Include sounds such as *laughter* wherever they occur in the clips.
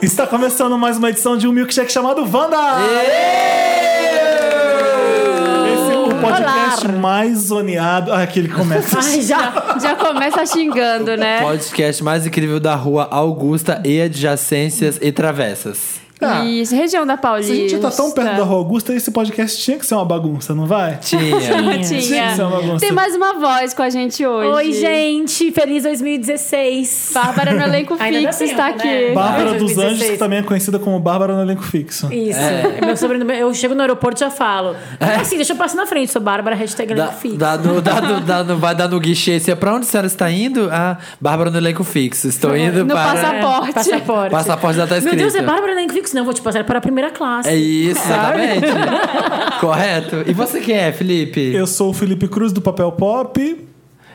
Está começando mais uma edição de um milkshake chamado Wanda! Esse é o podcast Olá. mais zoneado. Ah, aquele começa. Ai, já, já começa xingando, né? Podcast mais incrível da rua Augusta e adjacências e travessas. Ah, Isso, região da se Paulista. a gente tá tão perto da Rua Augusta, esse podcast tinha que ser uma bagunça, não vai? *laughs* Tinha. Tinha que ser é uma bagunça. Tem mais uma voz com a gente hoje. Oi, gente, feliz 2016. Bárbara no elenco Ainda dá fixo tempo, está né? aqui. Ba- Bárbara dos 2016. Anjos, que também é conhecida como Bárbara no elenco fixo. Isso. É. Meu sobrenome, eu chego no aeroporto e já falo. Assim, deixa eu passar na frente, sou Bárbara, hashtag Dá, elenco fixo. dá no, dá no- dá no- vai dar no guichê. Se é pra onde a senhora está indo? Ah, Bárbara no elenco fixo. Estou indo No para. passaporte. É, passaporte. Passaporte já tá escrito. Meu Deus, é Bárbara elenco fixo? Não, vou te passar para a primeira classe. É isso, *laughs* exatamente. Correto. E você quem é, Felipe? Eu sou o Felipe Cruz do Papel Pop.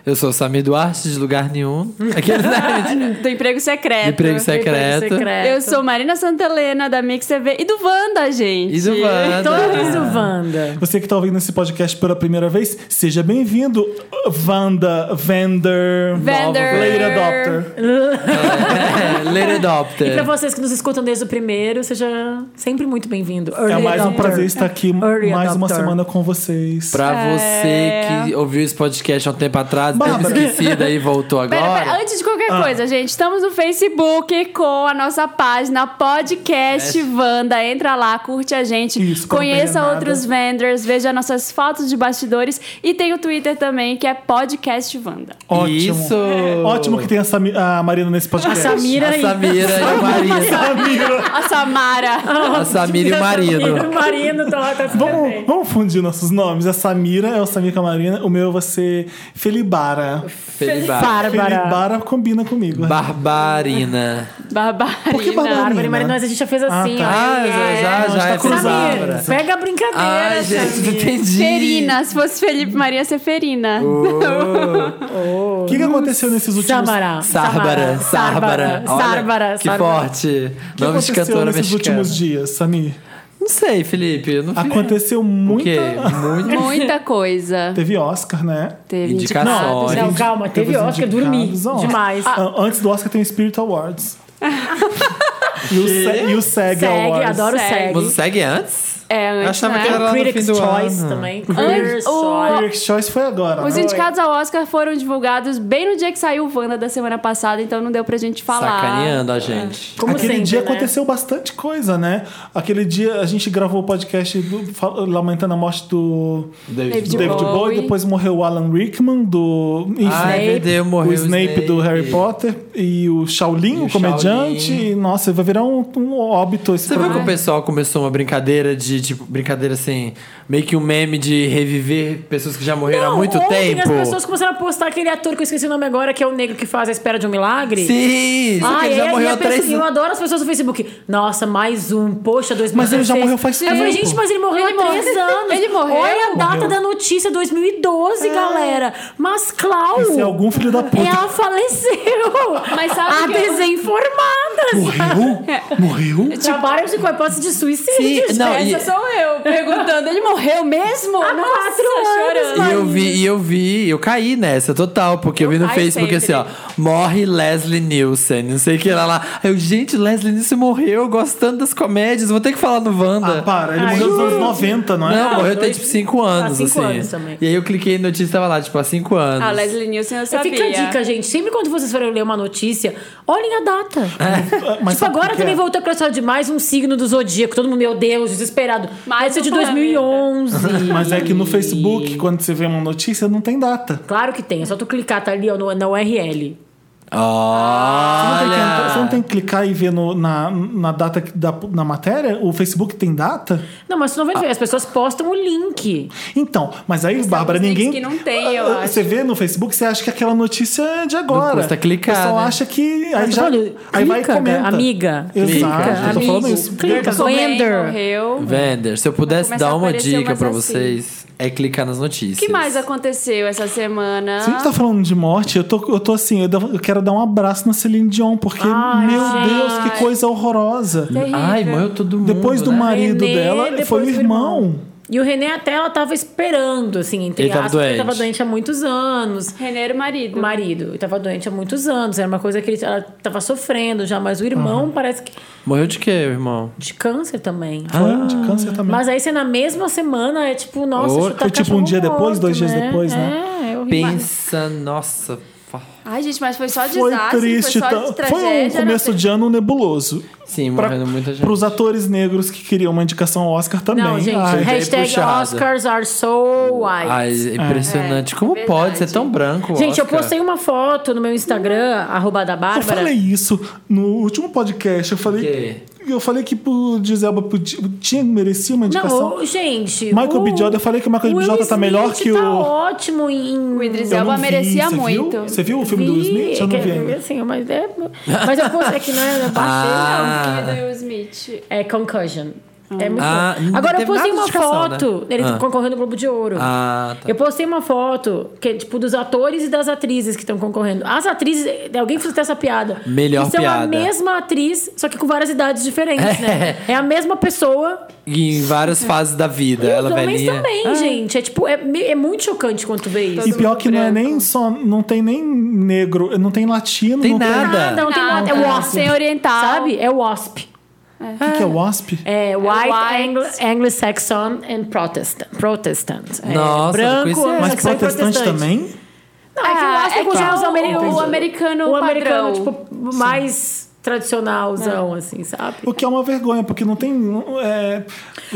Eu sou o Samir Duarte, de lugar *laughs* nenhum. Aquele né? Do emprego secreto. De emprego secreto. secreto. Eu sou Marina Santelena, da Mix TV e do Wanda, gente. E do Wanda. né? É. Todos do Wanda. Você que tá ouvindo esse podcast pela primeira vez, seja bem-vindo, Wanda Vander. Vander. Late Adopter. É, Lady Adopter. E para vocês que nos escutam desde o primeiro, seja sempre muito bem-vindo. É Early mais um adopter. *laughs* prazer estar aqui Early mais uma adopter. semana com vocês. Pra É. você que ouviu esse podcast há um tempo atrás, teve Bárbara. esquecida e voltou agora. Pera, pera, antes de qualquer Ah. coisa, gente, estamos no Facebook com a nossa página Podcast Vanda. Entra lá, curte a gente, Isso, pra não perder conheça nada. outros vendors, veja nossas fotos de bastidores e tem o Twitter também, que é Podcast Vanda. Ótimo. É. Isso. Ótimo que tá tem a, Sami- a Marina nesse A podcast. Samira, A aí. Samira e o marido. *laughs* Samira. *laughs* A Samira. A Samira e o marido. O marido tá lá, tá tudo bem. Vamos, vamos fundir nossos nomes. A Samira é o Samir com a Marina. O meu vai ser Felibara. Felibar. Bárbara. Felibara combina comigo. Barbarina. Barbarina. Por que Barbarina? Bárbara e Marina, a gente já fez assim, tá. ó. Ah, já, já, tá já é cruzado. cruzada. Samir, pega a brincadeira, Ai, gente, não Samir. entendi. Ferina, se fosse Felipe Maria, ia ser Ferina. O que, que aconteceu nesses últimos... Samara. Sárbara, Sárbara. Sárbara. Olha, Sárbara. Que forte. O que Nome de aconteceu cantora nesses mexicana. últimos dias, Samir? Não sei, Felipe. Eu não fiz. Aconteceu O quê? muita... Muito. Muita coisa. Teve Oscar, né? Teve Indicações. indicados. Não, Não, calma, teve os Oscar, indicados dormi ao Oscar. demais. Ah, Antes do Oscar tem o Spirit *laughs* Awards. e, o Se- e o SEG, segue, Awards. adoro Segue. segue. Você segue antes? É, antes, Eu achava né? que era lá no Critics' fim do Choice ano. também. Critics' o- Choice. Critics' Choice foi agora. Os né? indicados ao Oscar foram divulgados bem no dia que saiu o Wanda da semana passada, então não deu pra gente falar. Sacaneando a gente. Como Aquele sempre, dia né? aconteceu bastante coisa, né? Aquele dia a gente gravou o podcast do- fal- lamentando a morte do David do David Bowie. Bowie, depois morreu o Alan Rickman, do. Enfim, Ai, meu Deus, Ah, é morreu o o Snape, do Snape. Harry Potter e o Shaolin, E o o comediante. Shaolin. E, Nossa, vai virar um, um óbito esse Você viu Tipo, que o né? programa. pessoal começou uma brincadeira de, tipo, brincadeira assim, meio que um meme de reviver pessoas que já morreram há muito Ontem tempo? é, as pessoas começaram a postar aquele ator que eu esqueci o nome agora, que é o negro que faz A Espera de um Milagre. Sim! só que Ah, ele é, já e morreu a há pessoa- três eu anos. adoro as pessoas no Facebook. Nossa, mais um. Poxa, 2016. Mas ele já morreu faz Eu falei, tempo. gente, mas ele morreu Ele há três morreu. anos. Ele morreu? Olha a data da notícia, 2012, galera. Mas, Clau... Se é algum filho da puta. Ela faleceu. Mas sabe a que eu- desinformada. Morreu? Morreu? *laughs* Trabalham-se com a hipótese de suicídio. Sim, não, Essa e- sou eu, perguntando, ele morreu mesmo? Há Nossa, quatro anos, chorando. E eu vi, e eu vi, eu caí nessa total, porque eu, vi no caio Facebook sempre. assim, ó, morre Leslie Nielsen, não sei o que lá lá. Aí eu, gente, Leslie Nielsen morreu, gostando das comédias, vou ter que falar no Wanda. Ah, para, ele Ai, morreu nos anos gente. 90, não é? Não, morreu tem dois- tipo 5 anos, cinco assim. anos também. Ah, E aí eu cliquei em notícia e tava lá, tipo, há 5 anos. A Ah, Leslie Nielsen, eu sabia. Fica a dica, gente. Sempre quando vocês forem ler uma notícia, olhem a data. É, Mas Tipo, sabe o agora que também é? voltou aquela história de mais um signo do zodíaco. Todo mundo, meu Deus, desesperado. Mais Mas é de um planeta. 2011. Mas é que no Facebook, quando você vê uma notícia, não tem data. *laughs* Claro que tem. É só tu clicar, tá ali ó, no, na URL. Você Ah, não tem que entrar- Você não Olha! tem que clicar e ver no- na, na data que- da, na matéria? O Facebook tem data? Não, mas tu não vai Ah. ver. As pessoas postam o link. Então, mas aí, Bárbara, links ninguém. que não tem, eu Ah, ah, acho. Você vê no Facebook, você acha que aquela notícia é de agora. Não custa clicar, O pessoal né? acha que. Aí, Mas já, olha, aí vai e clica, comenta. amiga. Exato, Clica, eu tô amigo. tá falando isso. Clica. Também Wender. morreu. Vender, se eu pudesse Vai começar dar a uma aparecer dica umas pra assim. vocês, é clicar nas notícias. O que mais É aconteceu essa semana? Se a gente tá falando de morte, eu tô, eu tô assim, eu, devo- eu quero dar um abraço na Celine Dion, porque, Ai, meu gente. Deus, que coisa horrorosa. Terrível. Ai, morreu todo mundo. Depois do né? marido Renê, dela, depois foi o do irmão. irmão. E o René até ela tava esperando, assim, entre Ele tava aspas, ele doente. tava doente há muitos anos. René era o marido. O marido ele tava doente há muitos anos, era uma coisa que ele, ela tava sofrendo já, mas o irmão parece que. Morreu de quê, irmão? de câncer também. Foi de câncer Ah, também. Mas aí você na mesma semana é tipo, nossa, Outro. chutar Foi tipo um cachorro dia depois, morto, dois dias depois, né? É, é horrível. Pensa, nossa. fa- Ai, gente, mas assim, foi só foi desastre, triste. foi só tá- de tragédia. Foi um né? começo de ano nebuloso. Sim, morrendo muita gente. Para os atores negros que queriam uma indicação ao Oscar também. Não, gente, Ai, Ai, hashtag é puxada. Oscars are so white. Ai, impressionante. Como É, pode ser verdade. tão branco? gente, eu Oscar? um- postei uma foto no meu Instagram, arroba da Eu Bárbara. falei isso no último podcast. Eu falei, eu falei que o Giselba podia, tinha, merecia uma indicação. Não, ô, gente. Michael o- B. Jordan, eu falei que o Michael B. Will Jordan tá melhor Smith que tá o- ótimo em. O Idris Eu não Elba vi, merecia você viu? muito. Você viu o filme do Will Smith? Eu não que- vi ainda. Assim, mas, é, mas eu postei aqui, né? Eu Ah. baixei. não. Não, porque do Will Smith. É Concussion. É muito Ah, bom. Agora eu teve postei nada de uma indicação, né? foto. Ele Ah. concorreu no Globo de Ouro. Ah, tá. Eu postei uma foto que é, tipo dos atores e das atrizes que estão concorrendo. As atrizes, é, alguém fez até essa piada. Melhor que são piada. a mesma atriz, só que com várias idades diferentes, né? É a mesma pessoa. E em várias fases da vida. E ela os homens velhinha. Ah. também, gente. É tipo, é, me- é muito chocante quando tu vê isso. E Todo pior mundo que não é branco. nem só. Não tem nem negro, não tem latino. Tem não nada. Nada, não tem nada. É Nada. wasp. Sem oriental. Sabe? É wasp. O que, que é WASP? É white, white. Anglo- Anglo-Saxon and Protestant. Protestant. É, Nossa, branco, não conhecia. Mas anglo-saxão e protestante também? Não, é que o Ah, Oscar é que já é usa o- americano, o americano O americano, padrão. tipo, mais tradicionalzão, assim, sabe? O que é uma vergonha, porque não tem. não- É,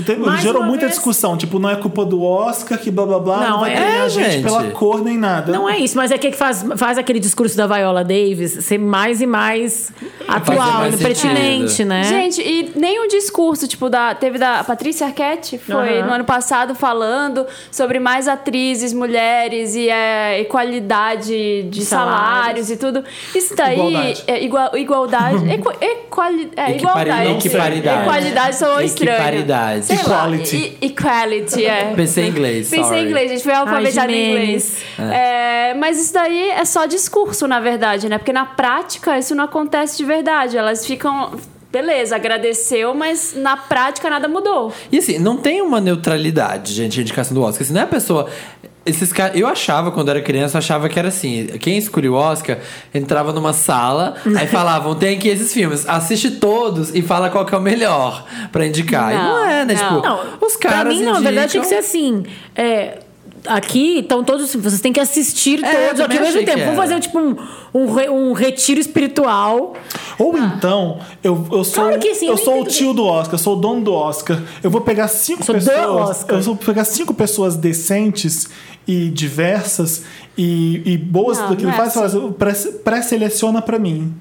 tem- Mais gerou uma muita vez- discussão. Tipo, não é culpa do Oscar, que blá blá blá. Não, Não, vai é, premiar a gente, gente. pela cor nem nada. Não é isso, mas é que faz, faz aquele discurso da Viola Davis ser mais e mais atual, mais e pertinente, sentido. né? Gente, e nenhum discurso, tipo, da, teve da Patrícia Arquette, foi Aham. no ano passado falando sobre mais atrizes, mulheres e é, equalidade de salários. Salários. e tudo. Isso daí Igualdade. é igual, igualdade. equa- equali- é, Equipari- igualdade. equiparidade. Equalidade sou estranho. Equiparidade. Sei lá, Equality. e- equality, é. Pensei em inglês. Pensei sorry. em inglês, a gente foi alfabetado em Jimenez. inglês. É, mas isso daí é só discurso, na verdade, né? Porque na prática isso não acontece de verdade. Elas ficam. Beleza, agradeceu, mas na prática nada mudou. E assim, não tem uma neutralidade, gente, a indicação do Oscar. Assim, não é a pessoa. Esses caras. Eu achava, quando era criança, eu achava que era assim. Quem escolheu o Oscar entrava numa *laughs* sala, aí falavam: tem aqui esses filmes, assiste todos e fala qual que é o melhor pra indicar. e não Não, é, né? não. Tipo, Não, os caras. Pra mim, não, na verdade indicam- tinha que ser assim. É, aqui estão todos. Vocês têm que assistir É, eu todos também aqui ao mesmo achei que tempo. Vamos era. fazer tipo um, um, re- um retiro espiritual. Ou então, eu, eu sou, Ah. Claro que sim, eu eu sou o entendo. tio do Oscar, eu sou o dono do Oscar. Eu vou pegar cinco Sou do pessoas. Oscar. Eu vou pegar cinco pessoas decentes e diversas e, e boas Não, do que ele não é faz, fala assim, pré- pré-seleciona pra mim.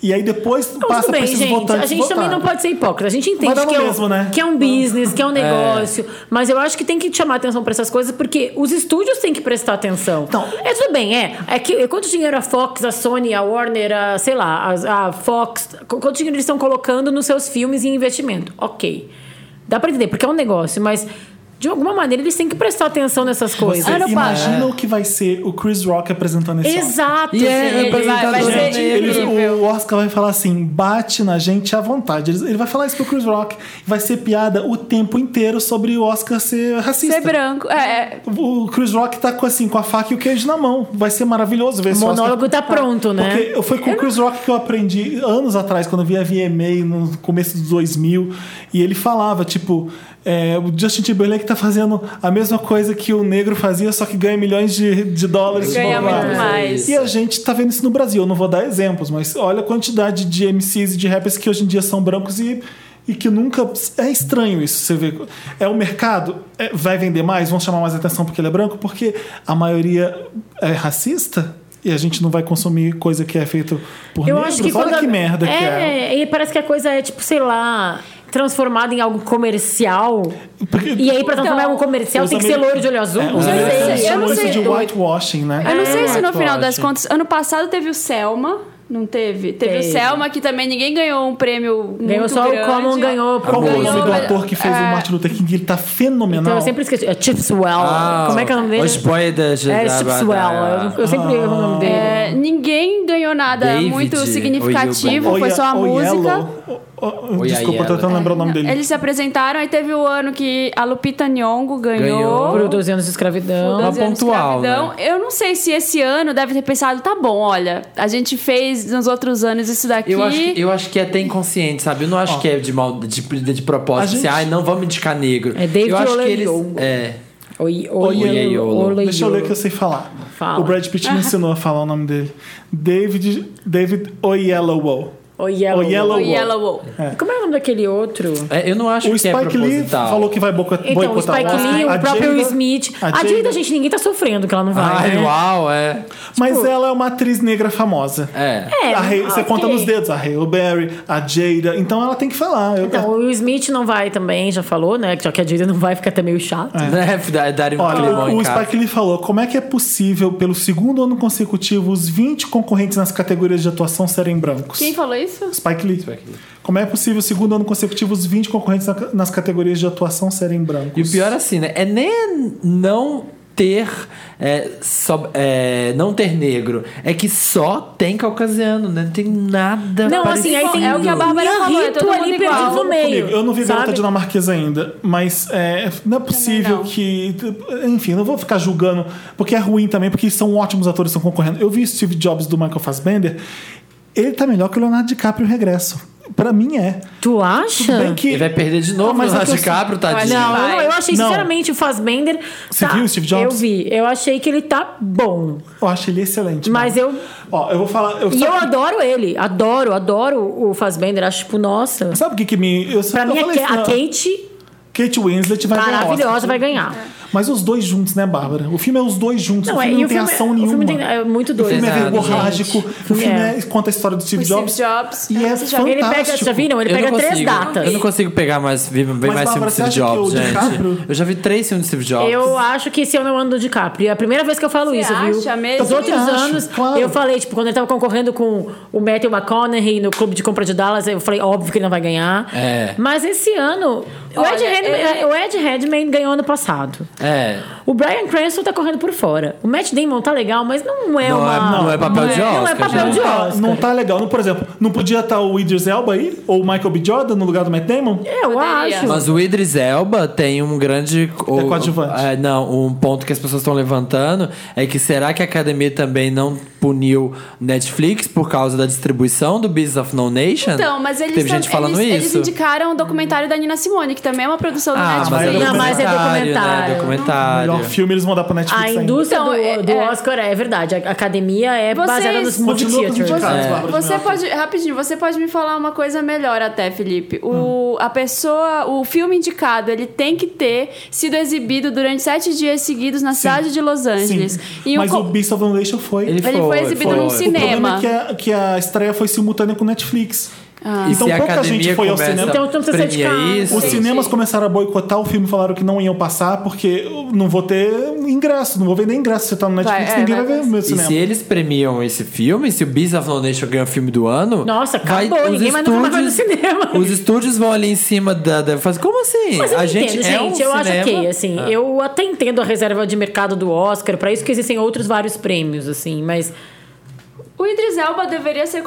E aí depois Não, passa tudo pra bem, esses gente. votantes a gente também votarem. não pode ser hipócrita. A gente Vai entende dar no que, é um, mesmo, né? que é um business, que é um negócio. Mas eu acho que tem que chamar atenção pra essas coisas, porque os estúdios têm que prestar atenção. Então- é tudo bem, é. É que é quanto dinheiro a Fox, a Sony, a Warner, a, sei lá, a, a Fox, qu- quanto dinheiro eles estão colocando nos seus filmes e investimento? Ok. Dá pra entender, porque é um negócio, mas de alguma maneira eles têm que prestar atenção nessas coisas. Você Ano imagina o que vai ser o Chris Rock apresentando esse Oscar. Exato, E é gente. representado vai ser Gente, ele- incrível. o Oscar vai falar assim: bate na gente à vontade. Ele ele vai falar isso pro Chris Rock. Vai ser piada o tempo inteiro sobre o Oscar ser racista. Ser branco. É, é. O Chris Rock tá com, assim, com a faca e o queijo na mão. Vai ser maravilhoso ver O esse Oscar. monólogo tá pronto, né? Porque eu- É. foi com o Chris Rock que eu aprendi anos atrás, quando eu via VMA no começo dos 2000, e ele falava, tipo, é, o Justin Timberlake tá fazendo a mesma coisa que o negro fazia, só que ganha milhões de, de dólares. Tipo, ah, Ganha blá, blá, muito blá. mais. E é. a gente tá vendo isso no Brasil, eu não vou dar exemplos, mas olha a quantidade de MCs e de rappers que hoje em dia são brancos e, e que nunca. É estranho isso, você vê. É o mercado, é, vai vender mais, vão chamar mais atenção porque ele é branco, porque a maioria é racista e a gente não vai consumir coisa que é feita por Eu negros. acho que olha quando- que merda que é. E parece que a coisa é, tipo, sei lá, transformada em algo comercial. Porque- E aí, pra transformar em algo comercial, Os tem que amer- ser loiro de olho azul. É, os Não americanos sei, americanos eu são não chamam muito isso sei. de Eu- whitewashing, né? Eu não sei se no eu final das acho. contas. Ano passado teve o Selma, não teve? Teve, o Teve. Selma, que também ninguém ganhou um prêmio. Ganhou muito só o grande. Common, ganhou Qual que é o nome Ganhou, do mas- ator que fez o é. Martin Luther King? Ele tá fenomenal. Então eu sempre esqueço. É Chipswell. Ah, Como é que é o nome dele? Os boy da É Chipswell. Eu, eu sempre erro o nome dele. É, ninguém ganhou nada David, muito ou significativo, Ou foi Ye- só a ou música. Yellow. Oh, Oi, desculpa, eu tô Ayala. tentando lembrar o nome é dele. Eles se apresentaram, aí teve o ano que a Lupita Nyong'o ganhou. Ganhou. Por 12 anos de escravidão. Uma 12 anos de pontual, escravidão. Eu não sei se esse ano deve ter pensado, tá bom, olha, a gente fez nos outros anos isso daqui. Eu acho, eu acho que é até inconsciente, sabe? Eu não acho que é de, mal, de, de, de propósito. A Assim, gente- ai, não vamos indicar negro. É David eu acho que eles. Oyelowo. É. Oi, Oi, oi, oi, oi. oi, Deixa eu ler que eu oi. sei falar. Fala. O Brad Pitt me ensinou a falar o nome dele. David, David Oyelowo. Oi, yellow. Oi, yellow. o Yellow Wall. Como é o nome daquele outro? É, eu não acho O que é Spike Lee proposital. falou que vai boicotar Então, o boicotar Spike Oscar. Lee, A o próprio Jada- Smith. a A Jada- Jada, gente, ninguém tá sofrendo que ela não vai, Ai, né? uau, é. Mas ela é uma atriz negra famosa. É. É, A Hay- ok. você conta nos dedos, a Hale Berry, a Jada. Então ela tem que falar. Eu- Então, o Will Smith não vai também, já falou, né? Já que a Jada não vai, fica até meio chato. Né? Darem um É. Olha, climão o- em o casa. Spike Lee falou: como é que é possível, pelo segundo ano consecutivo, os 20 concorrentes nas categorias de atuação serem brancos? Quem falou isso? Spike Lee. Spike Lee. Como é possível, segundo ano consecutivo, os 20 concorrentes na- nas categorias de atuação serem brancos? E o pior assim, né? É nem não ter é, só, é, não ter negro. É que só tem caucasiano, né? Não tem nada Não, parecido. assim, aí tem É o que a Bárbara Ian falou, é Rito todo mundo ali igual. perdido no Vamos meio. Comigo, Eu não vi sabe? Garota Dinamarquesa ainda, mas é, não é possível não. que. Enfim, não vou ficar julgando, porque é ruim também, porque são ótimos atores que estão concorrendo. Eu vi Steve Jobs do Michael Fassbender, ele tá melhor que o Leonardo DiCaprio em Regresso. Pra mim é. Tu acha? Bem que- Ele vai perder de Não, novo, mas mas é Leonardo que eu- DiCaprio, acho tadinho. que Não, vai. não, eu achei, Não. sinceramente, o Fassbender... Você tá, viu o Steve Jobs? Eu vi. Eu achei que ele tá bom. Eu acho ele excelente. Mas mano. eu- Ó, eu vou falar. Eu, E eu sabe, adoro ele. Adoro, adoro o Fassbender. Acho, tipo, nossa... sabe o que, que me. Eu, Pra eu mim, é a, falei Ke- isso a na- Kate, Kate Winslet vai ganhar. maravilhosa, Oscar. vai ganhar. Mas os dois juntos, né, Bárbara? O filme é os dois juntos. o filme e não tem ação nenhuma. O filme tem- é muito O doido. filme é Exato, verborrágico. gente. O filme É. é- conta a história do Steve O Steve Jobs. Jobs. E é Você já- Ele pega, fantástico. já viram? Ele Eu pega não três consigo. datas. Eu não consigo pegar mais, ver mais Mas, filmes Bárbara, do Steve você acha que Jobs, o gente. DiCaprio- Eu já vi três filmes do Steve Jobs. Eu acho que esse ano eu ando do DiCaprio. É a primeira vez que eu falo Você isso, acha viu? mesmo? Os outros Eu também acho, anos, claro. eu falei, tipo, quando ele tava concorrendo com o Matthew McConaughey no clube de compra de Dallas, eu falei, óbvio que ele não vai ganhar. É. Mas esse ano, Olha, o, Ed Redman, ele- o Ed Redman ganhou ano passado. É. O Brian Cranston tá correndo por fora. O Matt Damon tá legal, mas não é Não, uma... é, não é papel não de é- Oscar. não é papel gente. de Ah, Oscar. Não tá legal. Não, por exemplo, não podia estar o Idris Elba aí? Ou o Michael B. Jordan no lugar do Matt Damon? É, eu Poderia. acho. Mas o Idris Elba tem um grande. o- coadjuvante. é, não, um ponto que as pessoas estão levantando é que será que a academia também não puniu Netflix por causa da distribuição do Beast of No Nation? Então, mas eles, Teve tam- gente falando eles, eles isso. indicaram o documentário da Nina Simone, que também é uma produção do ah, mas é Netflix. Não, documentário. mas é documentário. Né? documentário. Melhor filme eles vão dar pra Netflix A ainda. indústria Então, do, é- do é. Oscar é verdade. A academia é Vocês- baseada nos movie Continua com os theaters. indicados, Bárbara de Você Mello. pode, rapidinho, você pode me falar uma coisa melhor até, Felipe. Hum. O, A pessoa, o filme indicado, ele tem que ter sido exibido durante sete dias seguidos na cidade de Los Angeles. Sim. E um Mas co- o Beast of No Nation foi. Ele ele foi foi, exibido foi. num O O problema cinema. é que a, que a estreia foi simultânea com Netflix. Ah. E Então se a pouca academia gente foi ao começa cinema. Então, não precisa ser de premiar casa. isso, Os Sim, cinemas sim. começaram a boicotar o filme, falaram que não iam passar, porque eu não vou ter ingresso, não vou vender ingresso. Se você tá no Netflix, Vai, é, ninguém vai vai ver o meu E cinema. se eles premiam esse filme, se o Beast of No Nation ganha o filme do ano. Nossa, acabou, os ninguém mais nunca mais vai no cinema. Os estúdios vão ali em cima da. da faz, como assim? Mas eu a não gente entendo, é um gente. eu acho cinema- Ah. ok, assim. Eu até entendo a reserva de mercado do Oscar, pra isso que existem outros vários prêmios, assim, mas. O Idris Elba deveria ser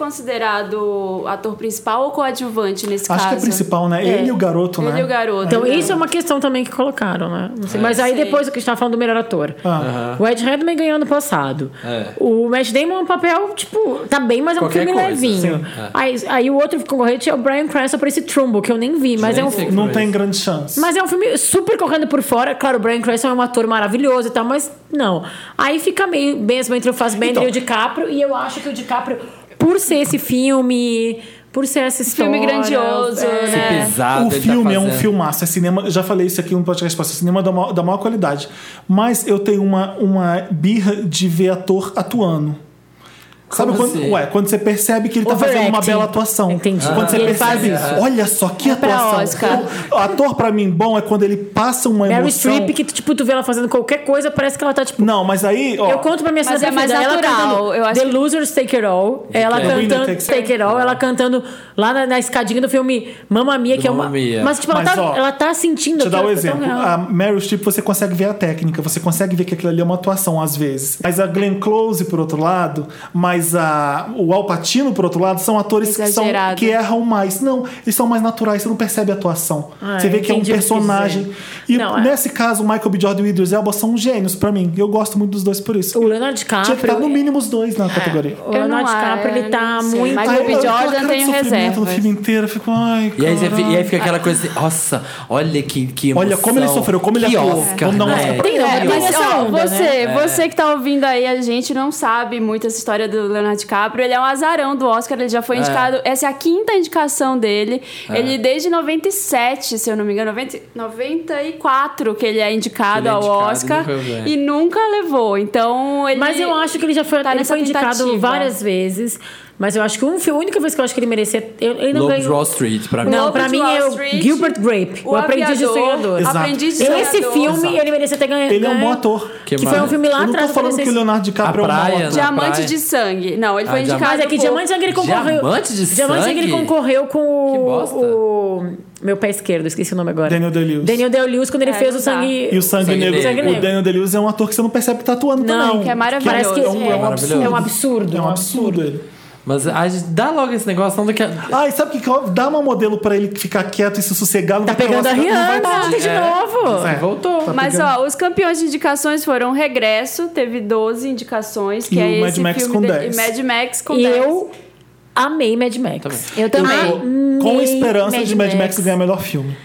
considerado ator principal ou coadjuvante nesse Acho caso? que é principal, né? Ele e o garoto, né? Ele e o garoto. Então, um isso é uma questão também que colocaram, né? Não sei, Mas aí Sim. depois o que a gente tava falando do melhor ator. Ah. O Ed Redman ganhou ano passado. É. O Matt Damon é um papel, tipo, tá bem, mas é um Qualquer filme coisa, levinho. sim. Aí, aí o outro concorrente é o Brian Cranston pra esse Trumbo, que eu nem vi, mas Nem é um sei Não Mas- tem grande chance. Mas é um filme super correndo por fora. Claro, o Brian Cranston é um ator maravilhoso e tal, mas não. Aí fica meio mesmo entre o Fassbender Então- e o DiCaprio. E eu acho que o DiCaprio, por ser esse filme, por ser essa história... Filme grandioso, é, né? Esse pesado. o ele tá filme é um fazendo. filmaço, é cinema. Já falei isso aqui no podcast passado, é cinema da maior, da maior qualidade. Mas eu tenho uma, uma birra de ver ator atuando. Sabe Como quando, assim? ué, quando você percebe que ele tá fazendo uma Overacting. bela atuação. Entendi. Quando você E ele faz percebe, isso. olha só que pra atuação. Oscar. O ator pra mim bom é quando ele passa uma Meryl emoção. Streep, que tipo, tu vê ela fazendo qualquer coisa, parece que ela tá tipo... Não, mas aí, ó, Eu conto pra minha Mas é cena mais preferida, ela natural, cantando eu acho The que- Losers Take It All. Ela The Winner cantando Takes Take, It All. Ela cantando lá na, na escadinha do filme Mamma Mia, Do que é uma... Mamma Mia. Mas tipo, ela, Mas, tá, ó, ela tá sentindo Deixa eu dar um aquilo, ela tá exemplo. tão real. A Meryl Streep, você consegue ver a técnica, você consegue ver que aquilo ali é uma atuação às vezes. Mas a Glenn Close, por outro lado, mais Mas a, o Alpatino, por outro lado, são atores que, são, Exagerado. que erram mais. Não, eles são mais naturais, você não percebe a atuação. Ah, você vê que é um entendi o que personagem. quiser. E Não, é. nesse caso, o Michael B. Jordan e o Idris Elba são gênios pra mim. Eu gosto muito dos dois por isso. O Leonardo DiCaprio. Tinha que estar no mínimo os dois na categoria. O Eu não Leonardo DiCaprio, acho, ele tá não sei. muito. Mas Ai, o B. eu- eu- Jordan aquela tem sofrimento no reservas. filme inteiro, eu fico, ai, E aí, você fi- caralho. e aí fica aquela ah. coisa assim, nossa, olha que, que emoção. Olha como ele sofreu, como ele que atuou. Oscar, Vamos dar um né? Oscar pra Tem, né? Mas, É, Mas, essa ó, onda, você, né? você que tá ouvindo aí, a gente não sabe muito essa história do Leonardo DiCaprio. Ele é um azarão do Oscar, ele já foi É. indicado. Essa é a quinta indicação dele. É. Ele, desde 97, se eu não me engano, 90, 94 que ele é indicado Ele é ao indicado, Oscar nunca ganha. e nunca levou. Então, ele. Mas né? eu acho que ele já foi, tá ele nessa foi indicado tentativa. várias vezes. Mas eu acho que um filme, a única vez que eu acho que ele merecia. eu- Ele não Lobo de ganhou. Wall Street, pra mim. Não, Lobo pra de mim Wall é o Street, Gilbert Grape, o, aprendiz de sonhador. Exato. Aprendiz de Esse sonhador. filme, Exato. ele merecia ter ganhado. Ele é um bom ganho. ator. Que Que mais? foi um filme lá eu não tô atrás falando que o Leonardo DiCaprio A é um mau praia, ator. né? Diamante praia. de sangue. Não, ele Ah, foi indicado. Mas é que por- Diamante Sangue ele concorreu. Diamante de Diamante Sangue ele Sangue? concorreu com o. Que bosta. o- Meu pé esquerdo, esqueci o nome agora. Daniel Day-Lewis. Daniel Day-Lewis, quando ele É, fez o não dá. sangue. E o Sangue, Sangue Negro. Negro. O Daniel Day-Lewis é um ator que você não percebe que tá atuando Não, também. que é Parece maravilhoso. é que um, é um absurdo. É um absurdo. É um absurdo ele. Mas a gente- dá logo esse negócio, não do que. Ah, e sabe o que que eu- dá uma modelo pra ele ficar quieto e se sossegar. não Tá vai ter pegando a Oscar, não vai Rihanna ter- ontem de É. novo. É. Voltou. Mas ó, os campeões de indicações foram Regresso, teve 12 indicações, que E é o Mad esse Max filme com de- 10. e Mad Max com E 10. eu amei Mad Max. Também. Eu Eu também. tô com Amei esperança de Mad Max ganhar melhor filme.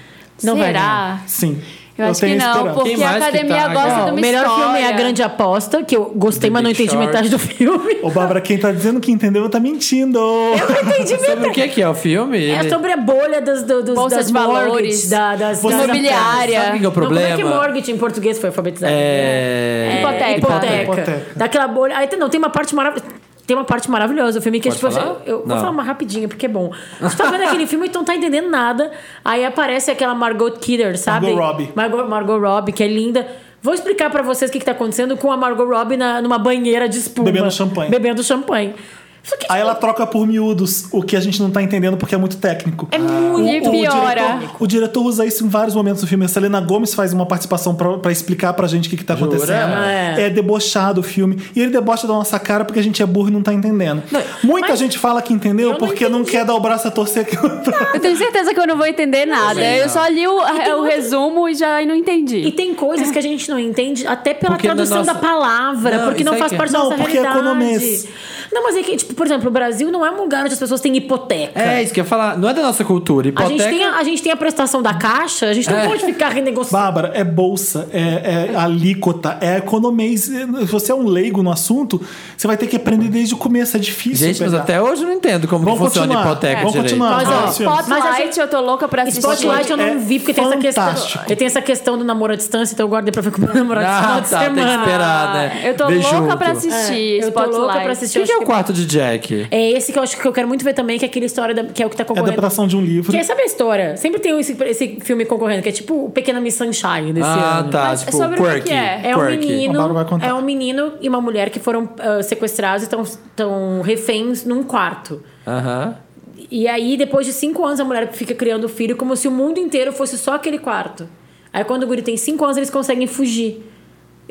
Não vai Será? Sim. Eu, acho que tenho não, esperança. porque Quem a mais que academia tá? gosta Ó, de O uma melhor história. filme é A Grande Aposta, que eu gostei, The mas não Big entendi Short. metade do *laughs* filme. Ô, Bárbara, quem tá dizendo que entendeu tá mentindo. Sobre o que que é o filme? É Ele- sobre a bolha dos, do- dos, Bolsa das de mortgage, valores, da, das Você- das- Imobiliária. Sabe o que é o Não, problema? Como é que mortgage em português foi alfabetizado? É... Hipoteca. Hipoteca. Hipoteca. Daquela bolha. Aí, tem- não, tem uma parte maravilhosa. Tem uma parte maravilhosa. O filme que é Pode tipo. falar? assim, Eu vou Não. falar uma rapidinha, porque *laughs* é bom. A gente tá vendo aquele filme e tu não tá entendendo nada. Aí aparece aquela Margot Kidder, sabe? Margot Robbie. Margot, Margot Robbie, que é linda. Vou explicar pra vocês o que, que tá acontecendo com a Margot Robbie na- numa banheira de espuma. Bebendo champanhe. Bebendo champanhe. Só que, Aí tipo, ela troca por miúdos, o que a gente não tá entendendo porque é muito técnico. Ah. é muito. E piora. Diretor, o diretor usa isso em vários momentos do filme. A Selena Gomes faz uma participação pra pra explicar pra gente o que, que tá acontecendo. É. É. debochado o filme. E ele debocha da nossa cara porque a gente é burro e não tá entendendo. Muita mas- gente fala que entendeu não porque não, entendi. quer dar o braço a torcer. Que... Eu tenho certeza que eu não vou entender nada. eu só li Então, o, o resumo e já não E entendi. tem coisas que a gente não entende até pela é. Porque na tradução nossa- da palavra, Não, porque isso não aí faz que é. parte da Não, nossa porque é realidade. economês. Não, mas é que, tipo, por exemplo, o Brasil não é um lugar onde as pessoas têm hipoteca. É, isso que eu ia falar. Não é da nossa cultura. A gente, Hipoteca tem a, a gente tem a prestação da caixa, a gente não É. pode ficar renegociando. Bárbara, é bolsa, é, é alíquota, é economês. Se você é um leigo no assunto, você vai ter que aprender desde o começo. É difícil. Gente, mas pegar. até hoje eu não entendo como Vamos que funciona a continuar. hipoteca É. Vamos direito. continuar. Mas, ó, Vários filmes. Mas a Spotlight, eu tô louca pra assistir. Spotlight eu não é vi, porque tem essa, questão, fantástico. eu tenho essa questão do namoro à distância, então eu guardei pra ver com o meu namorado Ah, no final de tá, tem que semana. esperar, né? Eu tô Ver louca junto. pra assistir É, eu tô Spotlight. louca pra O assistir. que, que é Eu o acho que- quarto de Jack? É esse que eu acho que eu quero muito ver também, que é aquela história da- que é o que tá É a concorrendo. adaptação de um livro. Que sabe a história? Sempre tem esse, esse filme concorrendo, que é tipo o Pequena Miss Sunshine desse Ah, ano. tá. Mas tipo, sobre o que quirky. que é? É um, quirky. A Bárbara menino, vai contar. é um menino e uma mulher que foram ah, sequestrados e estão reféns num quarto. Aham. E aí, depois de cinco anos, a mulher fica criando o filho como se o mundo inteiro fosse só aquele quarto. Aí, quando o guri tem cinco anos, eles conseguem fugir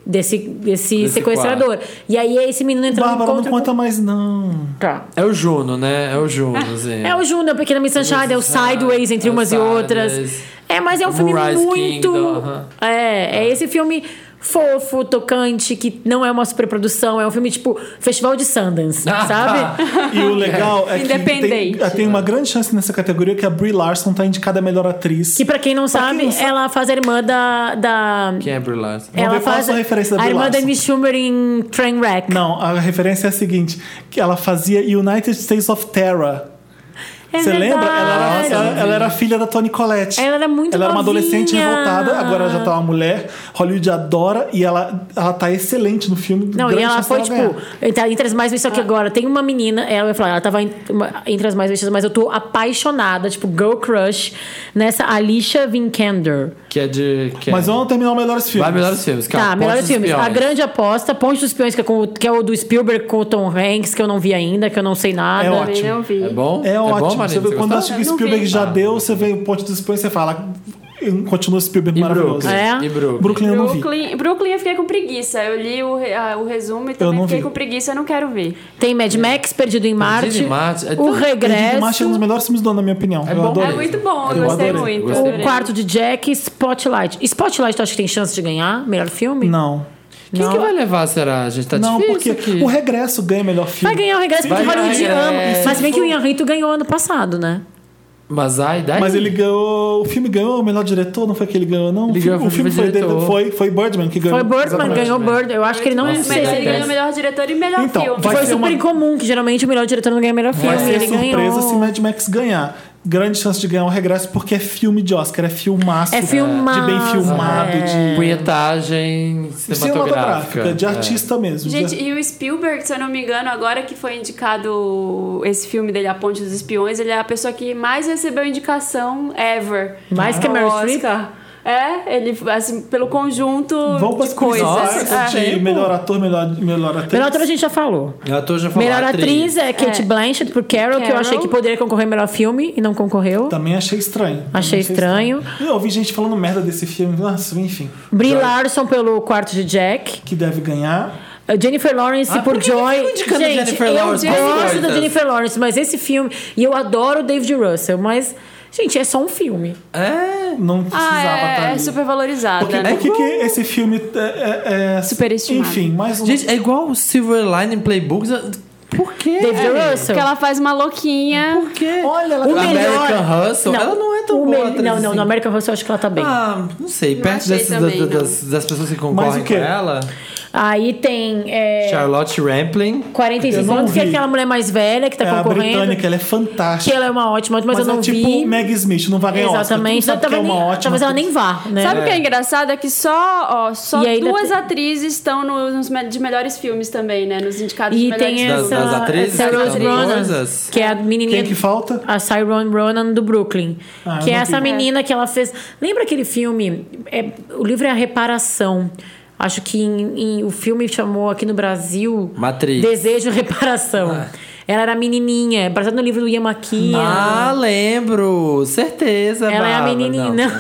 desse, desse, Desse sequestrador. E aí, esse menino entra Bárbara, no não encontro... conta mais, não. com- Tá. É o Juno, né? É o Juno, assim. É o Juno, a Pequena Miss Sunshine, é o Sideways entre É o umas e outras. Sideways. É, mas é um filme Moonrise muito. Kingdom, aham. É, é esse filme fofo, tocante, que não é uma superprodução, é um filme tipo Festival de Sundance, *laughs* Ah. sabe? E o legal é, que Independente. tem, tem uma grande chance nessa categoria que a Brie Larson tá indicada a melhor atriz. Que pra quem não sabe, quem não sabe- ela faz a irmã da. da Quem é Brie Larson? Vamos ela ver qual a faz sua referência da a Brie irmã da Larson. Amy Schumer em Trainwreck. Não, a referência é a seguinte: que ela fazia United States of Terror. É Você lembra? verdade. Ela era, ela, ela era filha da Toni Collette. Ela era muito Ela era uma novinha. adolescente revoltada, agora já tá uma mulher. Hollywood adora e ela, ela tá excelente no filme. Não, e Grande ela chance foi, dela tipo, ganhar. É. entre, entre as mais vistas, só que agora tem uma menina, ela vai falar, ela tava en- uma- entre as mais vistas, mas eu tô apaixonada, tipo, girl crush, nessa Alicia Vikander. Que é de... Que Mas é... vamos terminar o melhores filmes. Vai melhores filmes. é Tá, Calma, melhores Pontes filmes. Espiões. A Grande Aposta, Ponte dos Peões, que é, com o- que é o do Spielberg com o Tom Hanks, que eu não vi ainda, que eu não sei nada. É ótimo. Também não vi. É bom? É Bom, Marina, ótimo. você vê, você quando gostou? acha que o Eu não Spielberg vi. já deu, você vê o Ponte dos Espanha e você fala. "Hum, continua esse Spielberg E maravilhoso. Brooklyn. É? E Brooklyn. Brooklyn eu não vi. Brooklyn, Brooklyn eu fiquei com preguiça. Eu li o, re- ah, o resumo e também não fiquei vi. com preguiça, eu não quero ver. Tem Mad Max, Perdido em Marte. em Marte. É o tão- Perdido em Marte é um dos Regresso. melhores filmes do ano, na minha opinião. É eu bom. É adoro. muito bom, eu, Eu gostei adorei, muito. gostei. adorei. O Quarto de Jack, Spotlight. Spotlight, tu acha que tem chance de ganhar? Melhor filme? Não. Quem Não. que vai levar, será? A gente tá não, difícil porque aqui. o regresso ganha melhor filme. É Vai ganhar o regresso Vai porque ganhar o Hollywood ama. Regresso. Mas se bem que o Ian Rito ganhou ano passado, né? Mas ai, daí. Mas ele ganhou. O filme ganhou o melhor diretor, não foi que ele ganhou, Ele não? o filme, ganhou o filme melhor foi, dele, diretor. foi, foi Birdman que ganhou. Foi Birdman, Exatamente. ganhou Bird. Eu acho que ele não é Nossa, Mas ele Sim. ganhou o melhor diretor e melhor Então, filme. vai Foi ser super uma- incomum, que geralmente o melhor diretor não ganha melhor filme. Vai ser ele surpresa ganhou. se Mad Max ganhar. Grande chance de ganhar o regresso, porque é filme de Oscar, é filmaço. É filmaço, é. De bem filmado, de. Punhetagem cinematográfica. É. é. Cinematográfica, de artista mesmo. Gente, de- e o Spielberg, se eu não me engano, agora que foi indicado esse filme dele, A Ponte dos Espiões, ele é a pessoa que mais recebeu indicação ever. Mais que a ao Meryl Oscar. É, ele, assim, pelo conjunto Vamos para de coisas. nossa, É. de tipo- melhor ator, melhor, melhor atriz. Melhor ator a gente já falou. Eu tô já falando Melhor atriz é Kate É. Blanchett por Carol, que eu Carol. achei que poderia concorrer melhor filme e não concorreu. Também achei estranho. Também Achei estranho. Eu ouvi gente falando merda desse filme. Nossa, enfim. Brie Larson pelo Quarto de Jack. Uh, Que deve ganhar. Jennifer Lawrence Ah, por por, que que Joy. ficam indicando Gente, Jennifer eu Lawrence pras gosto da coisas? Jennifer Lawrence, mas esse filme. E eu adoro o David Russell, mas. Gente, é só um filme. É. Não precisava Ah, é, estar é ali. super valorizada, Porque, é né? por que que esse filme é, é, é- Superestimado. Enfim, mais um. Gente, é igual o Silver Lining Playbooks. Por quê? David Russell. Porque ela faz uma louquinha. Por quê? Olha, ela O A tá melhor. tá American Hustle, ela não é tão o boa melhor- atriz Não, não, assim. no American Hustle eu acho que ela tá bem. Ah, não sei. Perto achei dessas, também, da- não. das, das pessoas que concorrem Mas o quê? com ela. Aí tem. é, Charlotte Rampling. 45 Eu não anos, que é vi. aquela mulher mais velha que tá é a concorrendo. britânica, ela é Que fantástica. ela é uma ótima, mas, eu é não tipo vi. Meg Smith, não vai ganhar Oscar. Exatamente. Todo mundo sabe que talvez, é uma nem- ótima. talvez ela nem vá, né? Sabe o que é engraçado? É que só, ó, só E ainda duas tem- atrizes estão no- nos me- de melhores filmes também, né? Nos indicados é de E melhores tem filmes. Das- essa. das atrizes essa que Rose cantam Ronan, coisas? que é a menininha. Quem que falta? *laughs* A Cyrone Ronan do Brooklyn. Ah, eu que é não essa vi. menina que ela fez. Lembra aquele filme? É, o livro é A Reparação. Acho que em- em- o filme chamou aqui no Brasil. Matrix. Desejo e Reparação. Ah. Ela era menininha, é baseado no livro do Yamaquinha. Ah, lembro. Certeza, ela é a Bárbara. menininha. Não.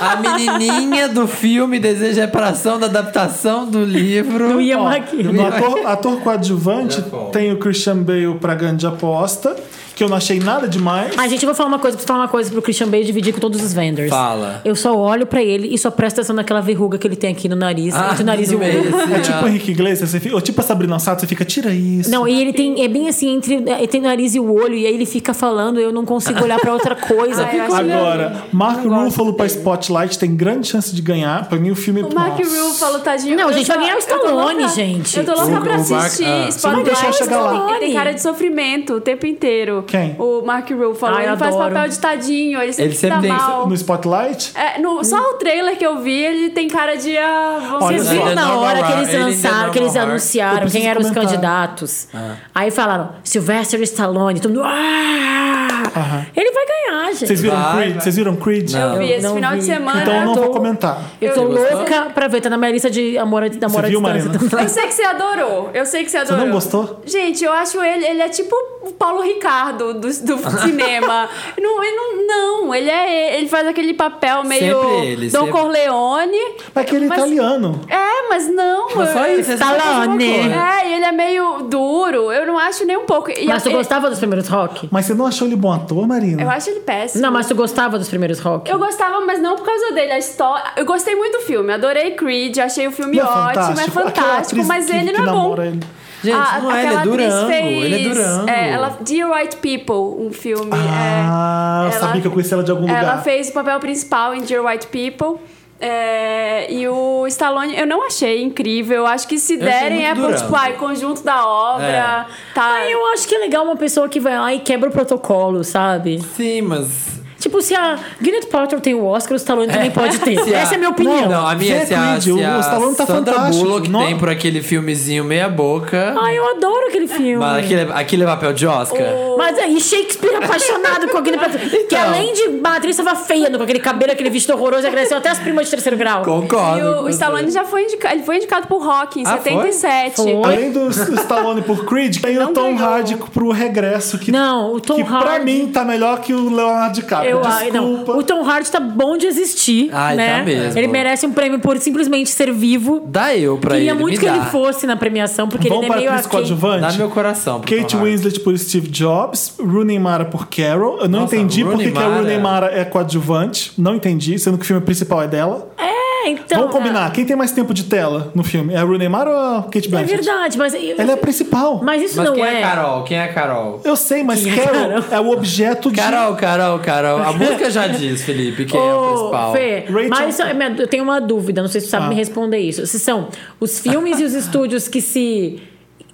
A menininha do filme Deseja Reparação da adaptação do livro. do Ó, Yamaquinha. no ator, ator coadjuvante Japão. tem o Christian Bale pra grande aposta, que eu não achei nada demais. *laughs* A gente eu vou falar uma coisa, preciso falar uma coisa pro Christian Bale dividir com todos os vendors. Fala. Eu só olho pra ele e só presto atenção naquela verruga que ele tem aqui no Ah, nariz, entre o nariz um e o tudo olho. bem, esse, É tipo ah. *laughs* o Henrique Iglesias, você fica, ou tipo a Sabrina Sato, você fica, tira isso. Não, e ele tem, é bem assim, entre, ele tem o nariz e o olho, e aí ele fica falando, eu não consigo olhar pra outra coisa. Ah, eu acho- Agora, Mark Ruffalo pra Spotlight tem grande chance de ganhar. Pra mim, o filme. O Mark Nossa. Ruffalo, tadinho. Não, eu gente, tô- vai ganhar o eu tô Stallone, louca- gente. Eu tô louca O- pra o Mark- assistir ah, você não deixou eu chegar lá. Ele tem cara de sofrimento o tempo inteiro. Quem? O Mark Ruffalo. Ai, ele faz adoro. papel de tadinho, ele sempre, Ele sempre tá tem- Hum. mal. No Spotlight? É, no- só o trailer que eu vi, ele tem cara de... Ah, vamos Olha Vocês só. viram Ele na não hora vai- que eles ele não lançaram, que eles vai- Eu anunciaram preciso quem eram os comentar. candidatos? Aí falaram, Sylvester Stallone, todo mundo. "Ah!" Aham. Ele vai ganhar, gente. Vocês viram Vai, Creed? vai. Vocês viram Creed? Não. Eu vi esse não final vi. de semana. Então eu não vou tô- comentar. Eu tô Você gostou? louca pra ver, tá na minha lista de amor, de amor à Você viu, distância. Marina? Eu sei que você adorou. Eu sei que você adorou. não gostou? Gente, eu acho ele... Ele é tipo o Paulo Ricardo do, *laughs* do cinema. não, ele não, não, ele é... Ele faz aquele papel meio... Sempre ele, Don sempre. Corleone. Mas que ele é Mas- italiano. É, mas não. Mas só eu- isso, essa é a mesma Stallone. coisa. É, e ele é meio duro. Eu não acho nem um pouco. *laughs* E Mas tu eu, gostava dos primeiros rock? Mas você não achou ele bom ator, Marina? eu acho ele péssimo. Não, mas tu gostava dos primeiros rock? Eu gostava, mas não por causa dele. A história. Eu gostei muito do filme. Adorei Creed. Achei o filme Não ótimo. É Aquela fantástico. atriz Mas que- ele que não é bom. namora ele. Gente, A- não é, ele aquela é atriz Durango. fez- Ele é Durango. é, ela, Dear White People, um filme. Ah, é, eu sabia que eu conhecia ela de algum Ela lugar. fez o papel principal em Dear White People. é, e o Stallone, eu não achei incrível. Eu Acho que se achei derem muito é por, Durango. tipo, ai, conjunto da obra. Tá. Ah, eu acho que é legal uma pessoa que vai lá e quebra o protocolo, sabe? Sim, mas. Tipo, se a Gwyneth Paltrow tem o Oscar, o Stallone também pode *laughs* ter. Se Essa é a minha opinião. Não, não, a minha Você é se a, acredita, se o a Stallone tá Sandra fantástico, Bullock não? tem por aquele filmezinho meia boca. Ai, Ah, eu adoro aquele filme. mas aquele, aquele é papel de Oscar. Mas aí, Shakespeare apaixonado com a Gwyneth Paltrow. Que Então. além de uma atriz, tava feia, com aquele cabelo, aquele vestido horroroso, agradeceu até as primas de terceiro grau. Concordo. E o- com o, Stallone você. já foi indicado. Ele foi indicado por Rock em Ah, foi? 77. Foi. Além do Stallone por Creed, tem o Não Tom ganhou. Hardy pro regresso que Não, o Tom que pra Hardy- mim tá melhor que o Leonardo DiCaprio. Eu eu acho. Não, desculpa. o Tom Hardy tá bom de existir. Ai, né? tá mesmo. Ele merece um prêmio por simplesmente ser vivo. Dá eu pra Queria ele. muito me que dá. ele fosse na premiação, porque Vamos ele é para meio atriz aquém. coadjuvante? Dá meu coração. pro Kate Tom Hardy. Winslet por Steve Jobs, Rooney Mara por Carol. Eu não Nossa, entendi por Rooney que que a Mara- Rooney Mara é coadjuvante. Não entendi, sendo que o filme principal é dela. É, então. Vamos combinar. Quem tem mais tempo de tela no filme? É a Rooney Mara ou a Kate É, é Blanchett? verdade, mas. Ela é a principal. Mas isso Mas não quem é. é Carol? Quem é Carol? Eu sei, mas Quem é Carol Carol? é o objeto de... Carol, Carol, Carol. A música *laughs* já diz, Felipe, quem é o Ô, principal. Fê, Rachel- mas isso é minha- eu tenho uma dúvida, não sei se você sabe Ah. me responder isso. Se são os filmes e os estúdios que se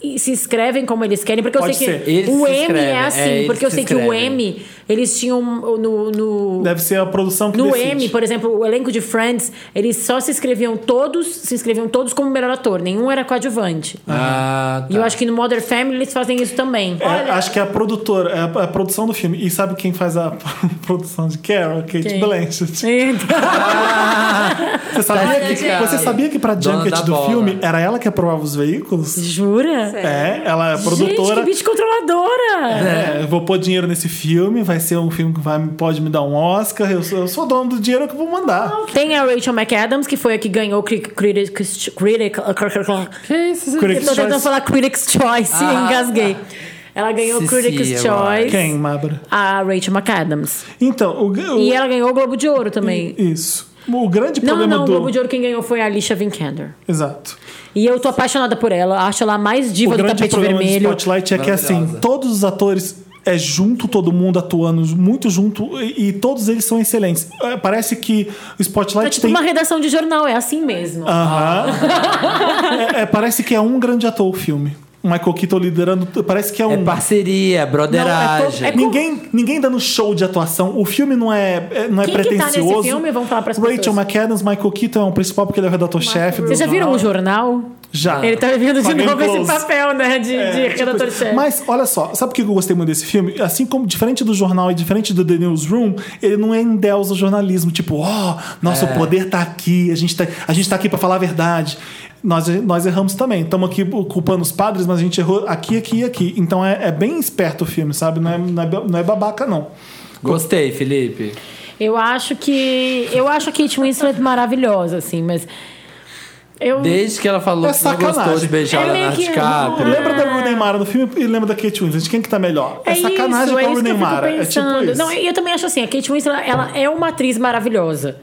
e se escrevem como eles querem, porque Pode eu sei ser. que Eles o se M é escrevem, assim, é, eles porque eu se sei que o escrevem. M eles tinham no, no, Deve ser a produção que no decide. M, por exemplo, o elenco de Friends, eles só se escreviam todos, se inscreviam todos como melhor ator, nenhum era coadjuvante. Ah, tá. E eu acho que no Modern Family eles fazem isso também. É, acho que é a produtora, é a, a produção do filme. E sabe quem faz a *laughs* produção de Carol? Kate Quem? Blanchett. *laughs* Você Tá sabia, que, explicado. você sabia que pra Dona Junket da do bola. filme era ela que aprovava os veículos? Jura? É, ela é produtora. Gente, que bicho controladora! É, eu vou pôr dinheiro nesse filme, vai ser um filme que vai, pode me dar um Oscar. Eu sou, eu sou dono do dinheiro que eu vou mandar. Tem a Rachel McAdams, que foi a que ganhou cri- Critics Critic, Que isso, gente? Critics' Eu tô tentando Choice. falar Critics Choice e Ah. engasguei. Ela ganhou Cecília, Critics eu Choice. Quem, Mabra? A Rachel McAdams. Então, o, o- E ela ganhou o Globo de Ouro também. isso. O grande não, problema não, o do. Globo de Ouro quem ganhou foi a Alicia Vikander. Exato. E eu tô apaixonada por ela. Acho ela a mais O diva do grande tapete problema vermelho. do Spotlight é que assim, Maravilhosa. todos os atores é junto, todo mundo atuando muito junto e, e todos eles são excelentes. É, Parece que o É Spotlight tipo tem Ah. uma redação de jornal, é assim mesmo. Aham. *laughs* É- é, parece que é um grande ator o filme. O Michael Keaton liderando, parece que é um É parceria, Não, broderagem. é todo- ninguém, ninguém dando show de atuação. O filme não é, é- não é Quem que tá nesse pretensioso. filme? Vamos falar pras Rachel pessoas. McAdams, Michael Keaton é o principal porque ele é o redator-chefe. do Vocês já viram o jornal? Ah. Já. Ele tá vivendo de Paguei um novo close. esse papel, né? De, É, de tipo redator-chefe. isso. Mas olha só, sabe por que eu gostei muito desse filme? Assim como diferente do jornal e diferente do The Newsroom, ele não é endeusa o jornalismo, tipo, ó, nosso É. poder tá aqui, a gente tá, a gente tá aqui pra falar a verdade. Nós, nós erramos também. Estamos aqui culpando os padres, mas a gente errou aqui, aqui e aqui. Então é, é bem esperto o filme, sabe? Não é, não é, não é babaca, não. é- Gostei, Felipe. Eu acho que. Eu acho a Kate Winslet maravilhosa, assim, mas. Eu. Desde que ela falou É que não gostou sacanagem. de beijar É o meio Leonardo que- DiCaprio. Lembra da Rooney Mara no filme e lembra da Kate Winslet. Quem que tá melhor? Ah. É sacanagem isso, com é a isso que Rooney eu fico Mara. É tipo pensando. isso. Não, e eu também acho assim, a Kate Winslet, ela é uma atriz maravilhosa.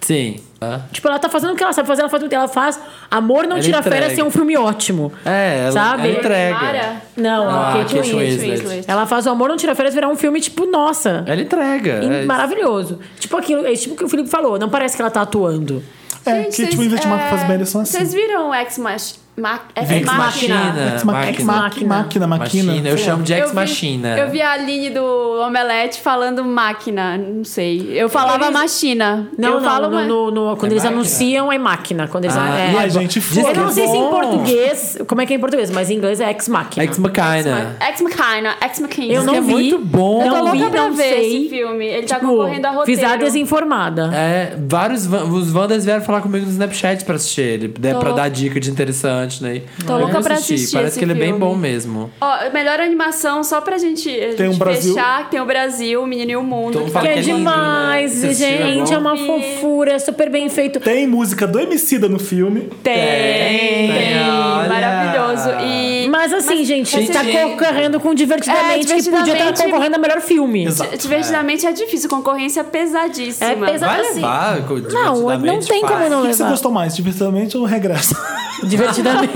Sim. É, Hã? Tipo, ela tá fazendo o que ela sabe fazer, ela faz o que ela faz. Amor não Ela tira entrega. férias, é um filme ótimo. É, ela, Sabe? ela entrega. Mara? Não, Ah, a Kate, Kate Winslet. Winslet. Ela faz o Amor não tira férias virar um filme, tipo, nossa. Ela entrega. é isso. Maravilhoso. Tipo aquilo, é tipo o que o Felipe falou, não parece que ela tá atuando. É, Kate Winslet e Marco Fassbender são assim. Vocês viram Ex, Mach... Ma... Ex, Ex Machina? Machina. Ex Machina. Máquina. Máquina, Machina. máquina. Eu chamo de Eu Ex vi- Machina. Eu vi a Aline do Omelete falando máquina, não sei. Eu falava Eles- machina. Não, eu não, falo no, ma- no- no- quando É eles máquina. anunciam é máquina. Quando eles Ah, é, e Ai, é gente, bom. Diz foda. Eu não sei se em Bom. português, como é que é em português, mas em inglês é ex machina. Ex Machina. Ex Machina, Ex Machina. Eu não é vi. muito bom. Eu tô Não louca vi, pra não ver sei. esse filme. Ele tá Tipo, concorrendo a roteiro. Fiz a desinformada. É, vários van- os Wanders vieram falar comigo no Snapchat pra assistir ele, né, Tô pra louca. dar dica de interessante, né? Eu louca não pra assisti, assistir Parece esse que ele é bem filme. bom mesmo. Ó, melhor animação, só pra gente, a Tem gente um Brasil. fechar. que Tem o Brasil, o Menino e o Mundo. Então que fala Que tá- é Aquele demais, lindo, né? Esse gente. filme É é uma bom. fofura, é super bem feito. Tem música do Emicida no filme. Tem, Tem, tem. olha. Maravilhoso. E Mas assim, gente, Gente, tá gente. concorrendo com divertidamente, É, que podia Divertidamente- estar concorrendo a melhor filme. Exato. divertidamente é difícil, concorrência pesadíssima. É pesado Vai assim. levar, co- divertidamente, tem como faz. não O que você levar. gostou mais, divertidamente ou *laughs* regresso? *laughs* *laughs* Divertidamente.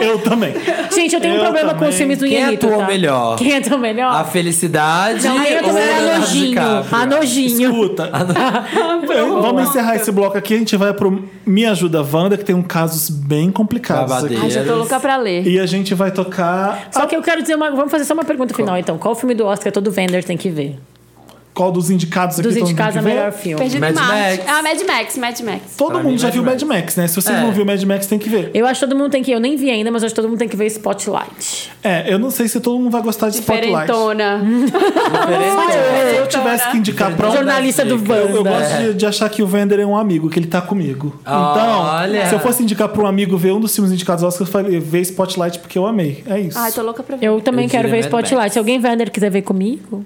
Eu também. gente, eu tenho Eu um problema com os também. filmes do Quem Ianito, atuou tá? melhor? Quem atuou melhor? A felicidade Não, aí eu ou também era Leonardo é nojinho. DiCaprio? A nojinho. Escuta, Ah, eu- vamos encerrar esse bloco aqui. A gente vai pro Me Ajuda Wanda, que tem um casos bem complicados Babadeiro. Ai, aqui. já tô louca pra ler. E a gente vai tocar. Só que eu quero dizer uma. Vamos fazer só uma pergunta final, então. Qual filme do Oscar todo vender tem que ver? Qual dos indicados aqui? Dos todo mundo indicados tem a que ver? melhor filme. Perdido Mad em Marte. Max. Ah, Mad Max, Mad Max. Todo Pra mundo mim, já Mad viu Mad Max. Max, né? Se você É. não viu Mad Max, tem que ver. Eu acho que todo mundo tem que. Eu nem vi ainda, mas eu acho que todo mundo tem que ver Spotlight. É, eu não sei se todo mundo vai gostar de Spotlight. né? Diferentona. Diferente. Se eu tivesse que indicar pra um Jornalista do dicas. Wanda. Eu, eu É. gosto de, de achar que o Vender é um amigo, que ele tá comigo. Então, Olha. se eu fosse indicar pra um amigo ver um dos filmes indicados ao Oscar, eu falei, vê Spotlight porque eu amei. É isso. Ai, tô louca pra ver. Eu também Eu quero diria ver Mad Max. Spotlight. Se alguém vender quiser ver comigo.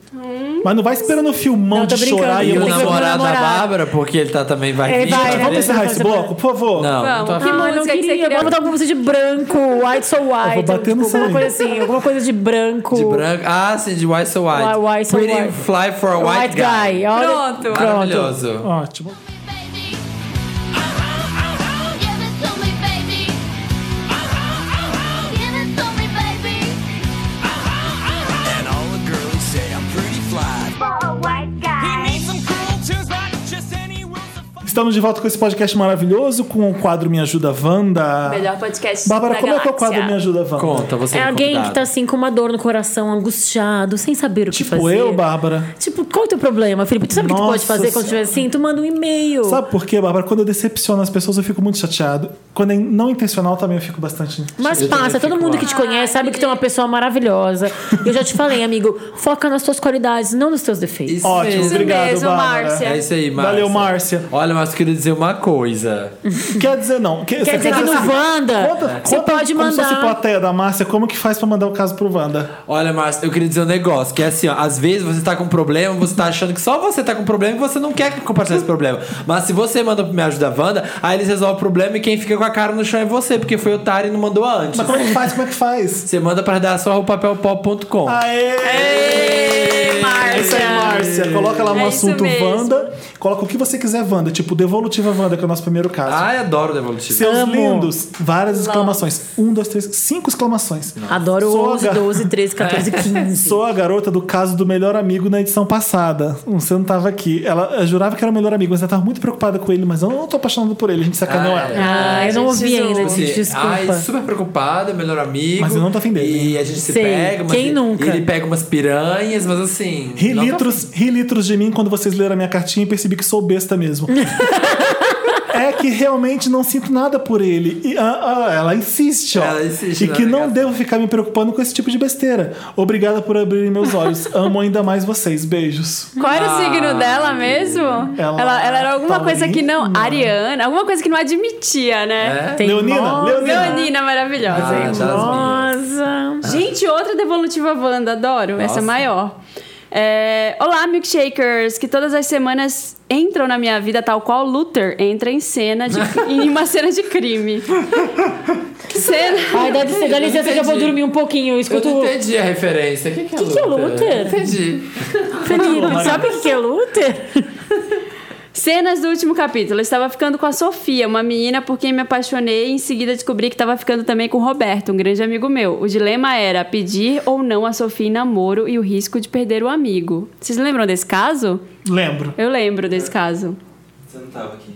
Mas não vai esperando o filmão Não, tô de chorar brincando. e E Eu o vou ver meu namorado da namorado. Bárbara, porque ele tá também vai Ele vir. vai, vai né? ver. Vamos encerrar esse bloco, por favor? Não, não tô Vamos. afim. Que mano, eu música que você Ah, queria. queria? Vamos botar alguma coisa de branco, white so white. vou bater no tipo, alguma sangue. coisa assim, alguma coisa de branco. De branco. Ah, sim, de Why So White. Why- Why So Pretty White. Fly for a White, White guy. Olha- Pronto. Pronto. Maravilhoso. Ótimo. Give it to me, baby. Give it to me, baby. And all the girlies say I'm pretty fly. For a white He guy. made some cruel tunes, not just any rules of fun. Estamos de volta com esse podcast maravilhoso, com o quadro Me Ajuda Wanda. Melhor podcast Bárbara, da como é que é o galáxia. quadro Me Ajuda Wanda? Conta, você É é alguém que convidado. tá assim com uma dor no coração, angustiado, sem saber o que Tipo fazer. eu, Bárbara. Tipo, qual é o teu problema, Felipe? Tu sabe o que tu Nossa pode fazer quando estiver assim? Tu manda um e-mail. Sabe por quê, Bárbara? Quando eu decepciono as pessoas, eu fico muito chateado. Quando é não intencional, também eu fico bastante. Mas Eu também passa, todo fico mundo lá. que te conhece sabe que tu é uma pessoa maravilhosa. Eu já te falei, amigo, foca nas tuas qualidades, não nos teus defeitos. Isso Ótimo, mesmo. obrigado, mesmo, Bárbara. Márcia. É isso aí, Márcia. Valeu, Márcia. Olha, mas eu queria dizer uma coisa. Quer dizer, não. Quer, Quer dizer que no Wanda, Conta, você conta pode Como se fosse mandar. plateia da Márcia, como que faz pra mandar o caso pro Wanda? Olha, Márcia, eu queria dizer um negócio, que é assim, ó, às vezes você tá com um problema, você tá achando que só você tá com um problema e você não quer compartilhar esse problema. Mas se você manda pro Me Ajuda Wanda, aí eles resolvem o problema e quem fica com a cara no chão é você, porque foi otário e não mandou antes. Mas como é que faz? Como é que faz? Você manda pra dar só o papelpop.com. Aê! Ei, É isso aí, Márcia. Coloca lá no É isso assunto mesmo. Wanda. Coloca o que você quiser, Wanda. Tipo, devolutiva Wanda, que é o nosso primeiro caso. Ai, adoro devolutivo. Seus Ah, Amo. lindos. Várias exclamações. Um, dois, três, cinco exclamações. Adoro Sou a 11, gar- 12, *laughs* 13, 14, 15. Sou a garota do caso do melhor amigo na edição passada. Hum, Você não tava aqui. Ela eh, jurava que era o melhor amigo, mas ela tava muito preocupada com ele, mas eu não tô apaixonado por ele. A gente sacaneou Ah, é. ela. Ah, eu não Ai, ouvi é gente, ainda, Assim, gente, Ai, desculpa. super preocupada, melhor amigo. Mas eu não tô afim dele. E a gente se Sei, pega, mas quem ele, nunca? ele pega umas piranhas, mas assim. Ri não tô litros, ri litros de mim quando vocês leram a minha cartinha e percebi que sou *laughs* besta mesmo. é que realmente não sinto nada por ele. E ah, ah, ela insiste, ó. Ela insiste né? e na que não negação. devo ficar me preocupando com esse tipo de besteira. Obrigada por abrirem meus olhos. Amo ainda mais vocês. Beijos. Qual era o signo dela mesmo? Ela, ela era tá alguma coisa que não. Ariana, alguma coisa que não admitia, né? É? Tem Leonina, mó- Leonina. Leonina maravilhosa. Ah, das minhas. Nossa. Gente, outra devolutiva Wanda, adoro. Essa é Nossa. maior. É, Olá, milkshakers, que todas as semanas entram na minha vida, tal qual Luther entra em cena de- *laughs* em uma cena de *laughs* crime. Que cena. Ai, dá, licença- dá licença que eu vou Entendi. dormir um pouquinho. Eu Eu escuto. não entendi a referência. O que, que é Que que é Luther? Entendi. Felipe, sabe o que que é Luther? Cenas do último capítulo. Eu estava ficando com a Sofia, uma menina por quem me apaixonei e em seguida descobri que estava ficando também com o Roberto, um grande amigo meu. O dilema era pedir ou não a Sofia em namoro e o risco de perder o amigo. Vocês lembram desse caso? Lembro. Eu lembro desse caso. Você não tava aqui.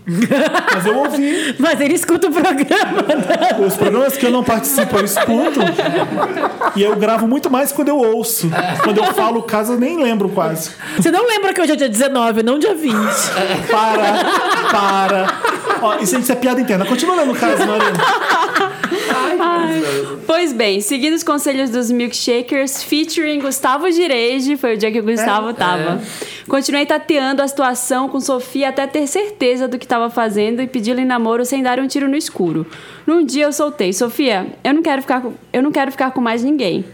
Mas eu ouvi. Mas ele escuta o programa. Os programas que eu não participo, eu escuto. e eu gravo muito mais quando eu ouço. Quando eu falo o caso, eu nem lembro quase. Você não lembra que hoje é dia 19, não dia 20. Para, para. Ó, isso, isso é piada interna. Continua lendo o caso, Marina. Pois bem, seguindo os conselhos dos Milkshakers, featuring Gustavo Gireige, foi o dia que o Gustavo tava. Continuei tateando a situação com Sofia até ter certeza do que estava fazendo e pedi-lhe em namoro sem dar um tiro no escuro. Num dia eu soltei, Sofia, eu não quero ficar com, eu não quero ficar com mais ninguém.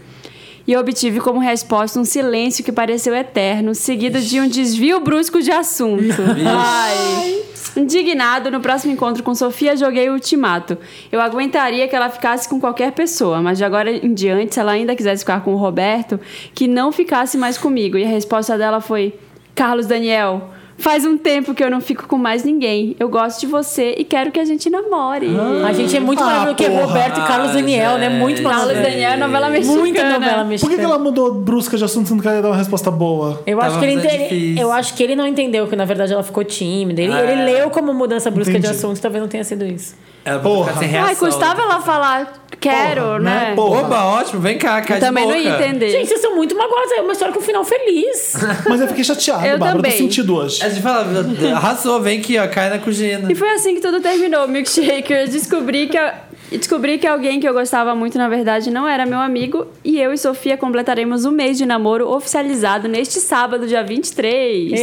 E obtive como resposta um silêncio que pareceu eterno, seguido de um desvio brusco de assunto. Ai. Indignado, no próximo encontro com Sofia, joguei o ultimato. Eu aguentaria que ela ficasse com qualquer pessoa, mas de agora em diante, se ela ainda quisesse ficar com o Roberto, que não ficasse mais comigo. E a resposta dela foi: Carlos Daniel. Faz um tempo que eu não fico com mais ninguém. Eu gosto de você e quero que a gente namore. A gente é muito Ah, maravilhoso que é porra. Roberto e Carlos Daniel, né? Muito gente. Carlos maravilhoso. Daniel, é novela mexicana. Muita novela Por mexicana. que, que ela mudou brusca de assunto sendo que ela ia dar uma resposta boa? Eu acho, Tava que ele mais entende- difícil. eu acho que ele não entendeu que, na verdade, ela ficou tímida. Ele, ele leu como mudança brusca Entendi. de assunto, talvez não tenha sido isso. Ela pode Porra. É, ficar sem reação. Ai, custava ela falar quero, Porra, né? né? Porra. Oba, ótimo, vem cá, cai de Também não ia boca. entender. Gente, vocês são muito magoados. É uma história com um final feliz. Mas eu fiquei chateado, Eu Bárbara. também. Eu tô sentido hoje. A gente fala, arrasou, vem aqui, ó, cai na cugina. E foi assim que tudo terminou, Milkshaker. Descobri que, a- descobri que alguém que eu gostava muito, na verdade, não era meu amigo. E eu e Sofia completaremos um mês de namoro oficializado neste sábado, dia 23.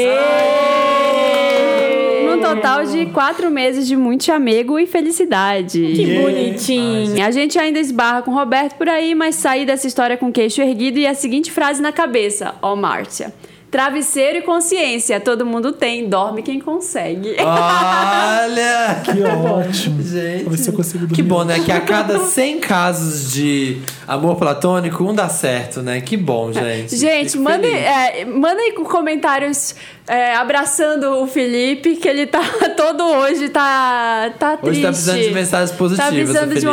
Num total de quatro meses de muito chamego e felicidade. Que bonitinho. é A gente ainda esbarra com o Roberto por aí, mas saí dessa história com o queixo erguido e a seguinte frase na cabeça, ó Márcia. Travesseiro e consciência. Todo mundo tem. Dorme quem consegue. Ah, *laughs* Olha! Que ótimo. Gente. Vou ver se eu consigo dormir. Que bom, né? Que a *laughs* cada 100 casos de amor platônico, um dá certo, né? Que É, bom, gente. Gente, Fico mandem, feliz. é, mandem com comentários é, abraçando o Felipe, que ele tá *laughs* todo hoje, tá, tá triste. Hoje tá precisando de mensagens positivas. Tá precisando o de Felipe. um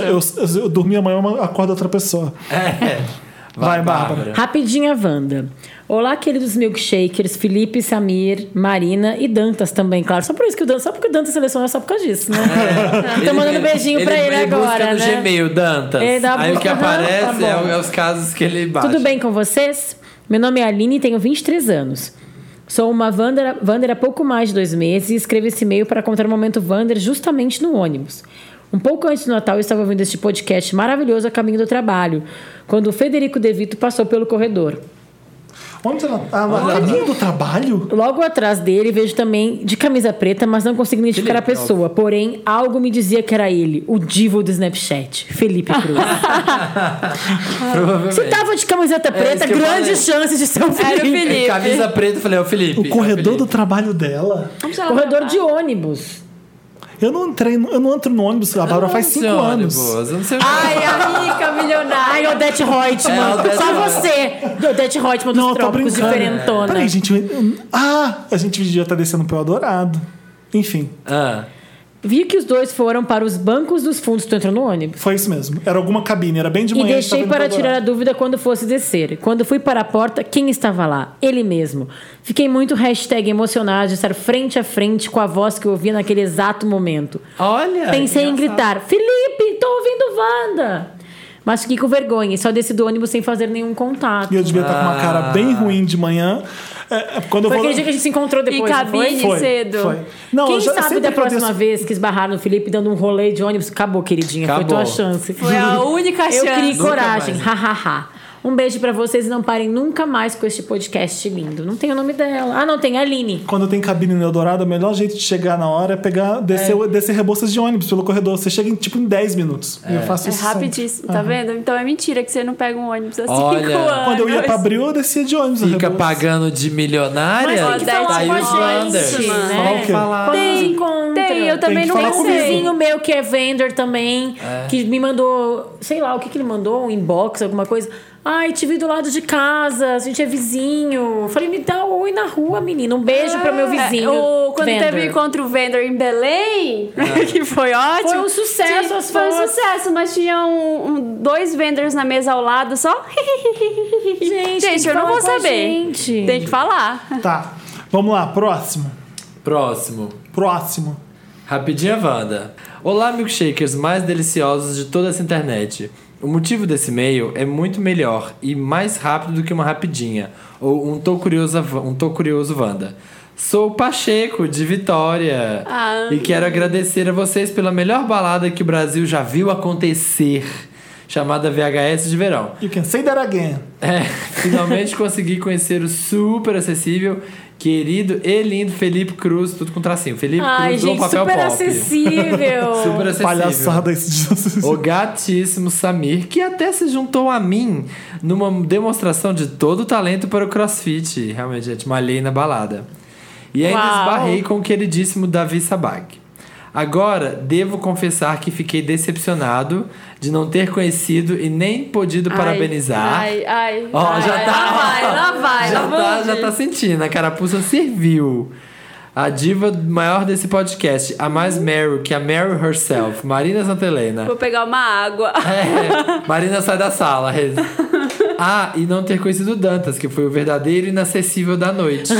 Deixa, eu, eu, eu dormi amanhã, eu acordo outra pessoa. É. Vai, Vai, Bárbara. Bárbara. Rapidinha, Wanda. Olá, queridos milkshakers, Felipe, Samir, Marina e Dantas também, claro. Só por isso que o Dantas, só porque o Dantas selecionou, só por causa disso, *laughs* né? Tô mandando beijinho pra ele agora, busca no né? Gmail, Dantas. Ele dá uma Aí o que busca- Aham, *laughs* tá aparece bom. é, o- é os casos que ele bate. Tudo bem com vocês? Meu nome é Aline e tenho 23 anos. Sou uma Wander Wander há pouco mais de dois meses e escrevi esse e-mail para contar o momento Wander justamente no ônibus. Um pouco antes do Natal, eu estava ouvindo este podcast maravilhoso a caminho do trabalho, quando o Federico De Vito passou pelo corredor. Onde ela tá? Ah, caminho do trabalho? Logo atrás dele, vejo também de camisa preta, mas não consigo identificar a Felipe, pessoa. Porém, algo me dizia que era ele, o divo do Snapchat, Felipe Cruz. Provavelmente. Se tava de camiseta preta, isso que eu falei. grandes chances de ser o Felipe. Era o Felipe. É, Camisa preta, eu falei, é o Felipe. O corredor do trabalho dela? Vamos lá, Corredor vai. de ônibus. Eu não entrei, no- eu não entro no ônibus, a Bárbara faz cinco anos. Eu não sei o que. Ah. Ai, a rica milionária. Ai, Odete Reutemann. É, Odete Só Reutemann. você. Odete Reutemann dos Não, eu tô Trópicos, brincando. diferentona. Peraí, gente. eu- eu- Ah, a gente devia estar descendo pro Eldorado. Enfim, Ah, Vi que os dois foram para os bancos dos fundos. Tu entrou no ônibus. foi isso mesmo. Era alguma cabine, era bem de E manhã. a gente tava deixei indo pro para tirar a Eldorado. dúvida quando fosse descer. Quando fui para a porta, quem estava lá? Ele mesmo. Fiquei muito hashtag emocionado de estar frente a frente com a voz que eu ouvia naquele exato momento. É, olha. Pensei em gritar, Felipe, tô ouvindo Wanda! Mas fiquei com vergonha e só desci do ônibus sem fazer nenhum contato. E eu devia estar com uma cara bem ruim de manhã. É, é, quando eu Foi vou... aquele dia que a gente se encontrou depois, E não foi? cabine Foi, cedo. foi. Não, Quem eu já- eu sabe sempre da próxima agradeço- vez que esbarrar no Felipe dando um rolê de ônibus? Acabou, queridinha. Acabou. Foi tua chance. Foi a única *laughs* Eu chance. criei Nunca coragem. mais. Hahaha. um beijo pra vocês e não parem nunca mais com este podcast lindo. Não tem o nome dela. Ah, não, tem Aline. Quando tem cabine no Eldorado, o melhor jeito de chegar na hora é pegar, descer, descer rebolsas de ônibus pelo corredor. Você chega em tipo em 10 minutos. E eu faço É isso. sempre. rapidíssimo, tá vendo? Então é mentira que você não pega um ônibus há cinco Olha, anos. É. Quando eu ia pra abril, eu descia de ônibus. a Fica Rebouças. pagando de milionária. Mas tem que falar tá aí com a os gente, Wanders. né? Vamos falar. Quando Tem, nos encontra. tem, eu Tem também que não falar Um comigo. sei. vizinho meu que é vendor também, que me mandou, sei lá, o que que ele mandou, um inbox, alguma coisa. Ai, te vi do lado de casa, a gente é vizinho. Falei, me dá um oi na rua, menina. Um beijo pro meu vizinho. É, o- quando teve o vendor. encontro vendor em Belém, É. *laughs* que foi ótimo. Foi um sucesso Tinha- as Foi um fotos. sucesso, mas tinha um, um- dois vendors na mesa ao lado só. *laughs* Gente, tem que eu não falar vou com a saber. gente. Tem que falar. Tá. Vamos lá, próximo. Próximo. Próximo. Rapidinha Wanda. Olá, milkshakers mais deliciosos de toda essa internet. O motivo desse e-mail é muito melhor e mais rápido do que uma rapidinha, ou um tô curioso, um tô curioso Wanda. Sou o Pacheco, de Vitória. Ah. E quero agradecer a vocês pela melhor balada que o Brasil já viu acontecer, chamada VHS de verão. *laughs* You can say that again. É, finalmente consegui conhecer o super acessível, querido e lindo Felipe Cruz, tudo com tracinho. Felipe Ai, Cruz do gente, um papel super pop. acessível. Super acessível. Palhaçada esse O gatíssimo Samir, que até se juntou a mim numa demonstração de todo o talento para o crossfit. Realmente, gente, malhei na balada. E ainda Uau. esbarrei com o queridíssimo Davi Sabag. Agora, devo confessar que fiquei decepcionado de não ter conhecido e nem podido parabenizar. Ai, ai. Ó, ai, já ai, tá. Lá vai, lá vai. Já lá tá, vou já ver. tá sentindo. A carapuça serviu. A diva maior desse podcast, a mais Meryl, que é a Meryl herself, Marina Santelena. Vou pegar uma *laughs* água. É, Marina sai da sala. Rez. Ah, e não ter conhecido o Dantas, que foi o verdadeiro inacessível da noite.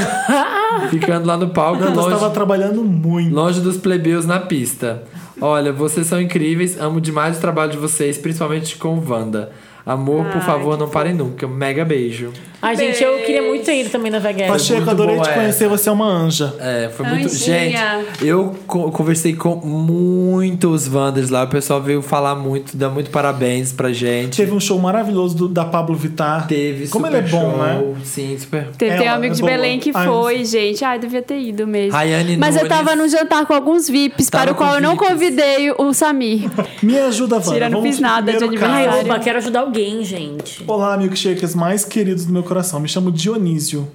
Ficando lá no palco, Eu longe, estava trabalhando muito. longe dos plebeus na pista. Olha, vocês são incríveis, amo demais o trabalho de vocês, principalmente com Wanda. Amor, por favor, não parem nunca. Um Mega beijo. Ai, gente, eu queria muito ter ido também na VHS. Pacheco, muito adorei boa te essa. conhecer, você é uma anja. É, foi muito. Gente, Anjinha. eu co- conversei com muitos Wanders lá. O pessoal veio falar muito, dá muito parabéns pra gente. Teve um show maravilhoso do- da Pablo Vittar. Teve Como super ele é bom, show, né? Sim, super. Teve Ela tem um amigo é de boa. Belém que Ai, foi, gente. Ai, devia ter ido mesmo. Rayane Mas eu Nunes. tava num jantar com alguns VIPs, Tava para o com qual eu não VIPs. convidei o *laughs* Samir. Me ajuda, Wanda. Tira, não Vamos fiz pro nada de primeiro aniversário. caso. Ai, oba, quero ajudar alguém, gente. Olá, milkshakers mais queridos do meu coração. Me chamo Dionísio.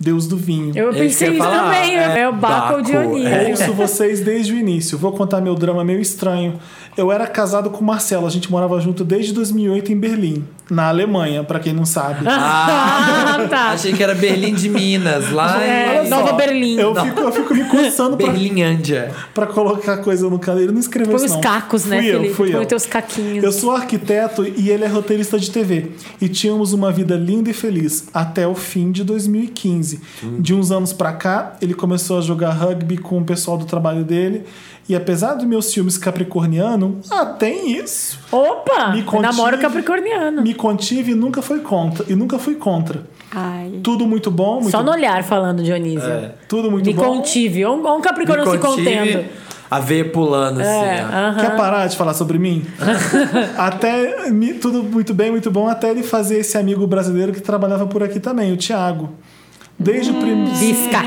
Deus do vinho. Eu Esse pensei que eu ia isso falar, também. é É, o Baco, Baco, *laughs* Dionísio. Ouço vocês desde o início. Vou contar meu drama meio estranho. Eu era casado com o Marcelo, a gente morava junto desde 2008 em Berlim, na Alemanha, pra quem *laughs* não sabe. Ah, tá. Achei que era Berlim de Minas, lá É, em... Nova só, Berlim. Eu não. fico, eu fico me coçando pra, Berlinândia. pra colocar coisa no canal. Ele não escreveu Põe isso, não. os cacos, né, fui Felipe? Eu, fui Põe eu. teus caquinhos. Eu sou arquiteto e ele é roteirista de TV. E tínhamos uma vida linda e feliz até o fim de 2015. Hum. De uns anos pra cá, ele começou a jogar rugby com o pessoal do trabalho dele. E apesar dos meus filmes capricorniano, ah, tem isso. Opa! Me contive. Ah, Namoro capricorniano. Me contive e nunca foi contra. E nunca fui contra. Ai. Tudo muito bom, muito Só no olhar falando, Dionísio. tudo muito Me bom. contive. Ou um, ou um capricorno se contendo. É, ah, A veia pulando, assim, ó. Quer parar de falar sobre mim? até me- tudo muito bem, muito bom, até ele fazer esse amigo brasileiro que trabalhava por aqui também, o Thiago. Desde, o prim- Bisca.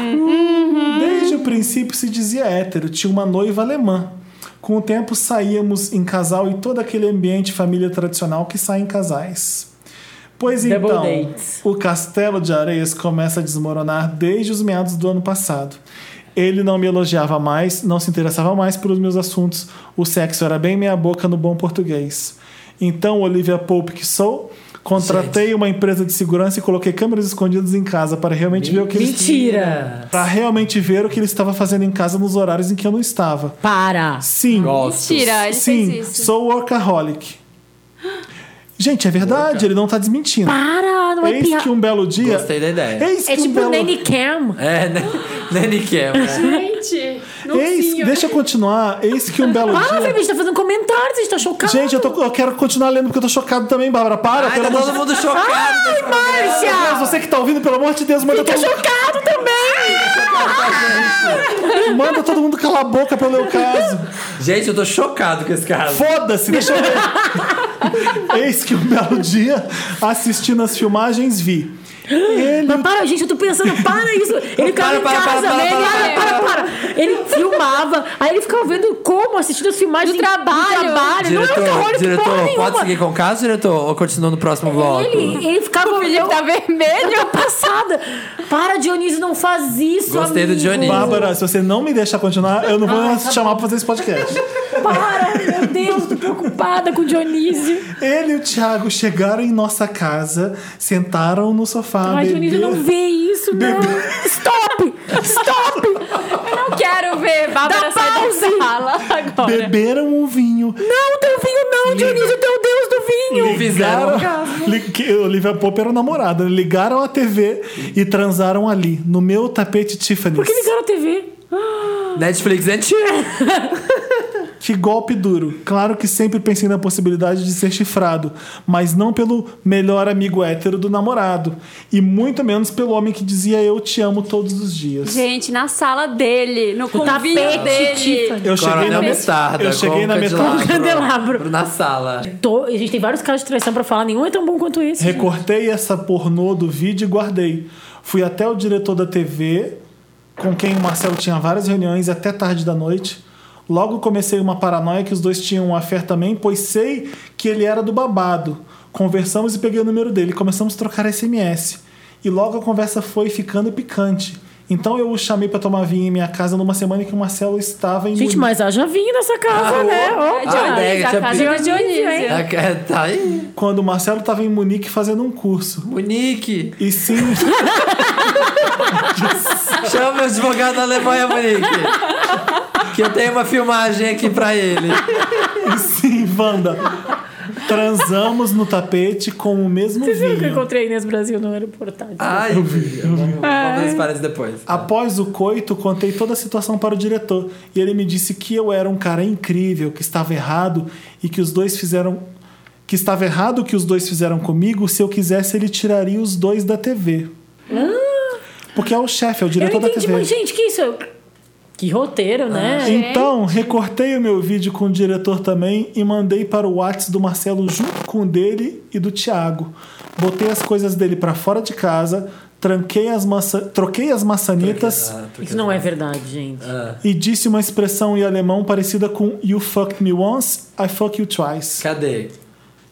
Desde o princípio se dizia hétero, tinha uma noiva alemã. Com o tempo saíamos em casal e todo aquele ambiente família tradicional que sai em casais. Pois Double então, dates. o castelo de areias começa a desmoronar desde os meados do ano passado. Ele não me elogiava mais, não se interessava mais pelos meus assuntos, o sexo era bem meia boca no bom português. Então, Olivia Pope que sou, contratei uma empresa de segurança e coloquei câmeras escondidas em casa para realmente ver o que eles Mentira. Pra realmente ver o que ele estava fazendo em casa nos horários em que eu não estava. Para. Sim. Gosto. Mentira, ele Sim, fez isso. sou workaholic. Gente, é verdade, ele não tá desmentindo. Para, não é Eis que piada. um belo dia. Gostei da ideia. Eis É que um tipo belo... Nanny Cam. É, *laughs* né? Nanny Cam. né? Gente, não Eis... Deixa eu continuar. Eis que um belo Para, dia. Felipe, a gente tá fazendo comentário, vocês estão chocados. Gente, eu, tô- eu quero continuar lendo porque eu tô chocado também, Bárbara. Para, Ai, pelo tá amor de todo mundo chocado. Ai, Deus. Márcia! Você que tá ouvindo, pelo amor de Deus, manda, Tá todo... chocado também! manda todo mundo calar a boca pra eu ler o caso. Gente, eu tô chocado com esse caso. Foda-se, deixa eu ver. *laughs* Eis que um belo dia, assistindo as filmagens, vi. Ele. Mas para, gente, eu tô pensando, para isso! Ele ficava Para, para, em casa, para, para, né? para, Para, para, para. Ele filmava, aí ele ficava vendo como, assistindo as filmagens Do trabalho. do trabalho. não é horror, Diretor, porra diretor, nenhuma. pode seguir com o caso, diretor? Ou continua no próximo bloco? Ele, ele ficava. O Felipe eu- tá vermelho. Eu tô *laughs* passada. Para, Dionísio, não faz isso. Gostei do amigo. Dionísio. Bárbara, se você não me deixar continuar, eu não Ah, vou tá te chamar pra fazer esse podcast. Para, meu Deus, tô preocupada com o Dionísio. Ele e o Thiago chegaram em nossa casa, sentaram no sofá. Ai, Dionísio, beberam- não vê isso, não. Stop! Stop! Eu não quero ver Bárbara Dá sair pause. da sala agora. né? Beberam um vinho. Não, teu vinho não, Dionísio, teu Deus do vinho. Fizeram. né? Li- que- Olivia Pope era namorada. Ligaram a TV e transaram ali, no meu tapete Tiffany. Por que ligaram a TV? Netflix and chill. Que golpe duro. Claro que sempre pensei na possibilidade de ser chifrado, mas não pelo melhor amigo hétero do namorado. E muito menos pelo homem que dizia eu te amo todos os dias. Gente, na sala dele, no convívio tapete, dele. Tiffany. Eu cheguei na Coronel metade. Mostarda. Eu cheguei com na metade. candelabro. Candelabro. Na sala. Tô- a gente tem vários casos de traição pra falar, nenhum é tão bom quanto esse. Recortei essa pornô do vídeo e guardei. Fui até o diretor da TV, com quem o Marcelo tinha várias reuniões até tarde da noite. Logo comecei uma paranoia que os dois tinham uma fé também, pois sei que ele era do babado. Conversamos e peguei o número dele, começamos a trocar SMS. E logo a conversa foi ficando picante. Então eu o chamei pra tomar vinho em minha casa numa semana que o Marcelo estava em Gente, Munique. mas haja vinho nessa casa, Ah, né? ô. Ó, É Ah, Dionísio, Dega, a casa tinha do Dionísio, hein? hein? É, Tá aí. quando o Marcelo estava em Munique fazendo um curso. Monique. E sim, Chama o advogado da Alemanha, Monique. Que eu tenho uma filmagem aqui pra ele. E Sim, Wanda. Transamos no tapete com o mesmo Vocês viram que eu vinho. encontrei nesse Brasil no aeroporto? Ai, eu vi. Vamos fazer esse parênteses depois. Após o coito, contei toda a situação para o diretor e ele me disse que eu era um cara incrível, que estava errado e que os dois fizeram que estava errado o que os dois fizeram comigo, se eu quisesse ele tiraria os dois da TV. Porque é o chefe, é o Ah. Eu diretor não da entendi, TV. mas, gente, que isso? Que roteiro, Ah, né? Então, recortei o meu vídeo com o diretor também e mandei para o Whats do Marcelo junto com o dele e do Thiago. Botei as coisas dele para fora de casa, tranquei as maça... troquei as Ah, maçanetas Isso não é verdade, gente. e disse uma expressão em alemão parecida com You fucked me once, I fuck you twice. Cadê?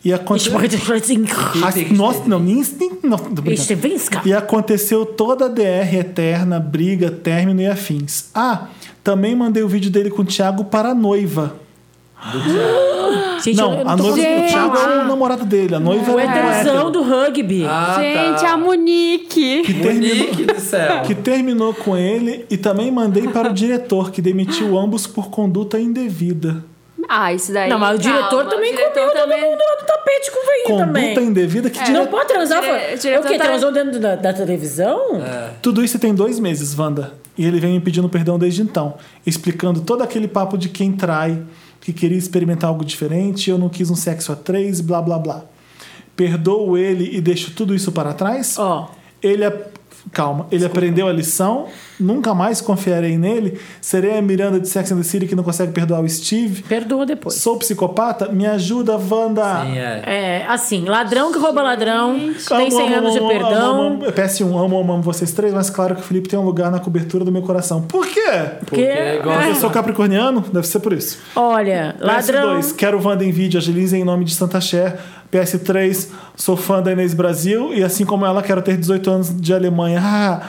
E aconteceu. Ah, Nossa, não, nem. nem não, tô brincando. Stevenska. E aconteceu toda a DR eterna, briga, término e afins. Ah, também mandei o vídeo dele com o Thiago para a noiva. Gente, eu- eu não, a tô noiva conseguindo do Gente. Thiago é o namorado dele. A noiva O é heterosão do rugby. Ah, Gente, tá. a Monique. que terminou, Monique do céu. que terminou com ele e também mandei para *laughs* o diretor, que demitiu ambos por conduta indevida. Ah, isso daí. Não, mas o calma, diretor também o diretor comeu também- todo mundo lá do tapete com o veinho Conduta também. É. indevida que dire- Não pode transar Dire- fora. É o diretor quê? tá- Transou dentro da, da televisão? Tudo isso tem dois meses, Wanda. E ele vem me pedindo perdão desde então, explicando todo aquele papo de quem trai, que queria experimentar algo diferente, eu não quis um sexo a três, blá blá blá. Perdoo ele e deixo tudo isso para trás? Ó. Ele é. Calma, ele aprendeu a lição, nunca mais confiarei nele. Serei a Miranda de Sex and the City que não consegue perdoar o Steve. Perdoa depois. Sou psicopata? Me ajuda, Wanda! Sim, é. É, assim, ladrão que rouba ladrão, tem Amo, 100 amo, anos de amo, perdão. amo, amo, amo. PS1, amo, amo, amo vocês três, mas claro que o Felipe tem um lugar na cobertura do meu coração. Por quê? Porque, Porque é gosta- Porque *laughs* *laughs* eu sou capricorniano? Deve ser por isso. olha, ladrão. PS2, quero Wanda em vídeo, agilizem em nome de Santa Cher. PS3, sou fã da Inês Brasil e assim como ela, quero ter 18 anos de Alemanha. *laughs* Ah,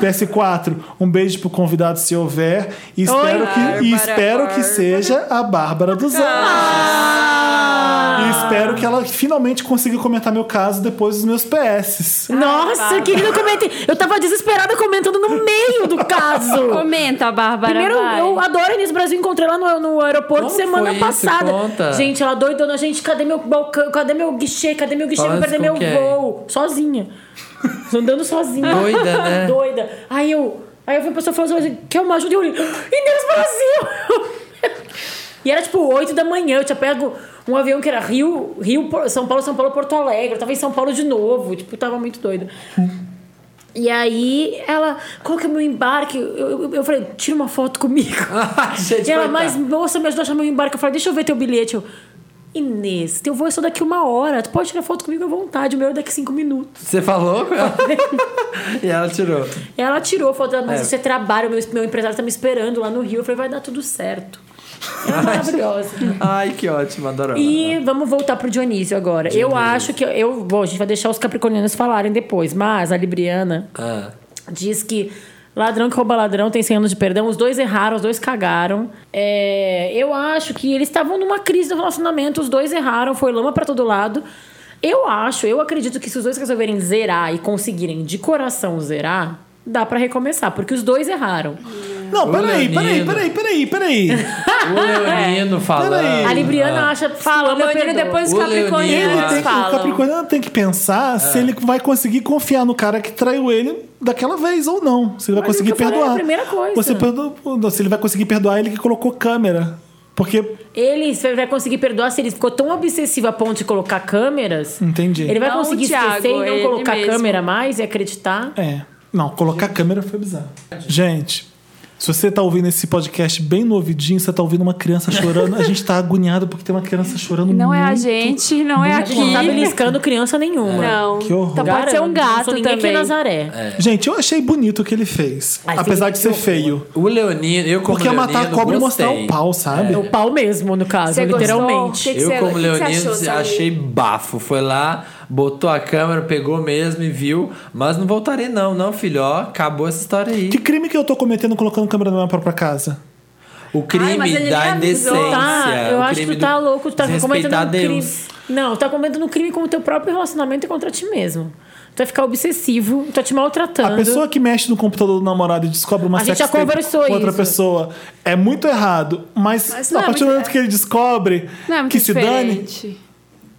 PS4, um beijo pro convidado se houver. E espero, que, e Bárbara, espero que Bárbara. Ah. seja a Bárbara dos Anjos. E espero que ela finalmente consiga comentar meu caso depois dos meus PS. Ah, Nossa, querida, eu comentei. Eu tava desesperada comentando no meio do *laughs* caso. Comenta, Bárbara. Primeiro, vai. eu adoro a Inês Brasil, encontrei lá no, no aeroporto Como semana foi isso? passada. Conta. Gente, ela doidona, gente, cadê meu balcão? Cadê meu guichê? Cadê meu guichê? Vou Falando perder com meu quem? voo. Sozinha. Andando sozinha. Doida, né? *laughs* Doida. Aí eu. Aí eu vi a pessoa falando assim, quer uma ajuda? E eu olhei, Inês Brasil! *laughs* e era tipo 8 da manhã, eu tinha pego um avião que era Rio, Rio, Por- São Paulo, São Paulo, Porto Alegre. Eu tava em São Paulo de novo, tipo, tava muito doida. E aí ela, qual que é o meu embarque? Eu, eu, eu falei, tira uma foto comigo. Gente, e ela, coitada. mas moça, me ajudou a achar meu embarque. Eu falei, deixa eu ver teu bilhete. Eu, Inês, teu voo é só daqui uma hora. Tu pode tirar foto comigo à vontade, o meu é daqui cinco minutos. Você falou com ela? *laughs* e ela tirou. E ela tirou a foto dela, mas É. você trabalha, meu, meu empresário tá me esperando lá no Rio. Eu falei, vai dar tudo certo. Ela é maravilhosa. Ai, que ótimo, adorava. E vamos voltar pro Dionísio agora. Eu acho que. Eu, bom, a gente vai deixar os capricornianos falarem depois, mas a Libriana Ah. diz que ladrão que rouba ladrão tem 100 anos de perdão. Os dois erraram, os dois cagaram. É, eu acho que eles estavam numa crise do relacionamento, os dois erraram, foi lama pra todo lado. Eu acho, eu acredito que se os dois resolverem zerar e conseguirem de coração zerar, dá pra recomeçar, porque os dois erraram. Não, O peraí, peraí, Leonino. peraí, peraí, peraí. O Leonino falando. A Libriana Ah. acha Fala, Fulana Leonino, perdoa. depois os O Leonino. Ele capricornianos tem que, o falam. Capricorniano tem que pensar É. se ele vai conseguir confiar no cara que traiu ele daquela vez ou não. Se ele vai Mas é o conseguir que eu falei, perdoar. é a primeira coisa. Você perdoa- não, se ele vai conseguir perdoar ele que colocou câmera. Porque. Ele vai conseguir perdoar se ele ficou tão obsessivo a ponto de colocar câmeras. Entendi. Ele vai Não, conseguir Thiago, é esquecer e não ele colocar mesmo. câmera mais e acreditar. É. Não, colocar câmera foi bizarro. Gente. Se você tá ouvindo esse podcast bem no ouvidinho, você tá ouvindo uma criança chorando, a gente tá agoniado porque tem uma criança chorando Não é a muito. gente, não é A gente não tá aqui. beliscando criança nenhuma. Não. Que horror. Então pode ser um Garanto, não gato sou ninguém aqui em também. Nazaré. É. Gente, eu achei bonito o que ele fez. Ai, apesar Felipe, de ser que horror. feio. O Leonino, eu como Porque Leonino, matar a cobra e mostrar gostei. É. o pau, sabe? É O pau mesmo, no caso, Você gostou? literalmente. Que que Eu, você- como que que você Leonino, achou, Samir? achei bafo. Foi lá, botou a câmera, pegou mesmo e viu. Mas não voltarei, não, não, filho. Ó, acabou essa história aí. Que crime que eu tô cometendo colocando câmera na minha própria casa? O crime Ai, mas ele da me avisou. indecência. Tá, eu o acho que crime tu tá do- louco, tu tá cometendo desrespeitar um crime. Deus. Não, tu tá cometendo um crime com o teu próprio relacionamento e contra ti mesmo. Tu vai ficar obsessivo, tu tá te maltratando. A pessoa que mexe no computador do namorado e descobre uma A gente sex já tape conversou com outra isso. pessoa é muito errado, mas, Mas não a é partir do muito- momento que ele descobre Não é muito que se dane, diferente.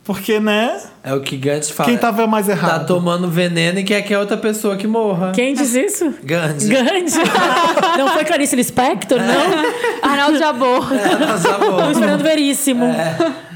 porque né? É o que Gantz fala. Quem tava mais Tá errado? tomando veneno e quer que a outra pessoa que morra. tá Quem diz isso? Gantz. Grande. *laughs* não foi Clarice Lispector, É. não? Arnaldo Jabor. *laughs* É. Mas, amor, Luiz Fernando Veríssimo. É.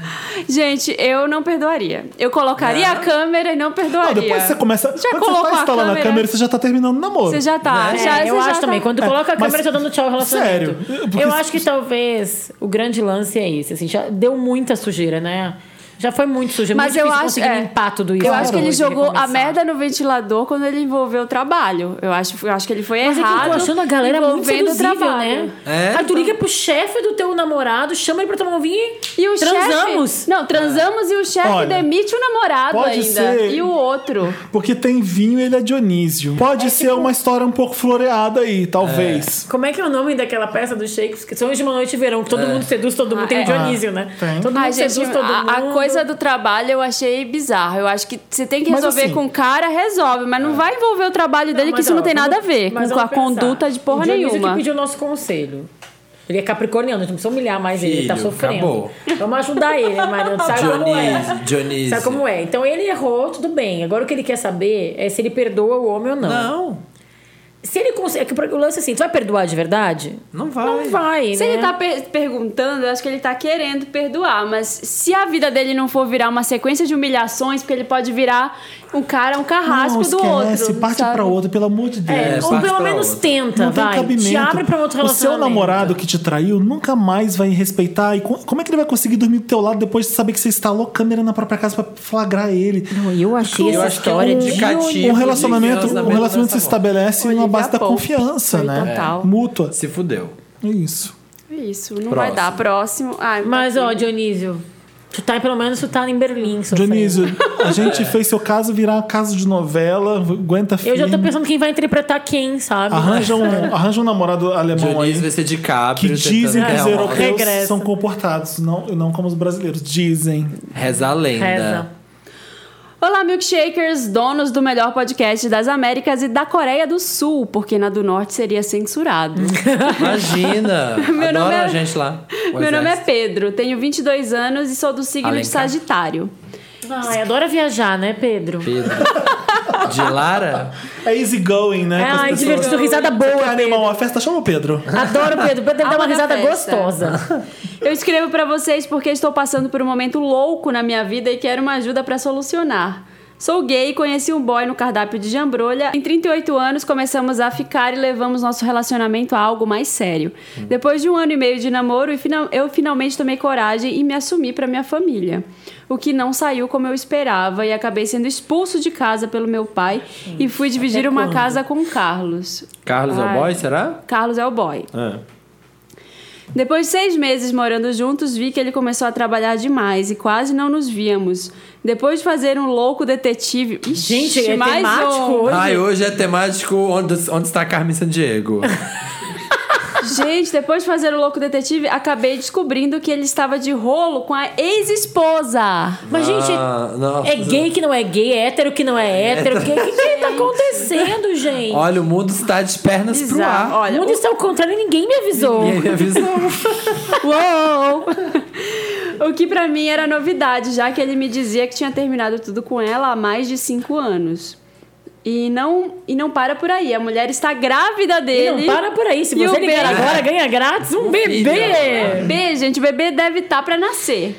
Gente, eu não perdoaria. Eu É. colocaria a câmera e não Não, perdoaria. depois você começa. Já quando você colocou tá a instalando a câmera? câmera, você já tá terminando o namoro. Você já tá. É, já- eu você já acho também. tá- Quando coloca a mas- câmera, já dando tchau ao relacionamento. Sério, porque- eu acho que talvez o grande lance é esse. Assim, já deu muita sujeira, né? Já foi muito sujo. É Mas muito eu difícil acho, conseguir é. limpar tudo isso. Eu acho que ele Hoje, jogou a recomeçar. merda no ventilador quando ele envolveu o trabalho. Eu acho, eu acho que ele foi Mas é que errado. eu tô achando a galera muito envolvendo o seduzível, trabalho. né? É. Aí tu então. liga pro chefe do teu namorado, chama ele pra tomar um vinho e, E o transamos. chefe- Não, transamos e o chefe Olha, demite o namorado pode ainda. ser- E o outro. Porque tem vinho e ele é Dionísio. Pode ser tipo uma história um pouco floreada aí, talvez. Como é que é o nome daquela peça do Shakespeare? Que Sonhos de uma Noite de Verão, que todo mundo seduz todo mundo. Ah, tem é. o Dionísio, né? tem. Todo mundo Ai, gente, seduz todo a, mundo. a coisa do trabalho eu achei bizarro. Eu acho que você tem que Mas resolver assim- É. com o cara, resolve. Mas não vai envolver o trabalho dele, que mas, isso não ó, tem nada a vamos- ver com mas com a vamos pensar. conduta de o porra Dionísio nenhuma. que pediu o nosso conselho. Ele é capricorniano, a gente não precisa humilhar mais ele, ele tá Filho, sofrendo. acabou. Vamos ajudar ele, Mariana. Sabe como é? Dionísio, Dionísio. Sabe como é? Então ele errou, tudo bem. Agora o que ele quer saber é se ele perdoa o homem ou não. Não, Se ele consegue. O lance é assim: tu vai perdoar de verdade? não vai. Não vai. Se né? ele tá per- perguntando, eu acho que ele tá querendo perdoar, mas se a vida dele não for virar uma sequência de humilhações, porque ele pode virar um cara, um Não, carrasco do esquece, outro. parte sabe? pra outro, pelo amor de Deus. É, ou parte pelo pra menos outra. tenta, Não tem Tá, vai. cabimento. Te abre pra um outro o seu relacionamento. namorado que te traiu nunca mais vai respeitar. E co- como é que ele vai conseguir dormir do teu lado depois de saber que você instalou câmera na própria casa pra flagrar ele? Não, eu achei Eu essa acho que é um história de. indicativo tá de Um relacionamento, um relacionamento relacionamento se dessa forma. estabelece na Olivia base da Pope. confiança, Foi né? É. total. Mútua. É Se fudeu. Isso. Tá Isso, não Próximo. vai dar. Próximo. Ai, tá Mas, aqui. ó, Dionísio, tu tá pelo menos tu tá em Berlim. sofrendo. Dionísio, a gente É. fez seu caso virar caso de novela, aguenta Eu filme. já tô pensando quem vai interpretar quem, sabe? Arranja um, arranja um namorado alemão Dionísio aí. vai ser de cabra. Que dizem que né? os É, europeus regressa. são comportados, não, não como os brasileiros. Dizem. Reza a lenda. Reza. Olá, milkshakers, donos do melhor podcast das Américas e da Coreia do Sul, porque na do Norte seria *laughs* censurado. Imagina. *laughs* Meu Adora nome é- a gente lá. O Meu nome é exército. Pedro, tenho 22 anos e sou do signo de Alencar. Sagitário. Ai, adora viajar, né, Pedro? Pedro. De Lara? É easy going, né? É, com as ai, pessoas. divertido, risada Quer boa, animar Pedro. uma festa? Chama o Pedro. Adoro o Pedro. O Pedro deve dar Amo uma na risada festa. gostosa. Eu escrevo pra vocês porque estou passando por um momento louco na minha vida e quero uma ajuda pra solucionar. Sou gay, conheci um boy no cardápio de jambrolha. Em 38 anos começamos a ficar e levamos nosso relacionamento a algo mais sério. Depois de um ano e meio de namoro, e fina- eu finalmente tomei coragem e me assumi pra minha família. O que não saiu como eu esperava e acabei sendo expulso de casa pelo meu pai e fui dividir uma casa com o Carlos. Carlos é o Ai. boy, será? Carlos é o boy. Depois de seis meses morando juntos, vi que ele começou a trabalhar demais e quase não nos víamos. Depois de fazer um louco detetive. Ixi, Gente, é mais temático um. hoje. Ai, hoje é temático onde, onde está Carmen San *laughs* Diego. Gente, depois de fazer o louco detetive, acabei descobrindo que ele estava de rolo com a ex-esposa. Mas, gente, Ah, nossa. é gay que não é gay, é hétero que não é hétero. O que, que, que tá acontecendo, gente? Olha, o mundo está de pernas pro ar. Bizarro. Olha, o mundo está ao contrário, ninguém me avisou. Ninguém me avisou. Uou! O que pra mim era novidade, já que ele me dizia que tinha terminado tudo com ela há mais de cinco anos. E não, e não para por aí. A mulher está grávida E dele. não para por aí. Se E você o ligar beijo? agora, ganha grátis um bebê. Bebê, gente, o bebê deve estar pra nascer.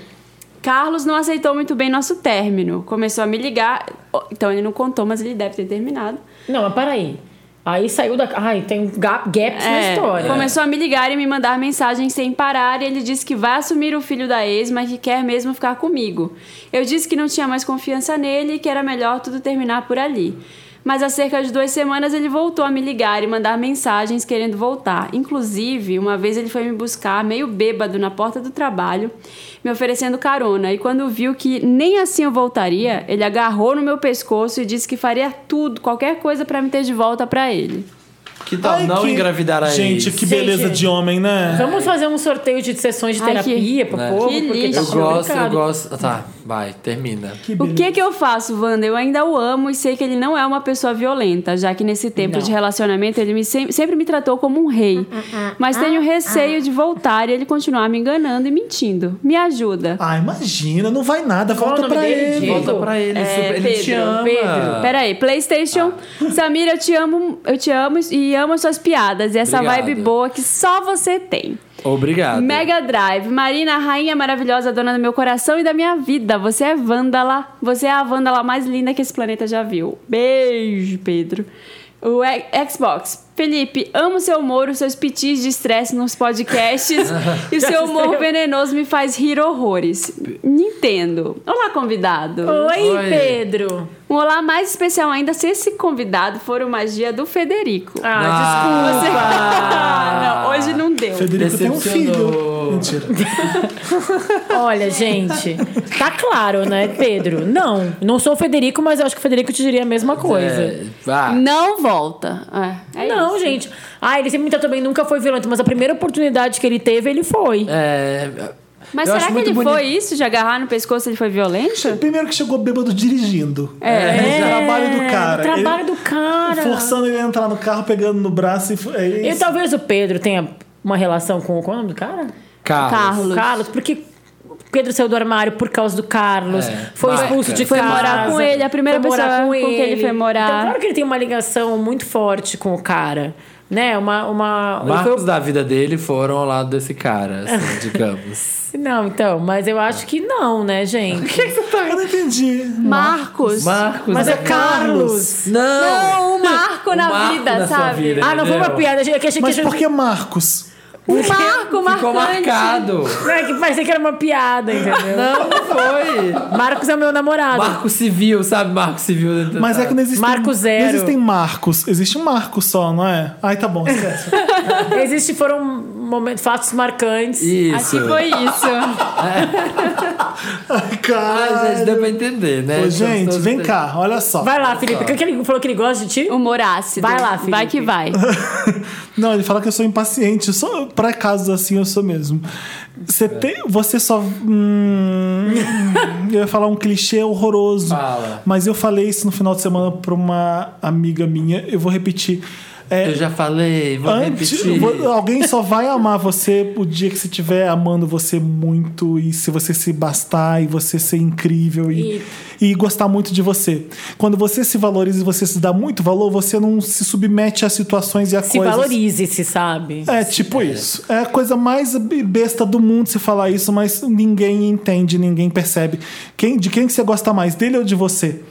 Carlos não aceitou muito bem nosso término. Começou a me ligar. Oh, Então ele não contou, mas ele deve ter terminado. Não, mas para aí. Aí saiu da. Ai, tem um gap, gaps na É, história. Começou a me ligar e me mandar mensagens sem parar. E ele disse que vai assumir o filho da ex, mas que quer mesmo ficar comigo. Eu disse que não tinha mais confiança nele e que era melhor tudo terminar por ali. Mas há cerca de duas semanas ele voltou a me ligar e mandar mensagens querendo voltar. Inclusive, uma vez ele foi me buscar, meio bêbado, na porta do trabalho, me oferecendo carona. E quando viu que nem assim eu voltaria, ele agarrou no meu pescoço e disse que faria tudo, qualquer coisa pra me ter de volta pra ele. Que tal Ai, não que- engravidar a Gente, ex? que beleza Gente, de homem, né? Vamos fazer um sorteio de sessões de Ai, terapia pro Né? povo, Que porque tá Eu lixo. gosto, eu complicado. gosto. Ah, Tá, vai, termina. O que que eu faço, Wanda? Eu ainda o amo e sei que ele não é uma pessoa violenta, já que nesse tempo de relacionamento ele me sem- sempre me tratou como um rei. Mas tenho receio de voltar e ele continuar me enganando e mentindo. Me ajuda. Ah, imagina, não vai nada, Qual o volta nome pra dele, ele. Diego? Volta pra ele, super- ele te É, Pedro, ama. Ah. Pedro, Peraí, PlayStation, Samira, eu te amo, eu te amo e amo as suas piadas e essa Obrigado. vibe boa que só você tem. Obrigado. Mega Drive, Marina, rainha maravilhosa, dona do meu coração e da minha vida. Você é vândala. Você é a vândala mais linda que esse planeta já viu. Beijo, Pedro. O E- Xbox. Felipe, amo seu humor, os seus pitis de estresse nos podcasts e o seu humor venenoso me faz rir horrores. Nintendo. Olá, convidado. Oi, Oi. Pedro. Um olá mais especial ainda se esse convidado for o magia do Federico. *laughs* Ah, Ah, desculpa. Ah, não, hoje não deu. Federico tem um filho. Decepcionou. Mentira. Olha, gente, tá claro, né, Pedro? Não, não sou o Federico, mas eu acho que o Federico te diria a mesma coisa. É, vá. Não volta. É, é não, isso. gente. Ah, ele sempre também nunca foi violento, mas a primeira oportunidade que ele teve, ele foi. É, Mas eu será acho que muito ele bonito. foi isso? De agarrar no pescoço ele foi violento? Primeiro que chegou bêbado dirigindo. É. Esse é o trabalho do cara. O trabalho Ele- do cara. Forçando ele a entrar no carro, pegando no braço e. É E isso. talvez o Pedro tenha uma relação com qual é o nome do cara? Carlos. Carlos. Carlos, porque o Pedro saiu do armário por causa do Carlos, É, foi marca. expulso de Foi casa. morar com ele, a primeira foi morar pessoa com quem ele foi morar. Então, claro que ele tem uma ligação muito forte com o cara, né? Uma, uma ele foi Marcos o- da vida dele foram ao lado desse cara, assim, digamos. Não, então, mas eu acho que não, *laughs* né, gente? é Eu não entendi. É Marcos. tá Marcos mas da- é Carlos. Não! Não, um marco na marco vida, na sua sabe? vida, Ah, não foi uma entendeu? piada, gente. Eu achei Mas que por que Marcos? Um marco Ficou marcante. marcado. Não, É, que parecia que era uma piada, entendeu? Não, não foi. Marcos é o meu namorado. Marco Civil, sabe? Marco Civil. Mas é que não existem. Marco zero. Não existem Marcos. Existe um Marco só, não é? Ai, tá *laughs* bom, esquece. Existe, foram momentos, fatos marcantes. Isso. Acho que foi isso. Ai, Cara. Ah, gente, deu pra entender, né? Ô, gente, vem cá, olha só. Vai lá, Felipe. O que que ele falou que ele gosta de ti? Humor ácido. Vai lá, Vai Felipe. que vai. Não, ele fala que eu sou impaciente. Só pra casos assim eu sou mesmo. É. Você, tem, você só. hum, *laughs* eu ia falar um clichê horroroso. Fala. Mas eu falei isso no final de semana pra uma amiga minha. Eu vou repetir. É, Eu já falei, vou Antes, repetir. vo- alguém só vai amar você o dia que você estiver amando você muito e se você se bastar e você ser incrível e, e gostar muito de você. Quando você se valoriza e você se dá muito valor, você não se submete a situações e a Se coisas. valorize, se sabe. É tipo isso. É a coisa mais besta do mundo se falar isso, mas ninguém entende, ninguém percebe. Quem, de quem que você gosta mais, dele ou de você?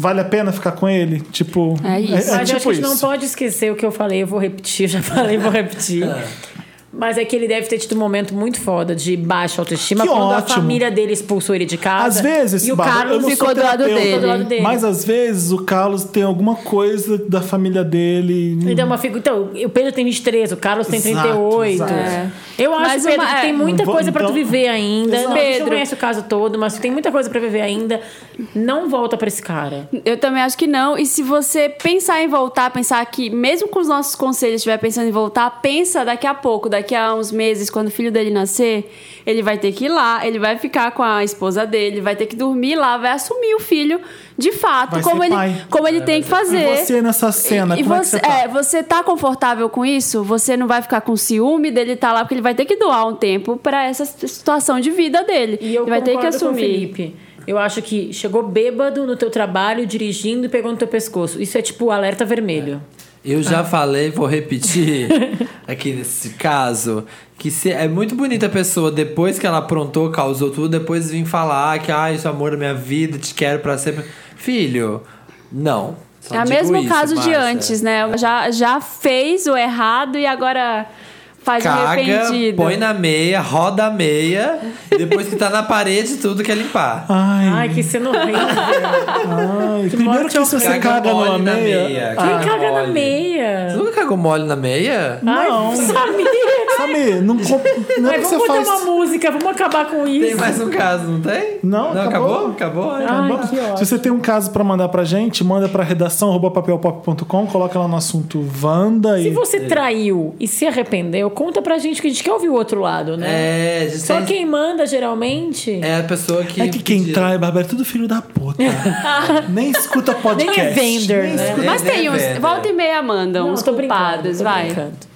Vale a pena ficar com ele? Tipo, É isso. Mas eu acho tipo que a gente isso. não pode esquecer o que eu falei, eu vou repetir, *laughs* eu já falei, vou repetir. Mas é que ele deve ter tido um momento muito foda de baixa autoestima Que quando ótimo. a família dele expulsou ele de casa. Às vezes, e o Bárbara, eu Carlos não sou ficou do lado terapeuta, dele. Ficou do lado dele. Mas assim- às vezes o Carlos tem alguma coisa da família dele. Ele deu uma figura. Então, o Pedro tem 23, o Carlos tem Exato, 38. exato. É. Eu acho, Mas Pedro, uma- que é. tem muita Não coisa pra vou- então- tu viver ainda. Exato. Não, a gente não Pedro. conhece o caso todo, mas tem muita coisa pra viver ainda. Não volta pra esse cara. Eu também acho que não. E se você pensar em voltar, pensar que, mesmo com os nossos conselhos, estiver pensando em voltar, pensa daqui a pouco, daqui a uns meses, quando o filho dele nascer, ele vai ter que ir lá, ele vai ficar com a esposa dele, vai ter que dormir lá, vai assumir o filho de fato, Vai como ser ele, pai. como ele tem que fazer. E você nessa cena, E como é que você, você tá? é, você tá confortável com isso? Você não vai ficar com ciúme dele estar lá, porque ele vai ter que doar um tempo pra essa situação de vida dele. E eu ele vai ter que concordo com o assumir. Felipe. Eu acho que chegou bêbado no teu trabalho, dirigindo e pegou no teu pescoço. Isso é tipo alerta vermelho. Eu já falei, vou *laughs* repetir aqui nesse caso, que se, é muito bonita a pessoa, depois que ela aprontou, causou tudo, depois vir falar que, ah, isso é o amor da minha vida, te quero pra sempre. Filho, não. Só Então, é o digo mesmo isso, caso de Márcia. antes, né? Já, já fez o errado e agora faz o Caga, arrependido. põe na meia, roda a meia, e depois que tá na parede, tudo quer limpar. Ai, um Ai, que cena horrível. ai. Primeiro que morte se você caga mole numa na meia. Quem caga caga na mole. Você meia? nunca cagou mole na meia? Ah, Não. Ai, *laughs* Samir. Sabe, não, comp- não é Ai, que você vamos botar faz. uma música, vamos acabar com isso. Tem mais um caso, não tem? Não, acabou. acabou. Acabou? Ai, Acabou? que Se ótimo. você tem um caso pra mandar pra gente, manda pra redação arroba papelpop.com, coloca lá no assunto Wanda Se e. você traiu e se arrependeu, conta pra gente que a gente quer ouvir o outro lado, né? É, a gente Só tem- quem manda, geralmente, É a pessoa que. É que quem pediu. trai, Bárbara, é tudo filho da *laughs* puta. Nem escuta podcast. vender, nem né? escuta Mas Ele tem é uns. velho. Volta e meia mandam, Não, uns tô brincando, culpados, tô vai. brincando.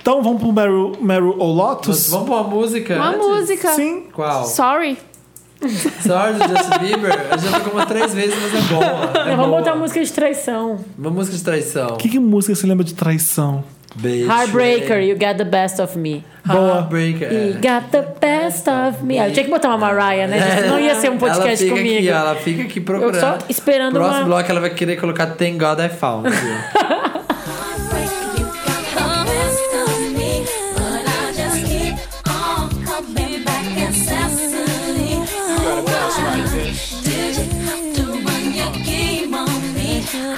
Então vamos pro Meryl, Meryl ou Lotus? Vamos pôr uma música? Uma antes? música. Sim. Qual? Sorry. Sorry, Justin Bieber. Eu já tocou umas três vezes, mas é *laughs* boa. É Não, vamos boa. botar uma música de traição. Uma música de traição. O que, que música você lembra de traição? Beijo. Heartbreaker, Ah, you got the best of me. Heartbreaker. You é. got the best of me. Ah, eu tinha que botar uma Mariah, né? gente? Não ia ser um É. ela podcast fica comigo. Aqui, ela fica aqui procurando. Eu só esperando Próximo uma- *laughs* bloco ela vai querer colocar Thank God I Found. you.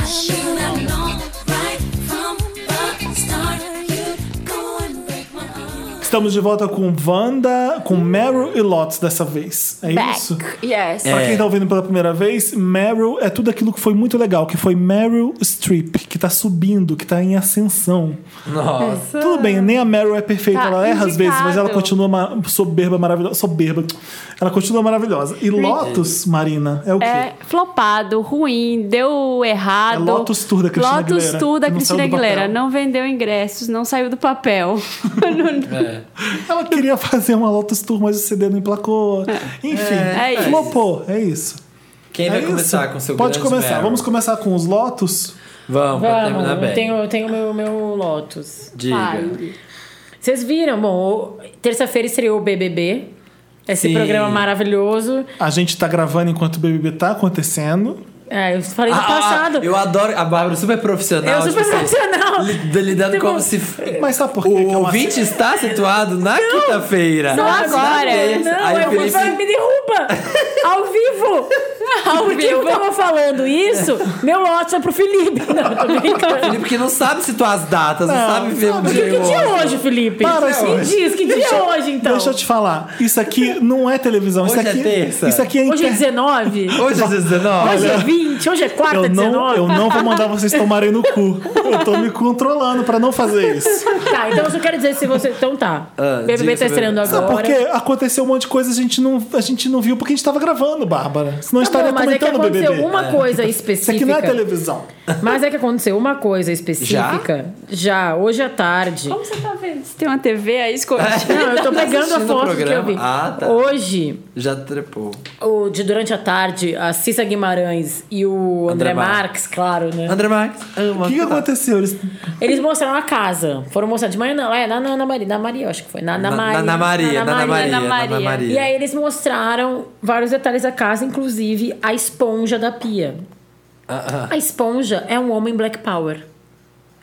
Should have known right from the start you'd go and break my heart. Estamos de volta com Wanda, com Meryl e Lots dessa vez. É Back. isso? Yes. Pra É. quem tá ouvindo pela primeira vez, Meryl é tudo aquilo que foi muito legal, que foi Meryl Streep, que tá subindo, que tá em ascensão. Nossa. Tudo bem, nem a Meryl é perfeita, Tá ela erra às vezes, mas ela indicado. continua ma- soberba, maravilhosa. Soberba. Ela continua maravilhosa. E Lotus, Marina, é o quê? É flopado, ruim, deu errado. É Lotus Tour da Christina Lotus Aguilera, Tour da que não Christina saiu do papel. Aguilera. Não vendeu ingressos, não saiu do papel. Não- Ela queria fazer uma Lotus Tour, mas o CD não emplacou. Enfim, É isso. flopou, é isso. Quem vai É começar isso. com seu Pode grande começar. Meryl? Vamos começar com os Lotus. Vamos, pra terminar Vamos, bem. eu tenho, eu tenho meu, meu Lotus. Diga. Vocês viram? Bom, o- terça-feira estreou o BBB. Esse Sim. programa maravilhoso. A gente tá gravando enquanto o BBB tá acontecendo. É, eu falei no Ah, ah, passado. eu adoro a Bárbara super profissional. Eu super tipo assim, profissional. li- lidando Tipo, como se. Mas sabe por quê? O que é uma- ouvinte está situado na quinta-feira. Não, Na agora. terça. Não, Aí eu o fui falar, Felipe. *laughs* me derruba! Ao vivo! Ao Porque eu tava falando isso, meu lote é pro Felipe. Não, *laughs* tô brincando. Felipe que não sabe situar as datas, não, Não, sabe ver sabe. o Que, dia e que o dia é outro. hoje, Felipe? Para, me senhor. diz, que dia é hoje, então? Deixa eu te falar. Isso aqui não é televisão. Hoje isso é aqui, terça. Isso aqui é Hoje é internet. 19? Hoje é 19. Hoje é 20? Hoje é quarta, Eu não, 19? eu não vou mandar vocês tomarem no cu. Eu tô me controlando pra não fazer isso. Tá, então eu só quero dizer se você... Então tá. Ah, BBB diga, tá estreando agora. Sabe por quê? Aconteceu um monte de coisa que a gente não, a gente não viu porque a gente tava gravando, Bárbara. Senão Tá estaria bom, mas é que comentando o aconteceu BBB. uma coisa Isso específica. aqui não é televisão. Mas é que aconteceu uma coisa específica. Já? hoje à tarde. Como você tá vendo? Você tem uma TV *laughs* aí escondida? Não, eu tô pegando a tá assistindo o foto que eu programa? vi. Ah, tá. Hoje, Já trepou. o, de durante a tarde, a Cissa Guimarães e o André, André Marques. Marques, claro, né? André Marques, O ama. que, que aconteceu? Eles- Eles mostraram a casa. Foram mostrar de manhã, não. É, na, na, na Maria, na Maria, eu acho que foi. Na, na, Na- Maria. na- na Maria, na- na Maria, na na Maria. Maria. E aí eles mostraram vários detalhes da casa, inclusive a esponja da pia. Ah, ah. A esponja é um homem Black Power.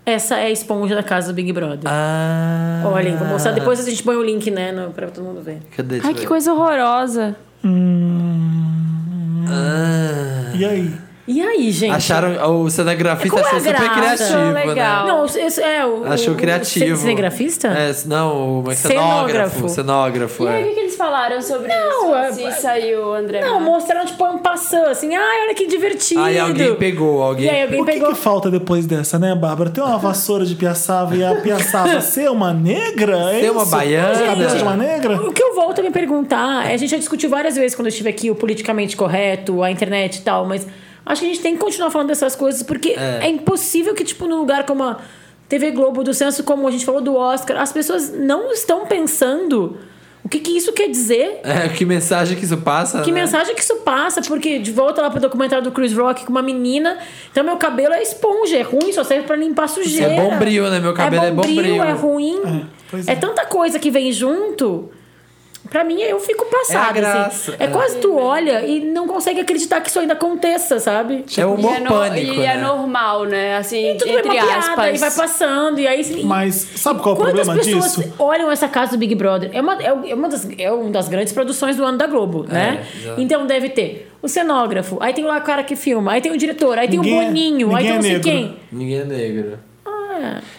Essa é a esponja da casa do Big Brother. Ah. Olhem, vou mostrar. Depois a gente põe o link, né, no, pra todo mundo ver. Cadê? Deixa Ai, eu que ver. coisa horrorosa. Ah. E aí? E aí, gente? Acharam. O Qual cinegrafista é a achou super graça? criativo, Legal. né? Não, esse é o. Achou o- criativo. O cinegrafista? É, não, o cenógrafo. Cenógrafo. Cenógrafo, E aí, o é. que, que eles falaram sobre Não, isso? é- Cissa e o André. Não, mostraram tipo um passando, assim, ai, olha que divertido. Aí alguém pegou, alguém. E aí alguém O que, pegou. que falta depois dessa, né, Bárbara? Tem *laughs* uma vassoura de piaçava e a piaçava ser uma negra? É Ser uma isso? baiana? Ser a cabeça de uma negra? O que eu volto a me perguntar, a gente já discutiu várias vezes quando eu estive aqui o politicamente correto, a internet e tal, mas acho que a gente tem que continuar falando dessas coisas, porque é, impossível que, tipo, num lugar como a TV Globo, do senso como a gente falou do Oscar, as pessoas não estão pensando o que, que isso quer dizer. É, que mensagem que isso passa? Que né? mensagem que isso passa? Porque de volta lá pro documentário do Chris Rock com uma menina. Então, meu cabelo é esponja, é ruim, só serve pra limpar sujeira. É bombril, né? Meu cabelo é bombril. É ruim. pois É, é. tanta coisa que vem junto. Pra mim, eu fico passada. É a assim. graça, É é. quase tu olha e não consegue acreditar que isso ainda aconteça, sabe? É o E humor é, no- pânico. e né? é normal, né? Assim, E tudo é entre uma piada, aspas. e vai passando, e aí. assim, Mas sabe qual é o Quantas problema pessoas disso? olham essa casa do Big Brother? É uma, é, uma das, é uma das grandes produções do ano da Globo, É, né? exato. Então deve ter o cenógrafo, aí tem lá o cara que filma, aí tem o diretor, aí tem Ninguém é- o Boninho, ninguém aí tem é não sei negro. quem. Ninguém é negro.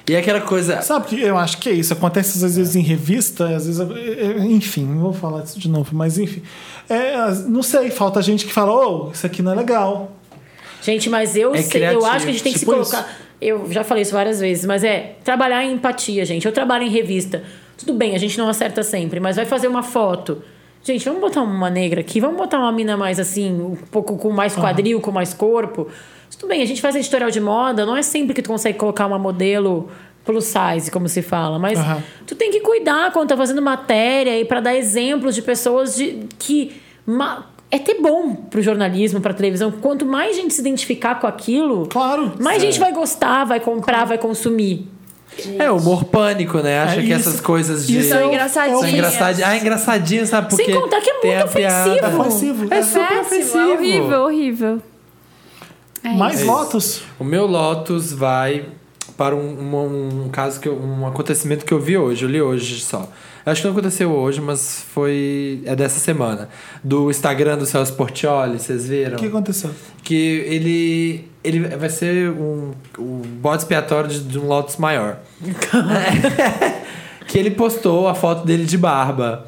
E é aquela coisa. Sabe que eu acho que é isso. Acontece às vezes em revista, às vezes. é, é, Enfim, não vou falar disso de novo, mas enfim. É, as- não sei, falta gente que fala, ô, isso aqui não é legal. Gente, mas eu É sei, criativo, eu acho que a gente tem que tipo se colocar. Eu já falei isso várias vezes, mas é trabalhar em empatia, gente. Eu trabalho em revista. Tudo bem, a gente não acerta sempre, mas vai fazer uma foto. Gente, vamos botar uma negra aqui, vamos botar uma mina mais assim, um pouco com mais quadril, com mais corpo. Tudo bem, a gente faz editorial de moda, não é sempre que tu consegue colocar uma modelo plus size, como se fala, mas Aham. tu tem que cuidar quando tá fazendo matéria e para dar exemplos de pessoas de que ma- é até bom pro jornalismo, pra televisão, quanto mais gente se identificar com aquilo, Claro. mais gente vai gostar, vai comprar, vai consumir. É humor pânico, né? Acha É que isso. essas coisas de. Isso é São o- engraçadinhas. São engraçadinhas. Ah, engraçadinhas, sabe? Porque contar que é tem muito a piada. É ofensivo. ofensivo. É super Péssimo, é ofensivo. horrível, horrível. Mais isso. votos. O meu Lotus vai para um, uma- um caso que eu- um acontecimento que eu vi hoje, eu li hoje só. Acho que não aconteceu hoje, mas foi é dessa semana do Instagram do Celso Portioli, vocês viram? O que aconteceu? que ele ele vai ser um, um bode expiatório de, de um Lotus maior. É. *laughs* que ele postou a foto dele de barba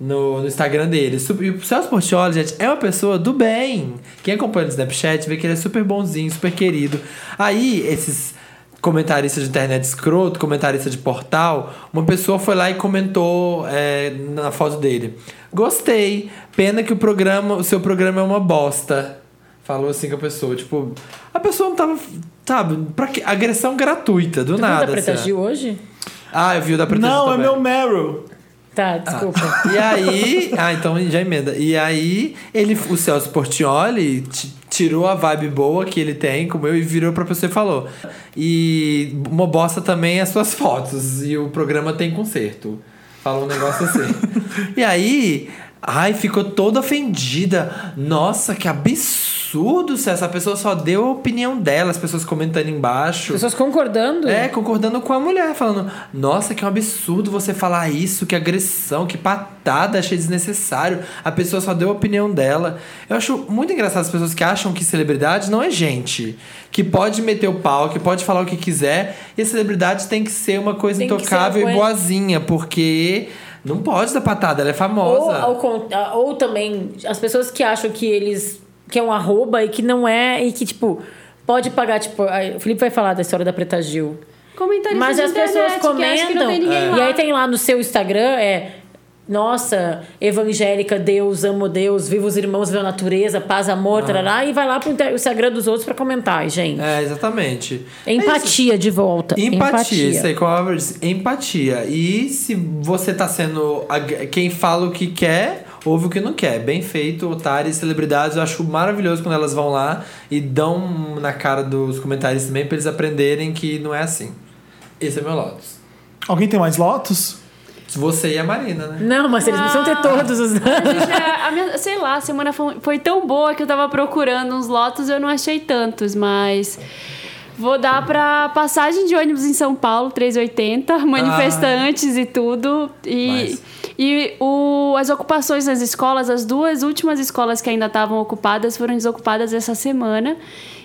no, no Instagram dele. Sup- E o Celso Portiolli, gente, é uma pessoa do bem. Quem acompanha no Snapchat vê que ele é super bonzinho, super querido. Aí, esses comentaristas de internet escroto, comentarista de portal, uma pessoa foi lá e comentou é, na foto dele. Gostei. Pena que o programa, o seu programa é uma bosta. Falou assim com a pessoa, tipo, a pessoa não tava, sabe, pra que agressão gratuita, do Nada, nada. da Preta assim, ó. Gil hoje? Ah, eu vi o da Preta Gil Não, é também. meu Meryl. Tá, desculpa. E aí, ah, então já emenda. E aí, ele, o Celso Portioli ti- tirou a vibe boa que ele tem, como eu, e virou pra pessoa e falou. E uma bosta também é as suas fotos, e o programa tem conserto. Falou um negócio *laughs* assim. e aí, ai, ficou toda ofendida. Nossa, que absurdo, Celso. A pessoa só deu a opinião dela, as pessoas comentando embaixo. Pessoas concordando? É, concordando com a mulher, falando: Nossa, que um absurdo você falar isso, que agressão, que patada, achei desnecessário. A pessoa só deu a opinião dela. Eu acho muito engraçado as pessoas que acham que celebridade não é gente, que pode meter o pau, que pode falar o que quiser, e a celebridade tem que ser uma coisa Tem que ser intocável uma e coisa- boazinha, porque não pode dar patada, ela é Ou, famosa. ao con- ou também as pessoas que acham que eles. que é um arroba e que não é. e que, tipo, pode pagar, tipo. aí O Felipe vai falar da história da Preta Gil. Comentarista Mas de as internet, pessoas Que acha que não comentam. É. tem É. ninguém lá. E aí tem lá no seu Instagram, é. Nossa, evangélica, Deus, amo Deus, viva os irmãos, viva a natureza, paz, amor, tarará, e vai lá pro inter- Instagram dos outros pra comentar, gente. Ah. É, exatamente. É isso. Empatia de volta. Empatia, isso aí, Covers, empatia. E se você tá sendo ag- quem fala o que quer, ouve o que não quer. Bem feito, otários, celebridades, eu acho maravilhoso quando elas vão lá e dão na cara dos comentários também pra eles aprenderem que não é assim. Esse é meu Lotus. Alguém tem mais Lotus? Você e a Marina, né? Não, mas eles precisam Ah. ter *laughs* todos os. Gente, é, a minha- sei lá, a semana fo- foi tão boa que eu tava procurando uns lotos e eu não achei tantos, mas. Vou dar pra passagem de ônibus em São Paulo, Ah. 380, manifestantes e tudo. E, Mas- e o, as ocupações nas escolas, as duas últimas escolas que ainda estavam ocupadas foram desocupadas essa semana.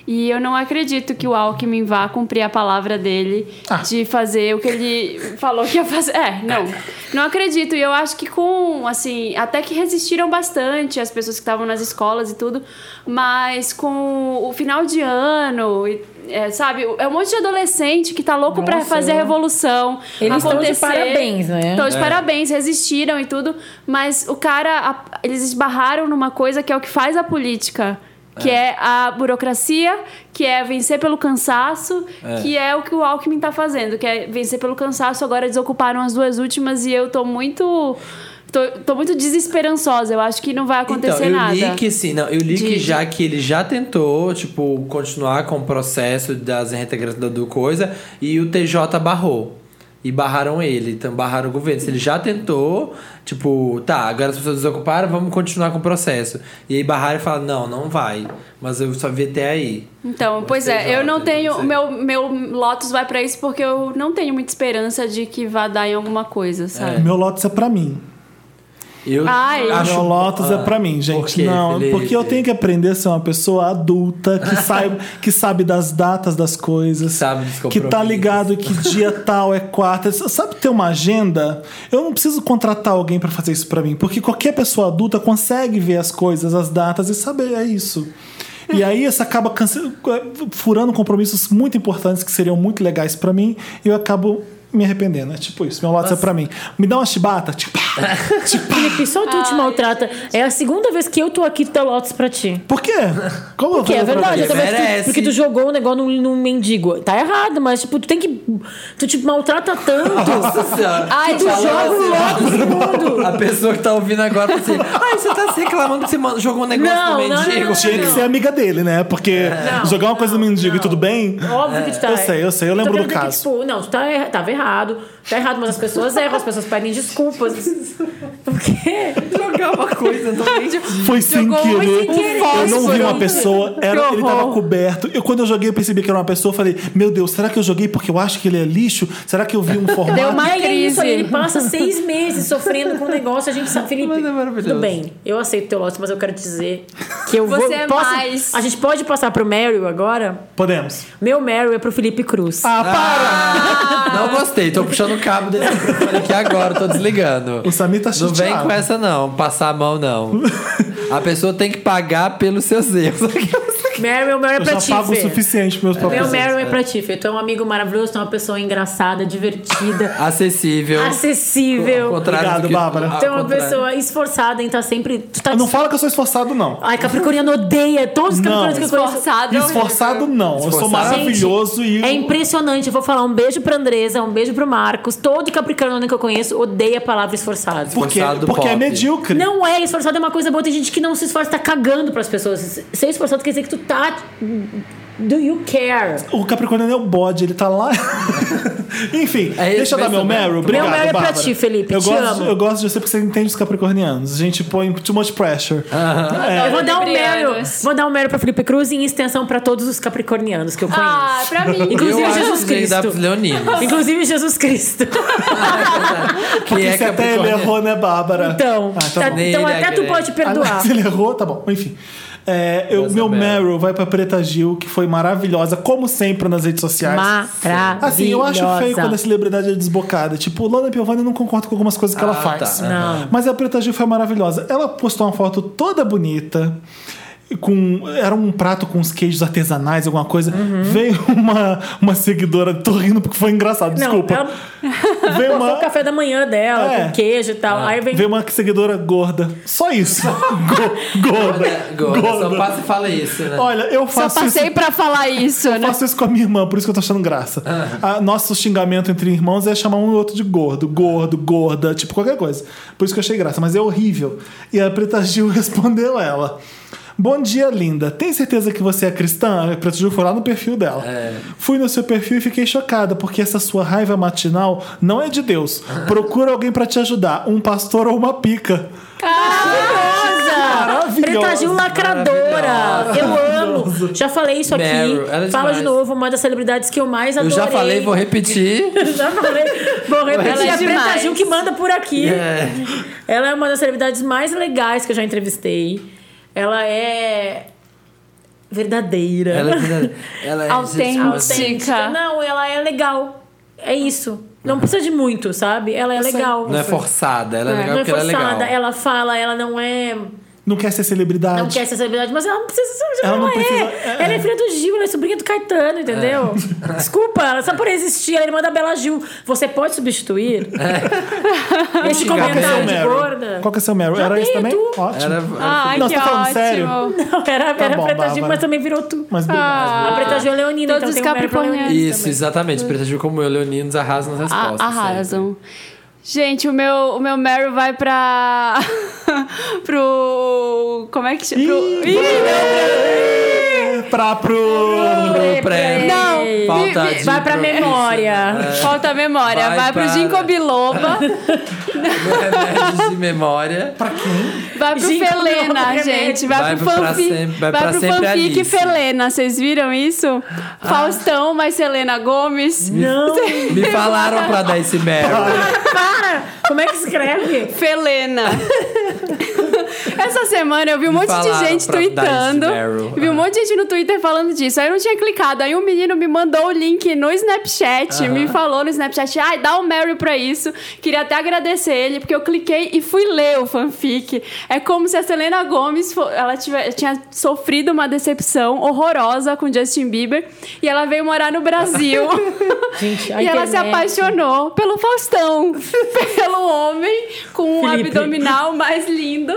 E eu não acredito que o Alckmin vá cumprir a palavra dele de fazer o que ele falou que ia fazer. É, não. Não acredito. E eu acho que com, assim, até que resistiram bastante as pessoas que estavam nas escolas e tudo, mas com o final de ano e, é, sabe, é um monte de adolescente que tá louco pra Nossa. fazer a revolução. Eles estão de acontecer. parabéns, né? Estão de parabéns, resistiram e tudo, mas o cara, a- eles esbarraram numa coisa que é o que faz a política. Que é. a burocracia, que é vencer pelo cansaço, que é o que o Alckmin tá fazendo, que é vencer pelo cansaço. Agora desocuparam as duas últimas e eu tô muito. tô, tô muito desesperançosa. Eu acho que não vai acontecer então, eu nada. li que sim, não, eu li De- que já que ele já tentou, tipo, continuar com o processo das reintegrantes da- do coisa e o TJ barrou. E barraram ele, então barraram o governo. Se ele já tentou, tipo, tá, agora as pessoas desocuparam, vamos continuar com o processo. E aí barraram e falaram, não, não vai. Mas eu só vi até aí. Então, Ou pois seja, é, eu não tem- tenho. não o sei. Meu, meu Lotus vai pra isso porque eu não tenho muita esperança de que vá dar em alguma coisa, sabe? O Meu Lotus é pra mim. Eu Ai. O acho. Meu Lotus é Ah, pra mim, gente. por quê, não, Felipe? porque eu tenho que aprender a ser uma pessoa adulta *laughs* que sabe, que sabe das datas das coisas, Que sabe dos que tá compromissos. ligado que dia tal é quarta. Sabe ter uma agenda? Eu não preciso contratar alguém pra fazer isso pra mim, porque qualquer pessoa adulta consegue ver as coisas, as datas e saber é isso. E aí isso acaba cance- furando compromissos muito importantes que seriam muito legais pra mim, e eu acabo me arrependendo. É tipo isso, meu Lotus é pra mim. Me dá uma chibata, tipo, *laughs* Felipe, só tu te maltrata. É a segunda vez que eu tô aqui, tu dá lotes pra ti. por quê? Como eu Porque vou fazer é pra verdade, você? outra vez que tu, merece. porque tu jogou um negócio num, num mendigo. Tá errado, mas tipo, tu tem que. Tu te maltrata *laughs* tanto. Nossa senhora. Ai, tu falou joga o Lotus no mundo. A pessoa que tá ouvindo agora fala assim: Ai, você tá se reclamando que você man- jogou um negócio Não, no não, não, mendigo. não, Tinha que ser amiga dele, né? Porque É. jogar uma coisa no mendigo e tudo bem. Óbvio que tu tá. Eu sei, eu sei, eu Tô lembro querendo do dizer caso. Que, tipo, não, tu tá erra- *laughs* tava errado. Tá errado, mas as pessoas erram, as pessoas pedem desculpas. Por quê? é uma coisa, não tô nem- Foi sem Jogou querer. sem querer. Eu não vi uma Fósforo. pessoa, era, Que ele horror. tava coberto. Eu, quando eu joguei, eu percebi que era uma pessoa. eu Falei, meu Deus, será que eu joguei porque eu acho que ele é lixo? Será que eu vi um formato? Deu uma e é isso, crise. aí ele passa seis meses sofrendo com o negócio. A gente sabe, Felipe. Mas é maravilhoso. Tudo bem, eu aceito teu lote, mas eu quero dizer que eu vou. Você é posso- mais. A gente pode passar pro Meryl agora? Podemos. Meu Meryl é pro Felipe Cruz. Ah, para! Não gostei, tô puxando o cabo desse microfone aqui agora, tô desligando. O Samir tá Não vem chateado. com essa, não, passar a mão, não. A pessoa tem que pagar pelos seus *laughs* erros. Meryl, meu Meryl é Eu pra já ti. pago o Fê. suficiente pros meus Meu próprios. Meryl é pra ti, Fê. Tu é um amigo maravilhoso, tu é uma pessoa *laughs* engraçada, Ah, divertida, Acessível. acessível. Ao contrário Obrigado, do que- Bárbara. ao Tu é uma contrário. pessoa esforçada em estar sempre. Tu tá Não fala que eu sou esforçado, não. Ai, Capricorniano odeia todos os Não. Capricornianos que eu conheço. Esforçado. é horrível. Esforçado, não. Eu sou Esforçado. maravilhoso Gente, e. É impressionante. Eu vou falar um beijo pra Andresa, um beijo pro Marcos. Todo Capricorniano que eu conheço odeia a palavra esforçado. Por quê? Esforçado Porque é pop. medíocre. Não é, esforçado é uma coisa boa. Tem gente que não se esforça, tá cagando pras pessoas. Ser esforçado quer dizer que tu tá. Do you care? O Capricorniano é o bode, ele tá lá. *laughs* Enfim, É esse deixa eu dar meu mesmo, né? Meryl. Obrigado, Meryl é pra Bárbara. ti, Felipe, Eu te gosto, amo. Eu gosto de você porque você entende os capricornianos. A gente põe too much pressure. É. Eu vou dar um Librianos. Meryl. Vou dar um Meryl pra Felipe Cruz em extensão pra todos os Capricornianos que eu conheço. Ah, pra mim. Inclusive Eu acho Jesus que tem que dar Cristo. pros leoninos. Inclusive *laughs* Jesus Cristo. Que *laughs* Porque é se até ele Capricórnio. errou, né, Bárbara? Então, Ah, tá tá- bom. Nem então ele até é tu crente. pode Ah, perdoar. se ele errou, tá bom. Enfim. É, eu, Essa meu Meryl. Meryl vai pra Preta Gil, que foi maravilhosa, como sempre, nas redes sociais. Maravilhosa. Assim, eu acho feio quando a celebridade é desbocada. Tipo, Lana Piovani eu não concordo com algumas coisas que ela Ah, faz. tá. Não. Mas a Preta Gil foi maravilhosa. Ela postou uma foto toda bonita. Com, era um prato com uns queijos artesanais, alguma coisa. Uhum. Veio uma, uma seguidora, tô rindo porque foi engraçado, Não, é desculpa. ela- Veio, Foi o uma, um café da manhã dela, É. com queijo e Ah. tal. Aí vem. veio uma seguidora gorda. Só *laughs* isso. Go- gorda. Gorda, É, só passa e fala isso, né? Olha, eu Só faço isso passei pra falar isso, Eu né? faço isso com a minha irmã, por isso que eu tô achando graça. Ah, nosso xingamento entre irmãos é chamar um e outro de gordo, gordo, gorda, tipo qualquer coisa. Por isso que eu achei graça, mas é horrível. E a Preta *laughs* Gil respondeu ela. Bom dia, linda. Tem certeza que você é cristã? A Preta Gil foi lá no perfil dela. Fui no seu perfil e fiquei chocada, porque essa sua raiva matinal não é de Deus. Procura alguém pra te ajudar, um pastor ou uma pica. Maravilhosa! Preta Gil lacradora. Eu amo. Já falei isso aqui. Meryl, ela é Fala demais. de novo, uma das celebridades que eu mais Eu adorei. já falei, *laughs* vou repetir. Já falei. Vou repetir. Ela é a Preta demais. Gil que manda por aqui. É. Ela é uma das celebridades mais legais que eu já entrevistei. Ela é verdadeira. Ela, é ela é Autêntica. Não, ela é legal. É isso. Não precisa de muito, sabe? Ela é legal. Não é forçada, ela é legal Não é porque ela é forçada. legal. Ela fala, ela não é. Não quer ser celebridade. Não quer essa celebridade, mas ela não precisa ser celebridade, Ela não ela, é. precisa- é. Ela é filha do Gil, ela é sobrinha do Caetano, entendeu? Desculpa, ela só por existir, ela é irmã da Bela Gil. Você pode substituir? Esse Qual que é Qual que é seu comentário de Meryl? gorda. Qual que é seu Meryl? Já Era dei, isso também? tu. Ótimo. Era- Ah, Ai, Não, você Ah, que tá falando ótimo. sério? *laughs* Não, era, era bom, Preta Gil, Bárbara. mas também virou tu. Mas obrigado. Ah. a Preta Gil é leonina, todos então os tem um Meryl pra capricornianos. leonina Isso, exatamente. Preta Gil como eu, Leoninos, arrasam nas A- respostas. arrasam. Gente, o meu, o meu Meryl vai pra. *laughs* pro. Como é que chama? Pro... Ih, Pra pro. sempre. também. O prêmio. Não, Falta vi- vi- de Vai pra improviso. É. memória. Falta a memória. Vai Vai, pro para- *laughs* Ginkgo Biloba. Meu remédio de memória. Vai pro Ginkgo biloba, Felena, remédio. gente. Vai, Vai pro pra fanfic. sempre- vai Vai, pra pro sempre fanfic Alice. Ah. Felena. Vocês viram isso? Faustão, mas Selena Gomes. Não, Me falaram pra dar esse Meryl. para! Como é que escreve? *laughs* Felena. Essa semana eu vi um monte de falaram gente pra dar esse tweetando. Meryl. Ah. Vi um monte de gente no Twitter falando disso. Aí eu não tinha clicado. Aí um menino me mandou o link no Snapchat. Me falou no Snapchat: ai, dá um Meryl pra isso. Queria até agradecer ele, porque eu cliquei e fui ler o fanfic. É como se a Selena Gomes fo- ela tiver- tinha sofrido uma decepção horrorosa com Justin Bieber. E ela veio morar *laughs* no Brasil. *laughs* Gente, a e ela se internet. apaixonou pelo Faustão, pelo homem com um Felipe. abdominal mais lindo.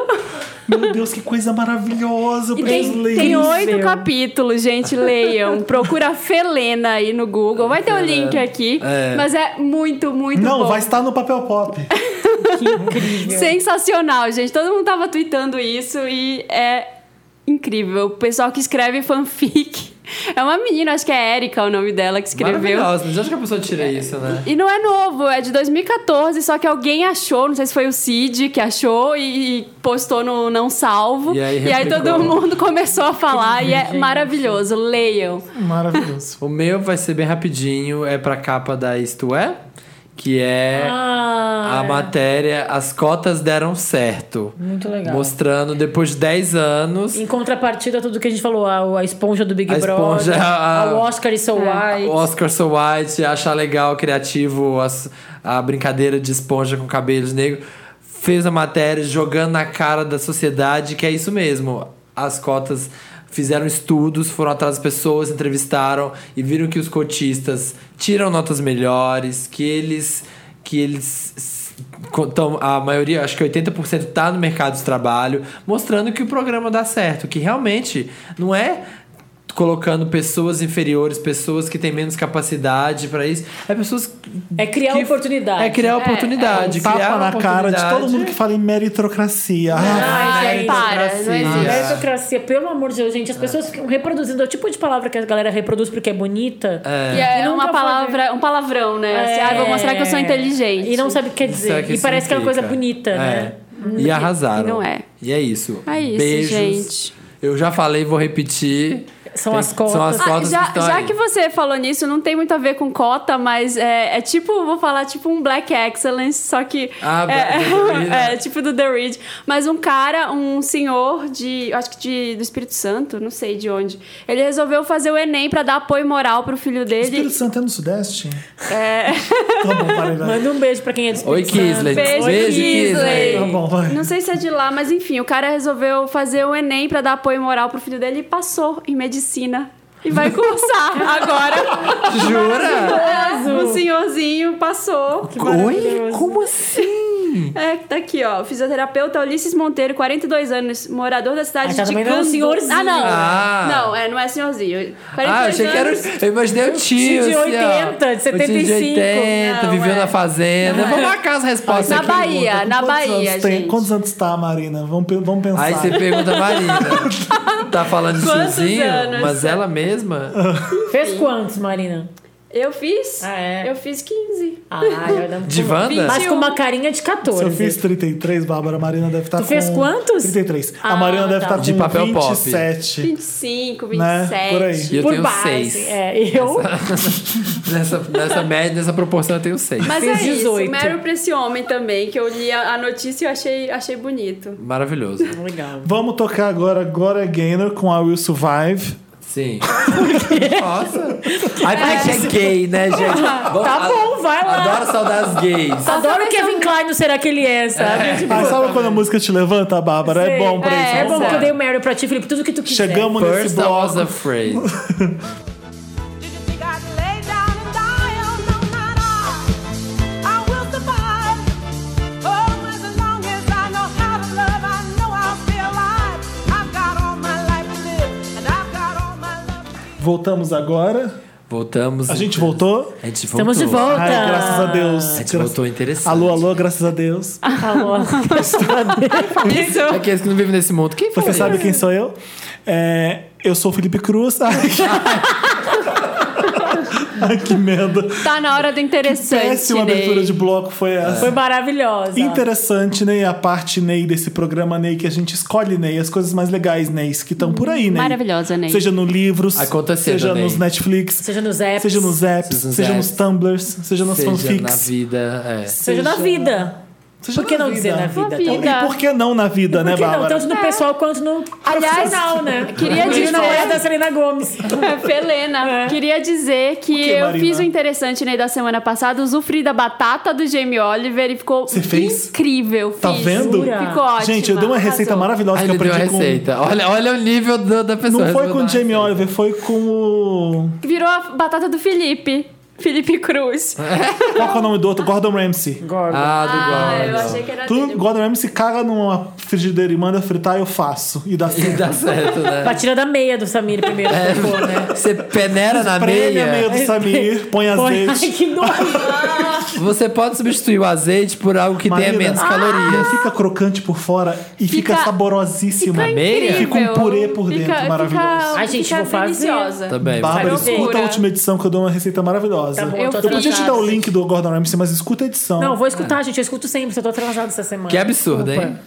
Meu Deus, que coisa maravilhosa. Eu preciso Tem, ler tem isso. oito capítulos, gente, leiam. Procura Felena aí no Google. Vai ter o link aqui, É. mas é muito, muito Não, bom. vai estar no papel pop. Sensacional, gente. Todo mundo tava tweetando isso e é incrível. O pessoal que escreve fanfic É uma menina, acho que é Erika o nome dela, que escreveu. Maravilhosa. Mas acho que a pessoa tira isso, né? E não é novo, é de 2014, só que alguém achou, não sei se foi o Cid que achou e, e postou no Não Salvo. E aí todo replicou. mundo começou a falar e é maravilhoso. Leiam. Maravilhoso. O meu vai ser bem rapidinho, é pra capa da Isto É, que é Ah. a matéria As Cotas Deram Certo. Muito legal. Mostrando depois de 10 anos. Em contrapartida, a tudo que a gente falou, a, a esponja do Big A Brother, esponja, a- a... o Oscar e É. seu O White. Oscar So White achar legal, criativo as- a brincadeira de esponja com cabelos negros. Fez a matéria jogando na cara da sociedade que é isso mesmo. As cotas fizeram estudos, foram atrás das pessoas, entrevistaram e viram que os cotistas tiram notas melhores, que eles que eles s- então, a maioria, acho que 80% tá no mercado de trabalho, mostrando que o programa dá certo, que realmente não é colocando pessoas inferiores, pessoas que têm menos capacidade pra isso. É pessoas É criar que- oportunidade. É criar oportunidade, um Tapa criar na cara de todo oportunidade. mundo que fala em meritocracia. Ah, Ai, gente, para, não meritocracia. existe. é Meritocracia, pelo amor de Deus, gente, as pessoas ficam reproduzindo. É o tipo de palavra que a galera reproduz porque é bonita. E é E uma nunca palavra, um palavrão, né? Assim, ah, vou mostrar que eu sou inteligente. É. E não sabe o que quer Isso é dizer. que e parece que é uma coisa significa. bonita, né? É. E arrasaram. Hum. não é. E é isso. É isso, Beijos. gente. Eu já falei, vou repetir. São Tem- as cotas. São as Ah, cotas já, que estão já aí. que você falou nisso, não tem muito a ver com cota, mas é, é tipo, vou falar, tipo um Black Excellence, só que. Ah, é, *laughs* Black do The Read, né? é, tipo do The Read. Mas um cara, um senhor de. Acho que de, do Espírito Santo, não sei de onde. Ele resolveu fazer o Enem pra dar apoio moral pro filho Espírito dele. Santo é no Sudeste? É. Tá bom, parei. vai. Manda um beijo pra quem é do Oi, Espírito Santo. Kisley. Beijo, Beijo, Kisley. *laughs* Kisley. Tá bom, vai. Não sei se é de lá, mas enfim, o cara resolveu fazer o Enem pra dar apoio moral pro filho dele e passou em medicina. E vai *laughs* cursar agora. Jura? O senhorzinho passou. Oi? Como assim? É, tá aqui, ó. Fisioterapeuta Ulisses Monteiro, 42 anos, morador da cidade Ah, tá, de também não é um Candu- senhorzinho. Ah, não. Ah. Não, é, não é senhorzinho. 42 Ah, eu achei que era. é anos. Eu imaginei o tio. de assim, ó. 80, de O tio 75. de 80, Não, viveu é. na fazenda. Vamos marcar as respostas Na aqui. Tá Bahia, na Quantos Bahia, anos tem? gente. Quantos anos tá, Marina? Vamos, pe- vamos pensar. Aí você pergunta a Marina. tá falando de Quantos tiozinho, anos? mas ela mesma. Fez quantos, Marina? Eu fiz? Ah, é? Eu fiz 15. Ah, eu dava- De Wanda? Mas com uma carinha de Se 14. eu fiz 33, Bárbara, a Marina deve estar Tu com... fez quantos? 33. Ah, a Marina deve tá. estar De com papel pop. 27. 25, 27. Né? Por aí. E eu Por tenho base, seis. É, eu. *laughs* Nessa, nessa média, nessa proporção, eu tenho seis. Mas Fiz é 18. isso, mero pra esse homem também, que eu li a, a notícia e eu achei, achei bonito. Maravilhoso. Legal. Vamos tocar agora Gloria Gaynor com I Will Survive. Sim. Nossa. Ai, porque é gay, né, gente? Tá bom, vai lá. Adoro saudades gays. Adoro o Kevin Klein no Será Que Ele É, sabe? Tipo, Ah, sabe quando a música te levanta, Bárbara? É sei. bom pra É, isso. É bom Exato. que eu dei o Mary pra ti, Felipe, tudo que tu quiser. Chegamos nesse First I was bloco. afraid. Did you think I'd lay down and die? Oh, no, not I. I will survive. Oh, as long as I know how to love, I know I'll be alive. I've got all my life to live, and I've got all my love. Voltamos agora. Voltamos. A gente voltou? A gente voltou. Estamos de volta. Ai, graças a Deus. A gente Gra- voltou interessante. Alô, alô, graças a Deus. Ah, *laughs* Falou. Isso. Aqueles É que não vivem nesse mundo. Quem foi? Você sabe quem sou eu? É, eu sou o Felipe Cruz. *laughs* Ai, que- Ai, que merda. Tá na hora do interessante. né? Péssima Ney. abertura de bloco foi essa. Foi maravilhosa. Interessante, Ney, a parte, Ney, desse programa, Ney, que a gente escolhe, Ney, as coisas mais legais, Ney, que estão por aí, Ney. Maravilhosa, Ney. Seja no livros, Acontecendo, seja Ney. nos Netflix, Seja nos apps. seja nos apps, Seja nos seja apps. nos tumblers, seja nas Seja na fanfics. vida. É. Seja na vida. Seja Por que na não dizer na vida? Na também? vida. É. E por que não na vida, né, Por que não? Então, Bárbara? Tanto no pessoal quanto no Aliás, profissional, né? queria dizer- Inclusive é na mulher da Selena Gomes. *laughs* Felena, É. queria dizer que quê, eu Marina? fiz o interessante Ney da semana passada, usufruí da batata do Jamie Oliver e ficou Você fez? incrível. Tá fiz. vendo? Jura? Ficou ótimo. Gente, eu dei uma receita maravilhosa Aí que eu ele deu a aprendi com. receita. Olha, olha o nível do- da pessoa. Não foi Resolveu com o dar a Jamie receita. Oliver, foi com o. Virou a batata do Felipe. Felipe Cruz. Qual que é o nome do outro? Gordon Ramsay. Gordon. Ah, do Ah, eu Gordon. achei que era Tudo, dele. Gordon Ramsay caga numa frigideira e manda fritar, eu faço. E dá E certo. dá certo, *laughs* Tá né? Batida Tá, da meia do Samir primeiro. É, por favor, né? Você peneira na Prende meia. a meia do É, Samir, põe Põe- Ai, azeite. que *laughs* nojo. Você pode substituir o azeite por algo que tenha Marina, menos Não calorias. fica crocante por fora e fica, Fica- saborosíssima. Fica meia? incrível. Fica um purê por dentro, maravilhoso. Ai, gente, fica vou fazer. deliciosa. Tá Também. Bárbara, Vai, escuta a procura. última edição que eu dou uma receita maravilhosa. Tá bom, Eu tô eu podia te dar o atrasada. link do Gordon Ramsay, mas escuta a edição. Não, vou escutar, gente. Eu escuto sempre. Eu tô atrasada essa semana. Que absurdo, Desculpa. hein?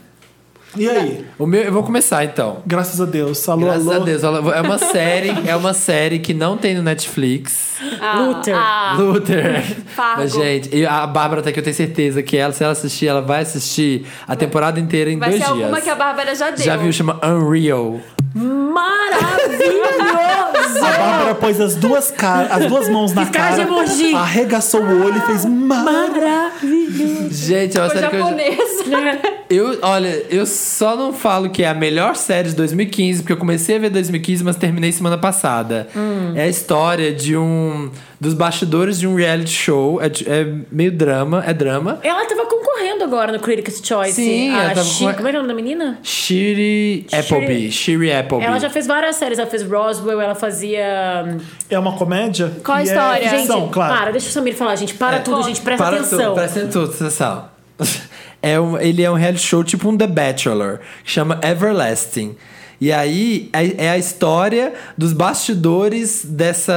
E aí? O meu, eu vou começar então. Graças a Deus. Alô, Graças alô. a Deus. ela- É uma série, é uma série que não tem no Netflix. Ah, Luther. ah, *laughs* Luther. Fargo. Mas, gente, e a Bárbara tá aqui, eu tenho certeza que ela, se ela assistir, ela vai assistir a temporada inteira em vai ser dois dias. alguma que a Bárbara já deu. Já viu, chama Unreal. ah. A Bárbara pôs as duas, ca- as duas mãos na Cara de cara, emoji. arregaçou o olho e fez maravilha. Gente, é uma Foi série que eu já- japonesa. Eu, olha, eu só não falo que é a melhor série de 2015, porque eu comecei a ver 2015, mas terminei semana passada. Hum. É a história de um. dos bastidores de um reality show. É, de- é meio drama, é drama. Ela tava concorrendo agora no Critics' Choice. Sim, a ela tava Chi- com- Como é que é o nome da menina? Shiri Appleby. Shiri Appleby. Ela já fez várias séries. Ela fez Roswell, ela fazia... hum, É uma comédia? Qual E a é história? ficção, Gente, claro. para. Deixa o Samir falar, gente. Para tudo, gente. Presta É. Para atenção. tudo, presta tudo, atenção. *laughs* É um, ele é um reality show tipo um The Bachelor, que chama Everlasting. E aí é, é a história dos bastidores dessa,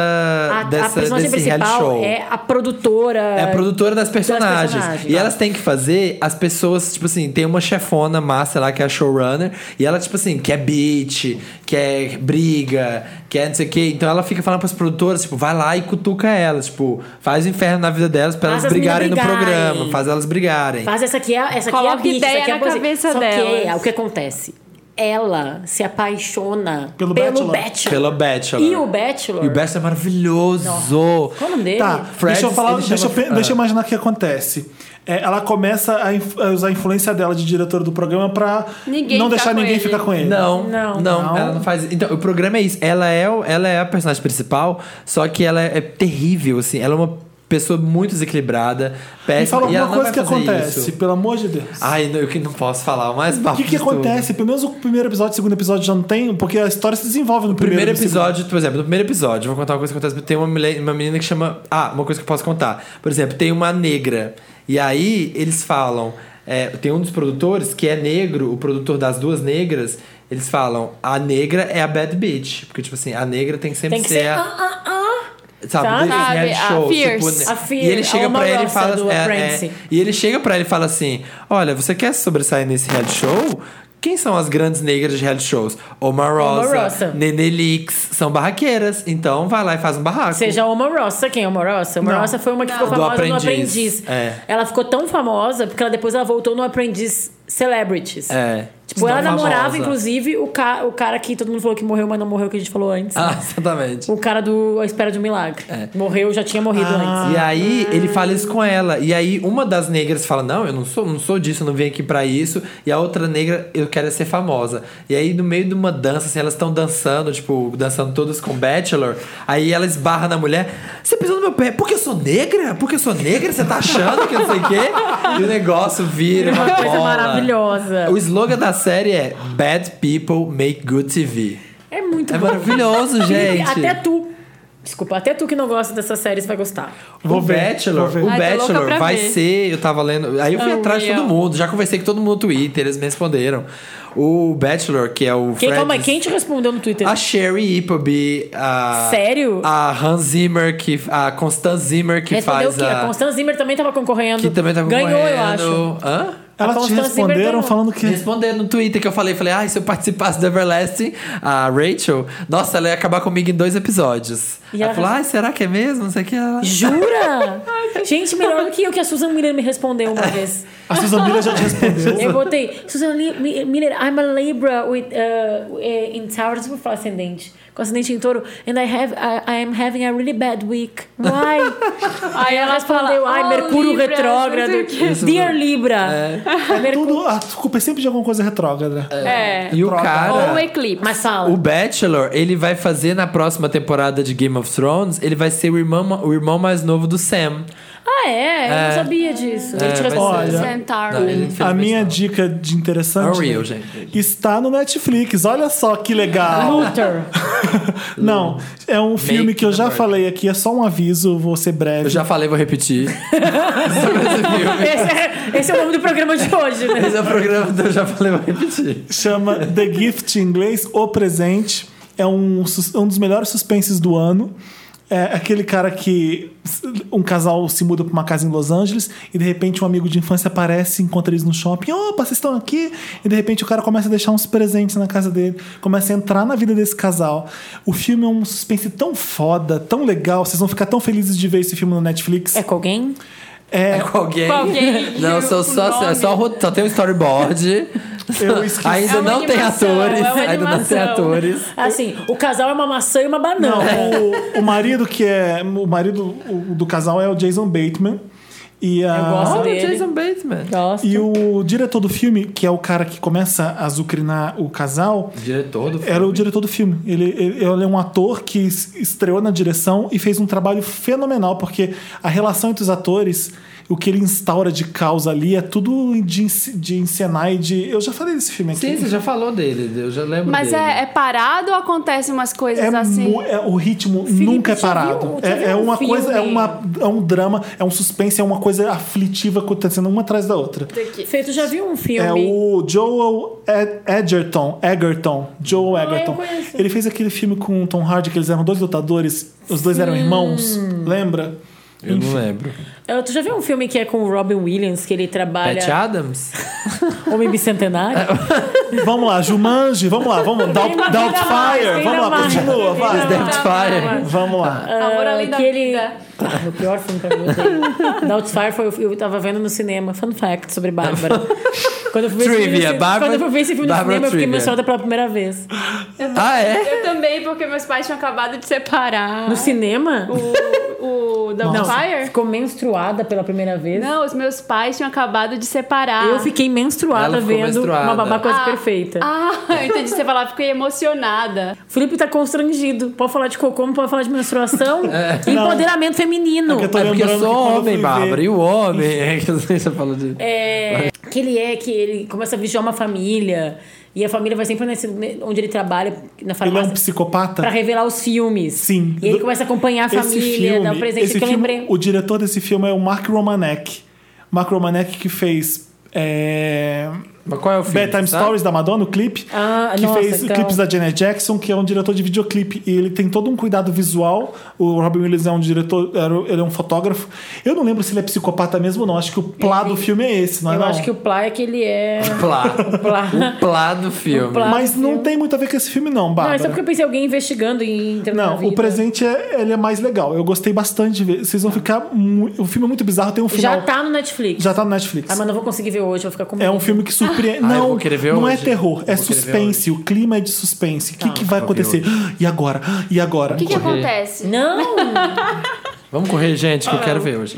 A, a dessa personagem desse reality principal show. é a produtora. É a produtora das personagens. personagens, e tá. elas têm que fazer as pessoas, tipo assim, tem uma chefona massa lá que é a showrunner, e ela, tipo assim, quer beat, quer briga, quer não sei o quê. Então ela fica falando pras produtoras, tipo, vai lá e cutuca elas, tipo, faz o inferno na vida delas pra elas Faz as meninas brigarem no brigarem. programa, faz elas brigarem. Faz essa aqui é essa aqui é a Coloca bicha, ideia essa aqui é a na coisa. cabeça Só que delas. é o que acontece. Ela se apaixona Pelo pelo, Bachelor. Bachelor. Pelo Bachelor. E o Bachelor. E o Bachelor é maravilhoso. Qual o nome dele? Tá, Fred, deixa eu falar, ele chama- deixa, eu, pe- ah. deixa eu imaginar o que acontece. É, ela começa a, inf- a usar a influência dela de diretora do programa pra Ninguém não ficar deixar com ninguém ele. ficar com ele. Não, Não. não, ela não faz. Então, o programa é isso. Ela é, o- ela é a personagem principal, só que ela é terrível, assim. Ela é uma pessoa muito desequilibrada, Me péssima. fala e ela alguma não coisa vai que fazer acontece, isso. Ah, pelo amor de Deus. Ai, não, eu que não posso falar, mas o que, que acontece? Pelo menos o primeiro episódio, o segundo episódio já não tem, porque a história se desenvolve no primeiro, primeiro e no segundo. episódio, por exemplo, no primeiro episódio, vou contar uma coisa que acontece. Tem uma, mile- uma menina que chama. Ah, uma coisa que eu posso contar. Por exemplo, tem uma negra. E aí eles falam. é, tem um dos produtores que é negro, o produtor das duas negras. Eles falam, a negra é a bad bitch. Porque, tipo assim, a negra tem que sempre Tem que ser, ser. a- ah, ah, ah. Sabe, Sabe? desses Sabe, reality a shows, Fierce. tipo, né? A Fierce, e ele a chega Uma pra ele e Rosa do fala, é, Apprentice. é, e ele chega para ele e fala assim: "Olha, você quer sobressair nesse reality show? Quem são as grandes negras de reality shows? Omar Rosa. Rosa, Nenelix, são barraqueiras. Então vai lá e faz um barraco. Seja a Omarosa. Quem é a Omarosa? Omarosa foi uma que ficou Do famosa no Aprendiz. Aprendiz. É. Ela ficou tão famosa porque ela depois ela voltou no Aprendiz Celebrities. É. Tipo, ela Não, namorava, famosa. inclusive, o, ca o cara que todo mundo falou que morreu, mas não morreu, que a gente falou *laughs* antes. né? Ah, exatamente. O cara do A Espera de um Milagre. É. Ah. Morreu, já tinha morrido antes. E aí ele fala isso com ela. E aí uma das negras fala: Não, eu não sou, não sou disso, eu não vim aqui pra isso. E a outra negra, eu quero é ser famosa. E aí, no meio de uma dança, assim, elas estão dançando, tipo, dançando todas com Bachelor. Aí ela esbarra na mulher. Você pisou no meu pé, porque eu sou negra? Porque eu sou negra? Você tá achando que eu não sei o quê? E o negócio vira. Uma, Uma coisa bola. maravilhosa. O slogan da série é Bad People Make Good TV. É muito É bom. *laughs* maravilhoso, gente. Até tu. Desculpa, até tu que não gosta dessa série, você vai gostar. Vou o ver, Bachelor, vou ver. o Ai, tô louca pra Bachelor vai ver. ser. Eu tava lendo. Aí eu fui atrás de todo Unreal. mundo. Já conversei com todo mundo no Twitter, eles me responderam. O Bachelor, que é o. Quem, Fred, calma aí, quem te respondeu no Twitter? A Sherry Ipobi. A, Sério? A Hans Zimmer, que, a Constan Zimmer, que Respondeu faz o quê? A a. Constance Zimmer também tava concorrendo. que também tá Ganhou, eu acho. concorrendo. Hã? Tá A Elas te Constance Zimmer responderam ganhou. falando que. Respondendo no Twitter que eu falei, falei, ai, se eu participasse do Everlasting, a Rachel, nossa, ela ia acabar comigo em dois episódios. E ela ela falou, ai, será que é mesmo? Não sei o que. Ela... Jura? Gente, melhor do que eu, que a Susan Miller me respondeu uma vez. A Susan Miller já te respondeu. Eu botei, Susan Li- Mi- Miller, I'm a Libra with, uh, eh, in Taurus, vou falar ascendente. com acidente em touro. And I, have, I, I am having a really bad week. Why? Aí ela respondeu, ai, "Oh, Mercúrio Libra, retrógrado. não sei o quê." Dear Libra. É tudo, a culpa é sempre de alguma coisa retrógrada. É. E o Troca. cara. Ou um eclipse. Mas fala. O Bachelor, ele vai fazer na próxima temporada de Game of Thrones, ele vai ser o irmão, o irmão mais novo do Sam. Ah, é? Eu É. não sabia disso. É, Ele tirou vai essa- ser. essa- Centauro. Não, ele- A infelizmente, minha não. dica de interessante Unreal, né, gente. está no Netflix. Olha só que legal. Luther. Não, é um filme que eu the já Murder. falei aqui, é só um aviso, vou ser breve. Eu já falei, vou repetir. Sobre esse filme. Esse é, esse é o nome do programa de hoje, né? *laughs* Esse é o programa do Eu já falei, vou repetir. Chama The Gift em inglês, O Presente. É um, sus- um dos melhores suspenses do ano. É aquele cara que um casal se muda pra uma casa em Los Angeles e de repente um amigo de infância aparece, encontra eles no shopping. Opa, vocês estão aqui? E de repente o cara começa a deixar uns presentes na casa dele, começa a entrar na vida desse casal. O filme é um suspense tão foda, tão legal. Vocês vão ficar tão felizes de ver esse filme no Netflix. É com alguém? É com alguém. Com alguém. Não, só, só, é só, ro- só tem um storyboard. *laughs* Eu esqueci. Ainda É uma não tem animação, atores. é uma ainda não tem animação. atores. Assim, o casal é uma maçã e uma Não, é. banana. o, o marido que é. O marido o- do casal é o Jason Bateman. E a, gosto Olha dele. o Jason Bateman. Gosto. E o diretor do filme, que é o cara que começa a azucrinar o casal, Diretor do era o diretor do filme. Ele, ele, ele é um ator que es- estreou na direção e fez um trabalho fenomenal, porque a relação entre os atores, o que ele instaura de causa ali, é tudo de, ens- de encenar e de. Eu já falei desse filme aqui. Sim, você já falou dele, eu já lembro Mas dele. é, é parado ou acontecem umas coisas É assim? mu- é- o ritmo nunca é já parado. viu- já É, viu é um uma filme? coisa, é, uma, é um drama, é um suspense, é uma coisa aflitiva acontecendo uma atrás da outra. Feito, já viu um filme. É o Joel Ed- Edgerton, Egerton, Joel Egerton. Ah, conheço. Ele fez aquele filme com o Tom Hardy que eles eram dois lutadores, os dois eram irmãos, lembra? Eu não lembro. É, Tu já viu um filme que é com o Robin Williams, que ele trabalha. Pat Adams? Homem *laughs* bicentenário? Vamos lá, Jumanji, vamos lá, vamos Doubt- Ainda Doubtfire, vamos mais, lá, ainda mais. continua, vai. Dead Fire? Vamos lá. Amor além Ah, da que ele- vida. Ah, o pior filme pra mim. eu odeio. Doubtfire foi. o- Eu tava vendo no cinema. Fun fact *laughs* sobre Bárbara. Quando eu fui ver esse filme, Trivia, no- Bárbara- quando eu fui ver esse filme no Bárbara cinema, eu fiquei Trivia. emocionada pela primeira vez. Ah, é? *laughs* Eu também, porque meus pais tinham acabado de separar. No cinema? O, o Não, Dumpfire? ficou menstruada pela primeira vez. Não, os meus pais tinham acabado de separar. Eu fiquei menstruada Ela ficou vendo menstruada. uma babá quase Ah. perfeita. Ah, eu entendi. Você falar, fiquei emocionada. Felipe tá constrangido. Pode falar de cocô, não pode falar de menstruação. E Empoderamento feminino. É que eu tô é porque eu lembrando que sou quando eu homem, fui Bárbara. ver- E o homem? É que você já falou de. É, que ele é, que ele começa a vigiar uma família. E a família vai sempre nesse, onde ele trabalha, na Ele é um farmácia, psicopata? tá, pra revelar os filmes. Sim. E ele começa a acompanhar a Esse família, filme- dar um presente. esse que eu filme- lembrei. O diretor desse filme é o Mark Romanek. Mark Romanek que fez. é, Mas qual é o filme? Bedtime sabe? Stories da Madonna, o clipe. Ah, que nossa, fez então. clipes da Janet Jackson, que é um diretor de videoclipe. E ele tem todo um cuidado visual. O Robin Williams é um diretor, era- ele é um fotógrafo. Eu não lembro se ele é psicopata mesmo ou não. Acho que o plá do filme é esse, não é? Eu não? acho que o Plá é que ele *laughs* é. Plá. Plá. O plá do filme. plá. Mas não tem muito a ver com esse filme, não, Não, é Bárbara. só porque eu pensei em alguém investigando em terminar a né? Não, vida. o presente é, ele é mais legal. Eu gostei bastante de ver. Vocês vão ficar. mu- O filme é muito bizarro, tem um final. Tá. Já tá no Netflix. Já tá no Netflix. Ah, mas não vou conseguir ver hoje, vou ficar com medo. É um filme que surpreende. Ah, eu não, vou querer ver não é hoje. terror, é Eu vou querer ver suspense. O clima é de suspense. O que, que vai vou ver acontecer? E agora? E agora? O que, que acontece? Não! Vamos correr, gente, que eu quero ver hoje.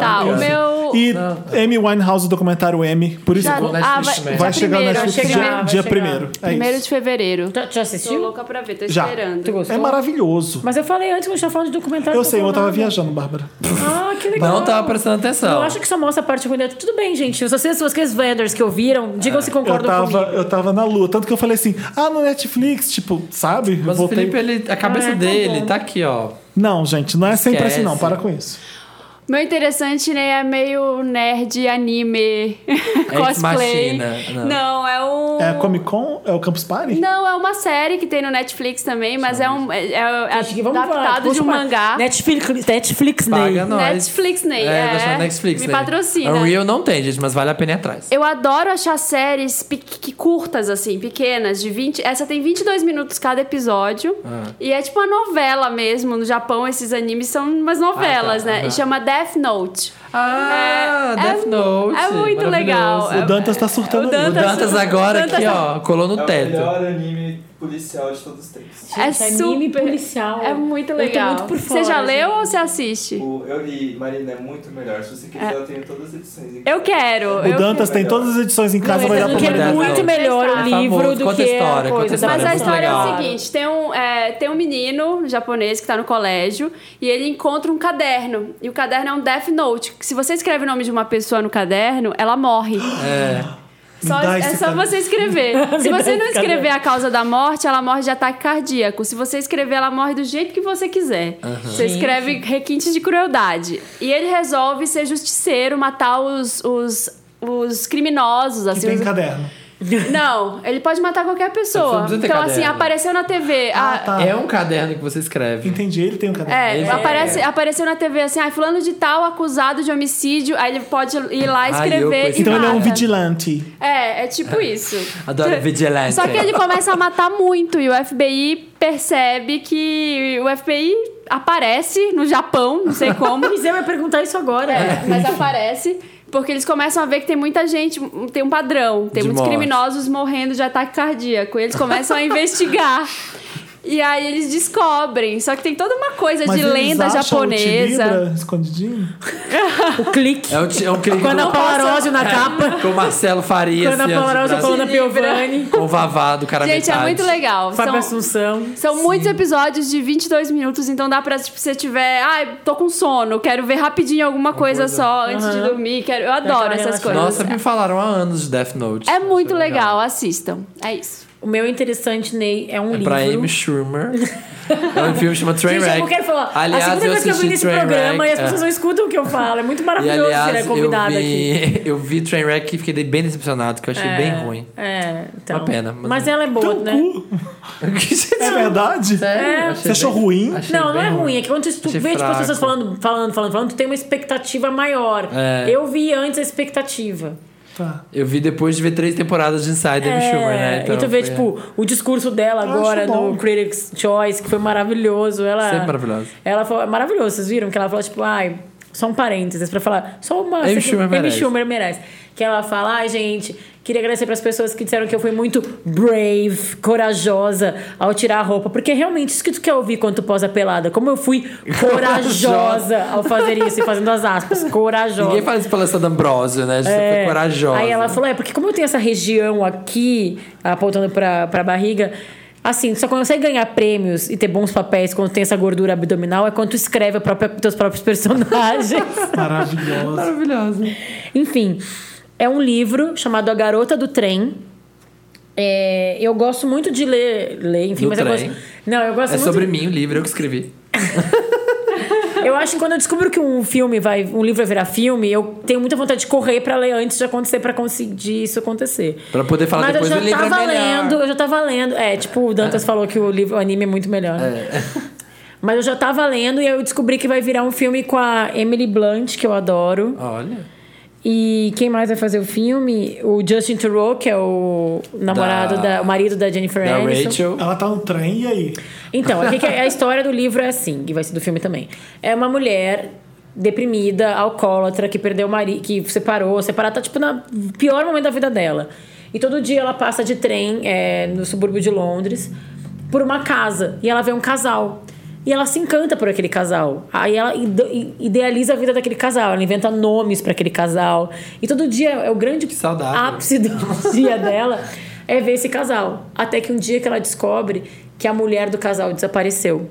Ah, tá, o meu. E Amy Winehouse, o documentário M. Por isso Já- que Netflix ah, vai, também. vai já chegar primeiro, no Netflix vai chegar, dia, vai dia chegar. primeiro. É Primeiro isso. de fevereiro. Tu Tá, já Tô assistiu? louca pra ver, tô Já. Tu esperando. gostou? É maravilhoso. Mas eu falei antes que a gente tava falando de documentário. né? Eu não sei, eu falou tava nada. viajando, Bárbara. Ah, que legal. Não tava prestando atenção. Eu acho que só mostra a parte ruim. da- Tudo bem, gente. Se vocês, se vocês vendors que ouviram, digam É. se Eu concordam tava, comigo. eu tava na lua. Tanto que eu falei assim: ah, no Netflix, tipo, sabe? Eu Mas o voltei- Felipe, ele, a cabeça Ah, tá dele bom. tá aqui, ó. Não, gente, não é sempre Esquece. assim, não. Para com isso. Meu interessante, né, é meio nerd anime, É cosplay. Machina, não. Não. é um... É a Comic Con? É o Campus Party? Não, é uma série que tem no Netflix também, mas é um é, é Acho que vamos falar, adaptado vamos de um falar. mangá. Netflix, Netflix Ney. Paga nós. Netflix, É, Ney, é. vai chamar Netflix, Me Ney. patrocina. Unreal não tem, gente, mas vale a pena ir atrás. Eu adoro achar séries pe- que curtas, assim, pequenas, de 20. Essa tem 22 minutos cada episódio. Ah. E é tipo uma novela mesmo. No Japão, esses animes são umas novelas, Ah, tá, né? aham. E chama Death Note. Ah, É- Death é mu- Note. é muito legal. maravilhoso. O Dantas tá surtando. O ali. Dan- O Dantas agora O Dantas- aqui, ó, colou no É o teto. melhor anime policial de todos os tempos. É Gente, anime super- policial. É muito Eu tô legal. muito por você fora, já leu gente. ou você assiste? O, eu li, Marina, é muito melhor. Se você quiser, eu tenho todas as edições. em Eu quero. O eu Dantas quero. tem todas as edições em casa, Não, vai esse dar eu pra aqui mandar. é muito Não. melhor o Famoso, livro do conta que a história, a coisa. tá conta a Mas Olha, a muito história é legal. o seguinte: tem um, é, tem um menino japonês que tá no colégio e ele encontra um caderno. E o caderno é um Death Note. Que se você escreve o nome de uma pessoa no caderno, *gasps* ela morre. Só- Me dá é esse só caderno. você escrever. *laughs* Me Se você dá não esse caderno. escrever a causa da morte, ela morre de ataque cardíaco. Se você escrever, ela morre do jeito que você quiser. Você escreve requinte de crueldade. E ele resolve ser justiceiro, matar os, os, os criminosos, Que assim, tem os- caderno. não, ele pode matar qualquer Você não pessoa. precisa ter Então, assim, caderno. apareceu na TV. a- Ah, tá. É um caderno que você escreve. Entendi, ele tem um caderno. É, Ele- aparece- apareceu na TV assim, ah, fulano de tal acusado de homicídio, aí ele pode ir lá eu escrever conheci- e Então ele é um mata. vigilante. É, é tipo isso. Adoro vigilante. Só que ele começa a matar muito e o FBI percebe que o FBI aparece no Japão, não sei como, O Zé vai perguntar isso agora. É, mas aparece. Porque eles começam a ver que tem muita gente, tem um padrão, tem De muitos morte. criminosos morrendo de ataque cardíaco. E eles começam a investigar. E aí eles descobrem. Só que tem toda uma coisa Mas de eles lenda acham O japonesa. Tilibra escondidinho? O clique. É um, ti- é um clipe Com a Ana Paula É. Arósio na capa. com o Marcelo Faria. Com a Ana assim, Paula antes do Brasil. Arósio falando Piovani. Com o Vavado, cara Gente, é metade. muito legal. Fábio São, Assunção. são muitos episódios de 22 minutos, então dá pra, tipo, se você tiver. Ai, tô com sono, quero ver rapidinho alguma coisa, só antes de Aham. dormir. Quero, eu adoro aquela essas coisas. Nossa, me falaram há anos de Death Note. é muito Foi legal, assistam. É isso. O meu interessante, Ney, é um É livro. pra Amy *laughs* Schumer. é um filme que chama Gente, Trainwreck. eu não quero falar. Aliás, a segunda eu vez que eu vim assisti nesse Trainwreck, programa e as é. pessoas não escutam o que eu falo. É muito E maravilhoso aliás, ser a convidada eu aqui. vi, *laughs* eu vi Trainwreck e fiquei bem decepcionado, que eu achei bem ruim. *laughs* É, então. Uma pena, mas- Mas, ela é boa, Teu né? cu. É verdade? Você achou ruim? Não, não é ruim. É que quando tu Achei vê tipo, as fraco. pessoas falando, falando, falando, falando, tu tem uma expectativa maior. É. Eu vi antes a expectativa. Tá. Eu vi depois de ver três temporadas de Inside Amy Schumer, né? É, e tu foi- vê, tipo, o discurso dela acho agora bom. no Critics' Choice, que foi maravilhoso. Ela, Sempre maravilhosa. Ela falou, é maravilhoso, vocês viram? Que ela falou, tipo, ai, só um parênteses pra falar, só uma. Amy sei que- Schumer Amy merece. Schumer merece. Que ela fala, ai, gente, queria agradecer pras pessoas que disseram que eu fui muito brave, corajosa ao tirar a roupa. Porque é realmente isso que tu quer ouvir quando tu posa pelada. Como eu fui *laughs* corajosa ao fazer isso e fazendo as aspas, corajosa. Ninguém fala isso pela Sandra Ambrosio, né? Você É. foi corajosa. Aí ela falou: é, porque como eu tenho essa região aqui, apontando pra, pra barriga, assim, tu só consegue ganhar prêmios e ter bons papéis quando tem essa gordura abdominal é quando tu escreve a própria, teus *laughs* próprios personagens. Maravilhosa. Maravilhosa. Enfim, é um livro chamado A Garota do Trem. É, eu gosto muito de ler, ler enfim, Do mas eu trem. gosto. Não, eu gosto É muito sobre mim o livro, eu que escrevi. Eu acho que quando eu descubro que um filme vai, um livro vai virar filme, eu tenho muita vontade de correr pra ler antes de acontecer pra conseguir isso acontecer. Pra poder falar Mas depois eu já do livro é tava melhor. lendo, eu já tava lendo. É, tipo, o Dantas falou que o livro, o anime é muito melhor. né? *laughs* Mas eu já tava lendo e eu descobri que vai virar um filme com a Emily Blunt, que eu adoro. Olha. E quem mais vai fazer o filme? O Justin Theroux, que é o namorado Da- da, o marido da Jennifer Da Aniston. Rachel. Ela tá no trem, e aí? Então, o que que é- a história do livro é assim, e vai ser do filme também. É uma mulher deprimida, alcoólatra, que perdeu o marido, que separou, separada, tá tipo na pior momento da vida dela. E todo dia ela passa de trem é, no subúrbio de Londres por uma casa e ela vê um casal. E ela se encanta por aquele casal. Aí ela ide- i- idealiza a vida daquele casal. Ela inventa nomes para aquele casal. E todo dia é o grande saudável. ápice do dia dela é ver esse casal. Até que um dia que ela descobre que a mulher do casal desapareceu.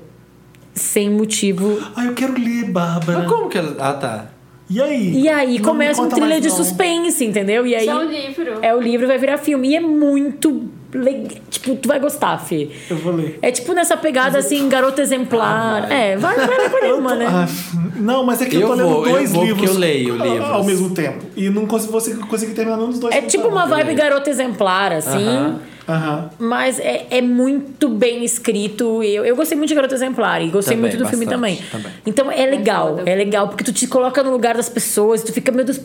Sem motivo. Ah, eu quero ler, Bárbara. Mas como que ela. Ah, tá. E aí? E aí Não começa me um conta trilha mais, de não. suspense, entendeu? E aí Já é um livro. é o livro vai virar filme. E é muito legal. Tipo, tu vai gostar, Fê. Eu vou ler. É tipo nessa pegada assim, garota exemplar. é, vai, vai *laughs* lá com a irmã, né? Ah, não, mas é que eu, Eu tô lendo vou, eu dois vou, porque livros eu leio ao- livros. ao mesmo tempo. E não consigo, você conseguir terminar nenhum dos dois. É tipo uma vibe garota exemplar, assim. Aham. Aham. Mas é, é muito bem escrito. Eu, eu gostei muito de Garota Exemplar e gostei Também, muito do filme também. bastante, também. Então é legal, é legal, porque tu te coloca no lugar das pessoas, tu fica, meu Deus.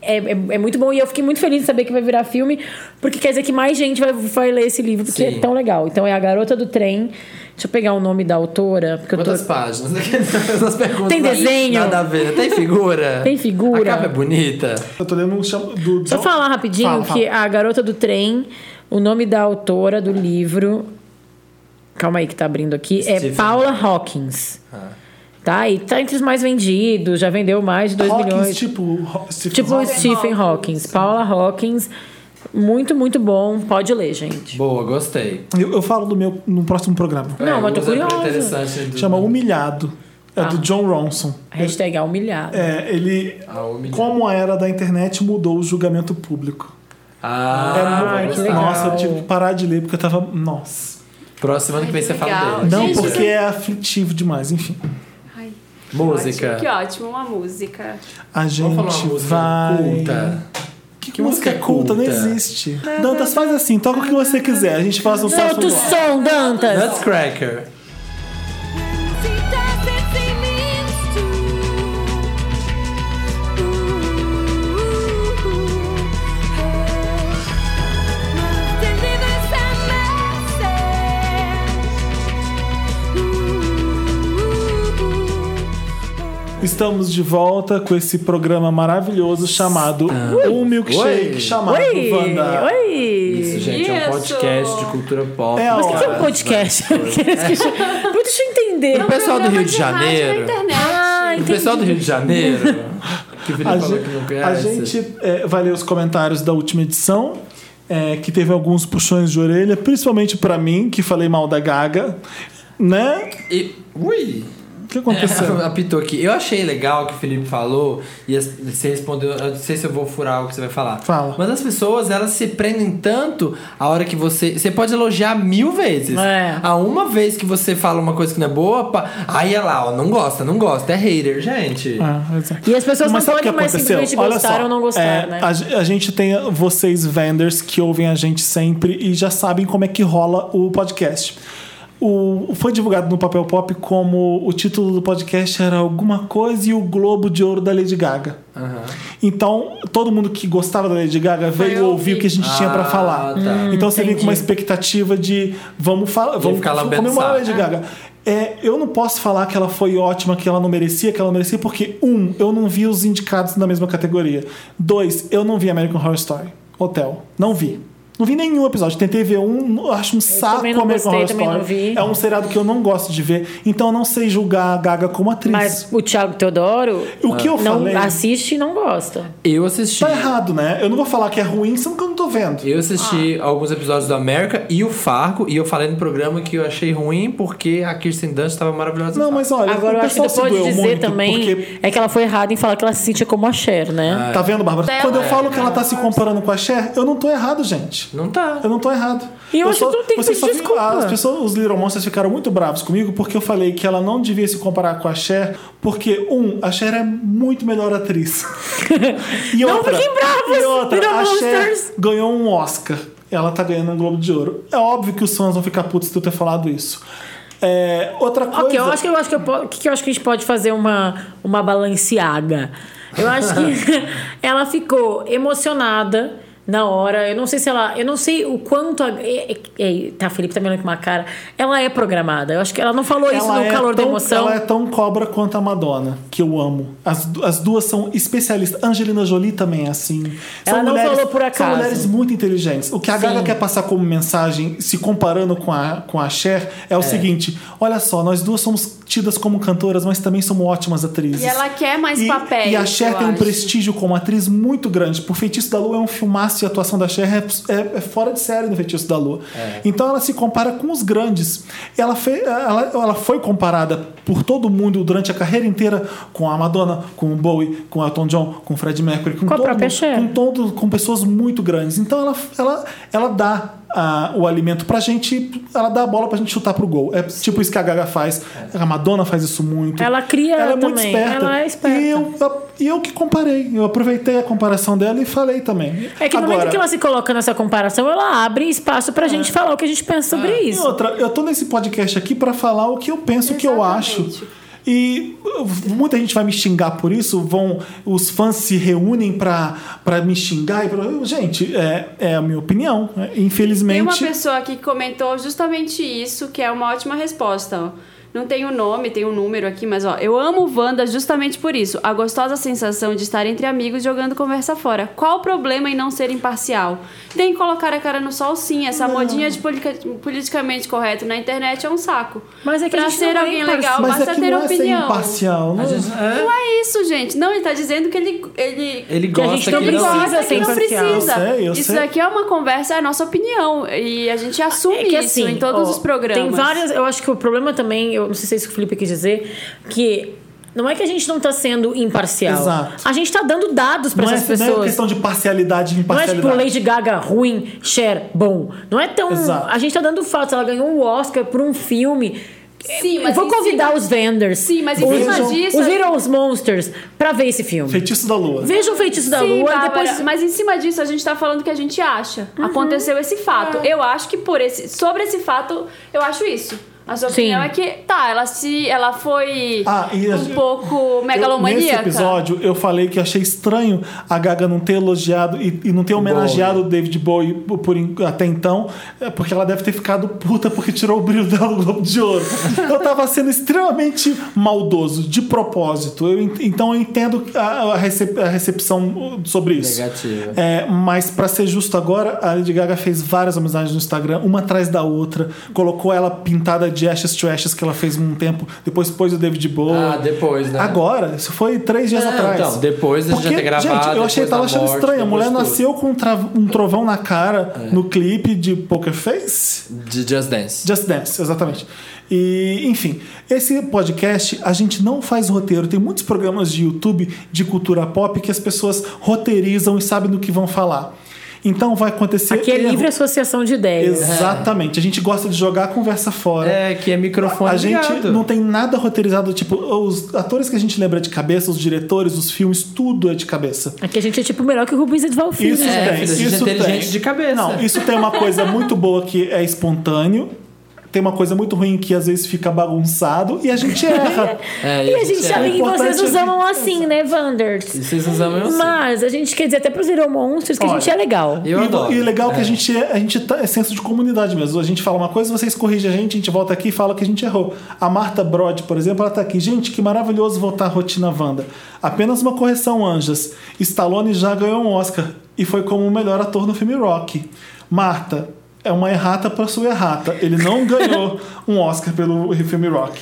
É, é, é muito bom e eu fiquei muito feliz de saber que vai virar filme, porque quer dizer que mais gente vai, vai ler esse livro, porque Sim. é tão legal. Então é A Garota do Trem. Deixa eu pegar o nome da autora, porque eu Quantas tô. páginas? né? *laughs* Essas perguntas. Tem nada- desenho? Nada a ver. Tem figura? *laughs* Tem figura? A capa é bonita. Eu tô lendo um chama- do. Só John- falar rapidinho Fala, que a garota do trem O nome da autora do livro, calma aí que tá abrindo aqui, é Stephen Paula Hawkins. Ah. Tá? E tá entre os mais vendidos, já vendeu mais de 2 Hawkins, milhões. tipo. Ho- Stephen Tipo o Hawking. Stephen Hawkins, Paula Hawkins. Muito, muito bom. Pode ler, gente. Boa, gostei. É, eu, eu falo do meu no próximo programa. Não, mas tô usa curiosa. interessante do- Chama Humilhado. É Ah. do John Ronson. Hashtag a humilhado. É, ele. Ah, humilhado. Como a era da internet mudou o julgamento público. Ah, Era ai, muito- que É legal. Nossa, eu tive que parar de ler porque eu tava. Nossa. próximo ano que vem você fala Legal. dele. Não, Gente, porque é aflitivo demais, enfim. Ai, Música. ótimo, que ótimo, uma música. A gente Vamos falar uma música vai. culta. Que, Que música, música culta? Não culta? existe. Dantas, faz assim, toca o que você quiser. A gente faz um Solta o próximo. som, Dantas! Nutcracker. She does it she means to. Delivers a message. Estamos de volta com esse programa maravilhoso chamado Um Milkshake, Ah. Oi. chamado Oi! é Wanda. Oi! Isso, gente, é um podcast de cultura pop. É, O ó. que é um podcast? *laughs* Muito deixa eu entender. O pessoal do Programa Rio de de rádio na Janeiro. internet. Ah, O pessoal do Rio de Janeiro. Que o Felipe A falou que não gente, a conhece. gente é, vai ler os comentários da última edição. é, que teve alguns puxões de orelha, principalmente pra mim, que falei mal da Gaga, né? E- Ui! O que aconteceu? *laughs* Apitou aqui. Eu achei legal o que o Felipe falou e as- você respondeu. Eu não sei se eu vou furar o que você vai falar. Fala. Mas as pessoas, elas se prendem tanto a hora que você. Você pode elogiar mil vezes. É. A uma vez que você fala uma coisa que não é boa, pá, aí é lá, ó, não gosta, não gosta. É hater, gente. Ah, exato. E as pessoas Mas não sabe o que podem mais aconteceu? simplesmente Olha gostar só, ou não gostar, é, né? A, ge- a gente tem vocês, vendors, que ouvem a gente sempre e já sabem como é que rola o podcast. O, foi divulgado no Papel Pop como o título do podcast era Alguma Coisa e o Globo de Ouro da Lady Gaga. Então, todo mundo que gostava da Lady Gaga veio ouvir ouvir. o que a gente tinha pra Ah, falar. tá. Então você vem com entendi. uma expectativa de vamos falar, vamos ficar lá comemorar a pensar. Lady Gaga. É, eu não posso falar que ela foi ótima, que ela não merecia, que ela não merecia, porque, um, eu não vi os indicados na mesma categoria. Dois, eu não vi American Horror Story. Hotel. Não vi. Não vi nenhum episódio. Tentei ver um, acho um saco também não American gostei, Horror também Story. não vi. É um seriado que eu não gosto de ver. Então eu não sei julgar a Gaga como atriz. Mas o Thiago Teodoro O que eu não falei- assiste e não gosta. Eu assisti. Tá errado, né? Eu não vou falar que é ruim, sendo que eu não tô vendo. Eu assisti alguns episódios do América e o Fargo, e eu falei no programa que eu achei ruim porque a Kirsten Dunst estava maravilhosa. Não, mas olha, Agora, o eu acho que pessoal ainda se pode doeu dizer muito também porque é que ela foi errada em falar que ela se sentia como a Cher, né? Tá vendo, Bárbara? Dela. Quando eu falo que ela tá se comparando com a Cher, eu não tô errado, gente. Não tá. Eu não tô errado. E eu acho que tu não tem que você pedir só fica- desculpa. As pessoas, os Little Monsters ficaram muito bravos comigo porque eu falei que ela não devia se comparar com a Cher, porque, um, a Cher é muito melhor *laughs* atriz. e Não outra, fiquem bravos, e outra Little a Cher Monsters. ganhou um Oscar. Ela tá ganhando um Globo de Ouro. É óbvio que os fãs vão ficar putos de eu ter falado isso. É, outra coisa. Ok, eu acho que eu acho que eu, po- que que eu acho que a gente pode fazer uma uma balanceada. Eu acho que *laughs* ela ficou emocionada na hora. Eu não sei se ela, eu não sei o quanto a, é- é- é- tá Felipe tá me olhando com uma cara. Ela é programada. Eu acho que ela não falou isso no é calor tão, da emoção. Ela é tão cobra quanto a Madonna, que eu amo. As, du- as duas são especialistas. Angelina Jolie também é assim. Ela não falou por São acaso. mulheres muito inteligentes. O que a Gaga Sim. quer passar como mensagem, se comparando com a, com a Cher, é o seguinte: olha só, nós duas somos tidas como cantoras, mas também somos ótimas atrizes. E ela quer mais E- papéis. E a Cher eu tem um acho. prestígio como atriz muito grande. Por Feitiço da Lua é um filmaço e a atuação da Cher é, é- é fora de série no Feitiço da Lua. Então ela se compara com os grandes. Ela, fe- ela- ela foi comparada por todo mundo durante a carreira inteira com a Madonna, com o Bowie, com o Elton John, com o Fred Mercury, com, Com a todo própria mundo, Cher. com todo, com pessoas muito grandes. Então ela, ela, ela dá ah, o alimento pra gente, ela dá a bola pra gente chutar pro gol. É tipo isso que a Gaga faz, a Madonna faz isso muito. Ela cria Ela é muito também. esperta. Ela é esperta. E eu, e eu que comparei. Eu aproveitei a comparação dela e falei também. É que no Agora, momento que ela se coloca nessa comparação, ela abre espaço pra gente É. falar o que a gente pensa sobre E isso. outra, eu tô nesse podcast aqui pra falar o que eu penso, o que eu acho. Exatamente. E uh, muita gente vai me xingar por isso, vão os fãs se reúnem pra pra me xingar. E pra... Gente, é, é a minha opinião. né? Tem uma Infelizmente. pessoa aqui que comentou justamente isso, que é uma ótima resposta. Não tem o nome, tem o número aqui, mas ó, eu amo Wanda justamente por isso. A gostosa sensação de estar entre amigos jogando conversa fora. Qual o problema em não ser imparcial? Tem que colocar a cara no sol sim, essa modinha de politica- politicamente correto na internet é um saco. Mas é que a pra gente ser não é alguém imparcial. legal, Mas basta é que ter não é ser opinião. imparcial. Não, Não é isso, gente. Não, ele tá dizendo que ele. Ele, Ele Que a gosta gente que não ele ele precisa gosta, que ser não imparcial. precisa. Eu sei, eu isso sei. daqui é uma conversa, é a nossa opinião. E a gente assume É que isso assim, em todos ó, os programas. Tem várias. Eu acho que o problema também, eu não sei se é isso que o Felipe quis dizer, que não é que a gente não tá sendo imparcial. Exato. A gente tá dando dados pra não é, essas não é pessoas. questão de parcialidade e Não é tipo imparcialidade. Lady Gaga ruim, Cher bom. Não é tão. Exato. A gente tá dando fatos. Ela ganhou um Oscar por um filme. Sim, mas Eu vou em cima- convidar os vendors. Sim, mas em os, cima Vejam- disso. é- os Little Monsters pra ver esse filme. Feitiço da Lua. Veja o Feitiço da Sim, Lua e Bárbara, depois. Uhum. mas em cima disso a gente tá falando o que a gente acha. Aconteceu esse fato. É. Eu acho que por esse, sobre esse fato, eu acho isso. A sua Sim. opinião é que, tá, ela se. Ela foi Ah, e a um gente- pouco Eu, nesse megalomaníaca. episódio, eu falei que achei estranho a Gaga não ter elogiado e, e não ter homenageado o David Bowie por, en- até então, é, porque ela deve ter ficado puta porque tirou o brilho dela do Globo de Ouro. eu tava sendo extremamente maldoso, de propósito. Eu en- então eu entendo a, a recep- a recepção sobre isso. Negativa. É, mas pra ser justo agora, a Lady Gaga fez várias homenagens no Instagram, uma atrás da outra, colocou ela pintada de ashes to ashes que ela fez um tempo, depois pôs o David Bowie. Ah, depois, né? Agora, isso foi três dias É, atrás. então, depois da gente Porque, ter gravado, Gente, eu achei, depois tava da achando morte, estranho. A mulher depois tudo. É. nasceu com um, tra- um trovão na cara no clipe de Poker Face. De Just Dance. Just Dance, exatamente. E, enfim, esse podcast a gente não faz roteiro. Tem muitos programas de YouTube de cultura pop que as pessoas roteirizam e sabem do que vão falar. Então vai acontecer. Aqui é erro. livre né? associação de ideias. Exatamente. A gente gosta de jogar a conversa fora. É, que é microfone A gente ligado. não tem nada roteirizado, tipo, os atores que a gente lembra de cabeça, os diretores, os filmes, tudo é de cabeça. Aqui a gente é tipo melhor que o Rubens Edval Filho. Isso né? É, filho, tem, a gente é isso tem. inteligente de cabeça. Não, isso tem uma coisa muito boa que é espontâneo, tem uma coisa muito ruim que às vezes fica bagunçado e a *laughs* gente erra. É, E a gente sabe que importante vocês é nos que- amam assim, né, Wanders? Vocês usam eu sei. Mas a gente quer dizer até pros Little Monsters que a Olha, gente é legal. Eu e, adoro. e legal que a É. gente, é, a gente tá, é senso de comunidade mesmo. A gente fala uma coisa, vocês corrigem a gente, a gente volta aqui e fala que a gente errou. A Marta Brod, por exemplo, ela tá aqui. Gente, que maravilhoso voltar à rotina Wanda. Apenas uma correção, Anjas. Stallone já ganhou um Oscar e foi como o melhor ator no filme Rock. Marta, é uma errata para sua errata. Ele *laughs* não ganhou um Oscar pelo filme Rock.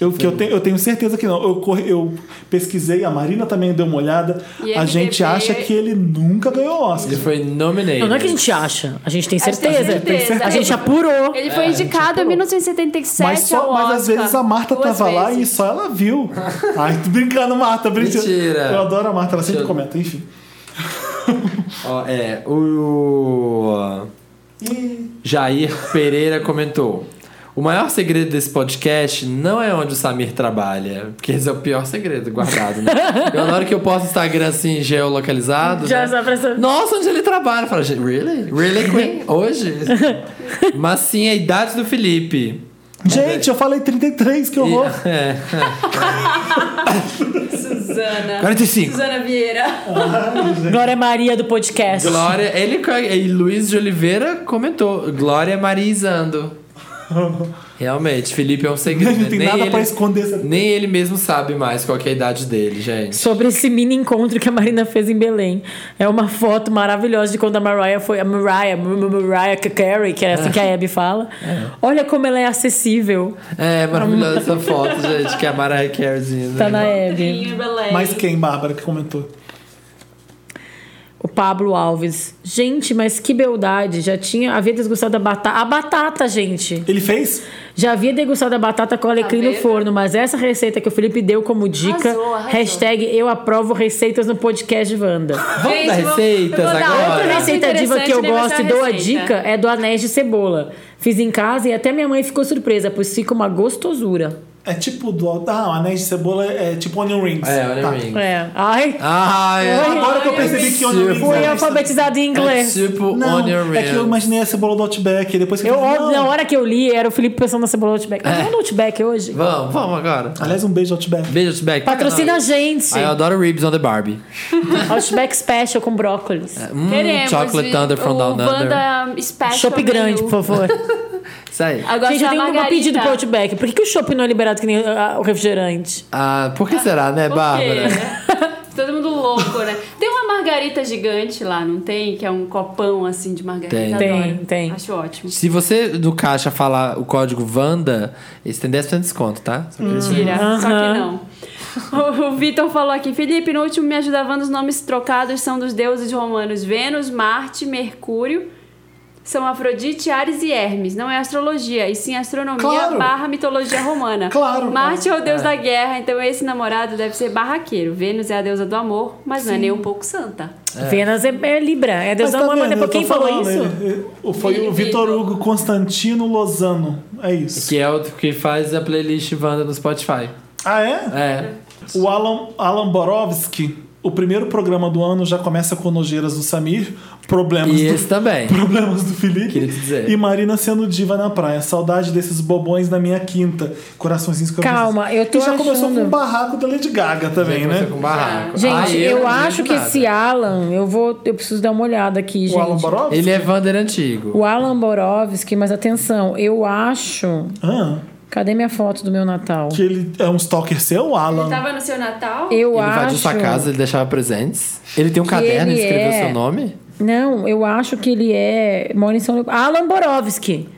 Eu, que eu, tenho, eu tenho certeza que não. Eu, corri- eu pesquisei, a Marina também deu uma olhada. E a gente MDB acha que ele nunca ganhou um Oscar. Ele foi nominado. Não, não é que a gente acha, a gente tem gente tem certeza. certeza. A gente apurou. Ele foi indicado em 1977 Mas, é só, ao mas às Oscar, vezes a Marta duas tava lá e vezes. só ela *laughs* viu. Ai, tô brincando, Marta, brincando. Mentira. Eu adoro a Marta, ela sempre Deixa eu- comenta, enfim. Ó, é, o. Jair Pereira comentou. O maior segredo desse podcast não é onde o Samir trabalha. Porque esse é o pior segredo guardado, *laughs* né? Eu, na hora que eu posto Instagram assim, geolocalizado. Já né? só pra saber. Nossa, onde ele trabalha? Fala, gente, really? Really, *laughs* Queen? Hoje? Mas sim, a idade do Felipe. Gente, eu falei 33, que horror. E- *laughs* *laughs* é. Suzana. 45. Suzana Vieira. Glória Maria do podcast. Glória. Ele e Luiz de Oliveira comentou. Glória Marizando. Realmente, Felipe é *laughs* um segredo. Não tem né? nada ele, pra esconder essa- Nem ele mesmo sabe mais qual que é a idade dele, gente. Sobre esse mini encontro que a Marina fez em Belém. É uma foto maravilhosa de quando a Mariah foi. A Mariah, M- M- Mariah Carey, que é assim que a Abby fala. Olha como ela é acessível. É maravilhosa essa *laughs* foto, gente, que é a Mariah Careyzinha. né? Tá na Abby. Mas quem, Bárbara, que comentou? O Pablo Alves. Gente, mas que beldade. Já tinha. Havia desgostado a batata. A batata, gente. Ele fez? Já havia degustado a batata com alecrim Tá no vendo? forno, mas essa receita que o Felipe deu como dica, Arrasou, arrasou. hashtag eu aprovo receitas no podcast Wanda. Vamos dar receitas Outra agora? receita diva que eu né, gosto e dou a dica é é do anéis de cebola. Fiz em casa e até minha mãe ficou surpresa, pois fica uma gostosura. É tipo do. Ah, o anéis de cebola é tipo onion rings. É, olha Tá. tá. mim. É. Ai, Ah, é. Agora que eu percebi que onion rings. Foi é fui um- alfabetizada em É inglês. tipo Não, Onion é que eu Rings. imaginei a cebola do Outback. e Depois que Eu, falei, óbvio, não. na hora que eu li, era o Felipe pensando na cebola do Outback. Mas É. não no Outback hoje. Vamos, vamos agora. Aliás, um beijo, Outback. Beijo, Outback. Patrocina a gente. Ah, eu adoro Ribs on the Barbie. Outback Special com brócolis. É, Hum, Queremos Chocolate Thunder from o Down Under. Wanda Special Chopp Menu. grande, por favor. Isso aí. Agora Gente, eu a tenho um margarida. pedido pro Outback. Por que, que o shopping não é liberado que nem ah, o refrigerante? Ah, por que será, né, Por Bárbara? quê, né? *laughs* Todo mundo louco, né? Tem uma margarita gigante lá, não tem? Que é um copão assim de margarita. Tem. Adoro. Tem, tem. Acho ótimo. Se você no caixa falar o código Wanda, eles têm 10% de desconto, tá? Só que eles- Mentira, só Aham. que não. *laughs* O Vitor falou aqui, Felipe, no último Me Ajudavando, os nomes trocados são dos deuses romanos Vênus, Marte, Mercúrio. São Afrodite, Ares e Hermes. Não é astrologia, e sim astronomia Claro. barra mitologia romana. Claro. Marte é o deus da guerra, então esse namorado deve ser barraqueiro. Vênus é a deusa do amor, mas não é nem um pouco santa. Vênus é, é Libra. É Deus Mas da tá mãe, mas vendo, depois eu tô quem falou falando, isso? ele- ele- foi o Vitor. Vitor Hugo Constantino Lozano. É isso. Que é o que faz a playlist Wanda no Spotify. Ah, é? É. O Alan, Alan Borowski, o primeiro programa do ano, já começa com nojeiras do Samir, É. problemas, E do, esse também. *laughs* problemas do Felipe. Queria te dizer. E Marina sendo diva na praia. Saudade desses bobões na minha quinta. Coraçõezinhos com Calma, eu tô Tu já começou achando- com o barraco da Lady Gaga também, né? Começou com barraco. Gente, Ah, é eu, um não acho lembro que nada. esse Alan, eu vou. Eu preciso dar uma olhada aqui, gente. O Alan Borowski? Ele é Wander antigo. O Alan Borowski, mas atenção, eu acho. Ah, Cadê minha foto do meu Natal? que ele é um stalker seu, Alan? tá Tava no seu Natal? Eu Ele invadiu acho. sua casa, ele deixava presentes. Ele tem um caderno, ele ele escreveu é- seu nome. Não, eu acho que ele é. Mora em São Leopoldo. Alan Borowski.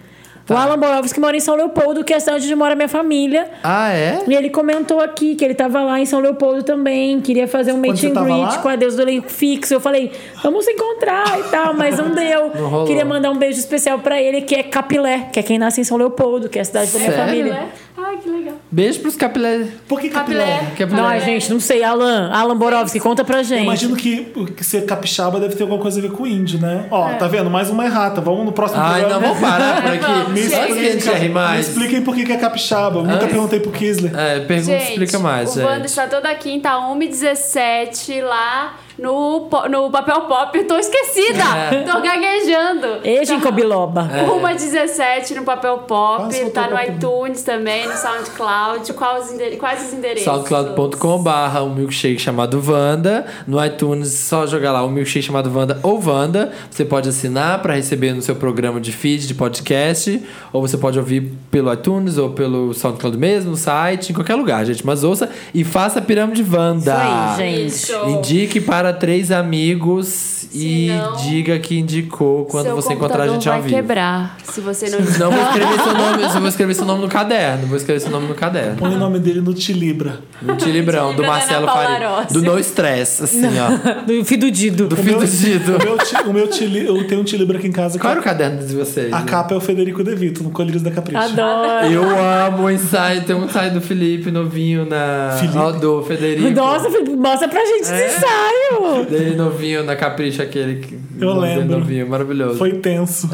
Tá. O Alan Borowski mora em São Leopoldo, que é a cidade onde mora minha família. Ah, é? E ele comentou aqui que ele tava lá em São Leopoldo também, queria fazer um meet você and tava lá? greet com a Deus do Elenco Fixo. Eu falei, vamos se encontrar e tal, mas não deu. Não rolou. queria mandar um beijo especial pra ele, que é Capilé, que é quem nasce em São Leopoldo, que é a cidade da minha Sério? família. Ai, que legal. Beijo pros capilares. Por que é capilé? Capilé. Ai, capilares. gente, não sei, Alan, Alan Borowski, conta pra gente. Imagino que que ser capixaba deve ter alguma coisa a ver com índio, né? Ó, É. tá vendo? Mais uma errata. Vamos no próximo Ai, não, programa. Ah, vamos parar por aqui. *laughs* Me Antes que é a gente erre Me mais. expliquem por que que é capixaba. Eu Nunca Antes- perguntei pro Kisler. É, pergunta Gente, explica mais, o Wanda gente. está toda quinta, 1h17, lá no, po- no Papel Pop. Eu tô esquecida, É. tô gaguejando. Tá E Ginkgo biloba. 1h17 no Papel Pop, Quase tá faltou no Papel Pop. iTunes também, no SoundCloud. Quais os, endere- quais os endereços? SoundCloud.com.br um milkshake chamado Wanda. No iTunes, só jogar lá um milkshake chamado Wanda ou Wanda. Você pode assinar para receber no seu programa de feed, de podcast. Ou você pode ouvir pelo iTunes ou pelo SoundCloud mesmo, no site, em qualquer lugar, gente. Mas ouça e faça a pirâmide Wanda. Isso aí, gente. Isso. Indique para três amigos e não, diga que indicou quando Seu você encontrar a computador gente ao vai vivo. quebrar, se você não... Não vou escrever seu nome, eu vou escrever seu nome no caderno. Vou escrever seu nome no caderno. Põe o nome dele no Tilibra. No Um Tilibrão, do Tilibra da Marcelo Ana Paula Faria. Rossi. Do No Stress, assim, ó. *laughs* Do Fidudido. Do Fidudido. O meu, ti- o meu tili- eu tenho um Tilibra aqui em casa. Qual que era o caderno de vocês? a capa é o Federico De Vito, no Colírios da Capricha. Adoro. Eu amo o ensaio. Tem um ensaio do Felipe novinho na. Felipe? Ó, do Federico. Nossa, Felipe, mostra pra gente É. esse ensaio. Dele novinho na Capricha, aquele. que- Eu dele lembro. Novinho, maravilhoso. Foi tenso.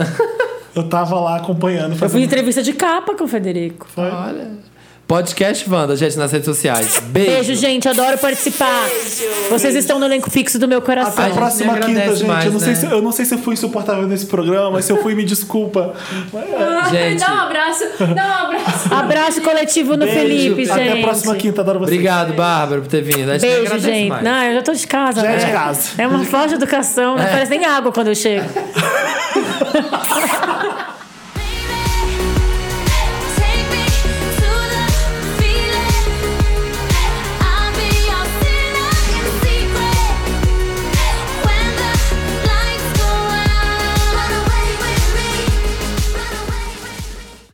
eu tava lá acompanhando. Eu fiz Fazendo... entrevista de capa com o Federico. Olha. Podcast Wanda, gente, nas redes sociais. Beijo, gente. Adoro participar. Vocês estão no elenco fixo do meu coração. Até a gente próxima me agradece quinta, gente. mais, eu, não sei né? se, eu não sei se eu fui insuportável nesse programa, mas se eu fui, me desculpa. Gente. Dá um abraço, dá um abraço. Abraço coletivo no Felipe, gente. Até a próxima quinta, adoro vocês. Obrigado, Bárbara, por ter vindo. A gente Beijo, agradece gente. mais. Não, eu já tô de casa. Já é né? de casa. É uma forte educação. Não parece nem água quando eu chego.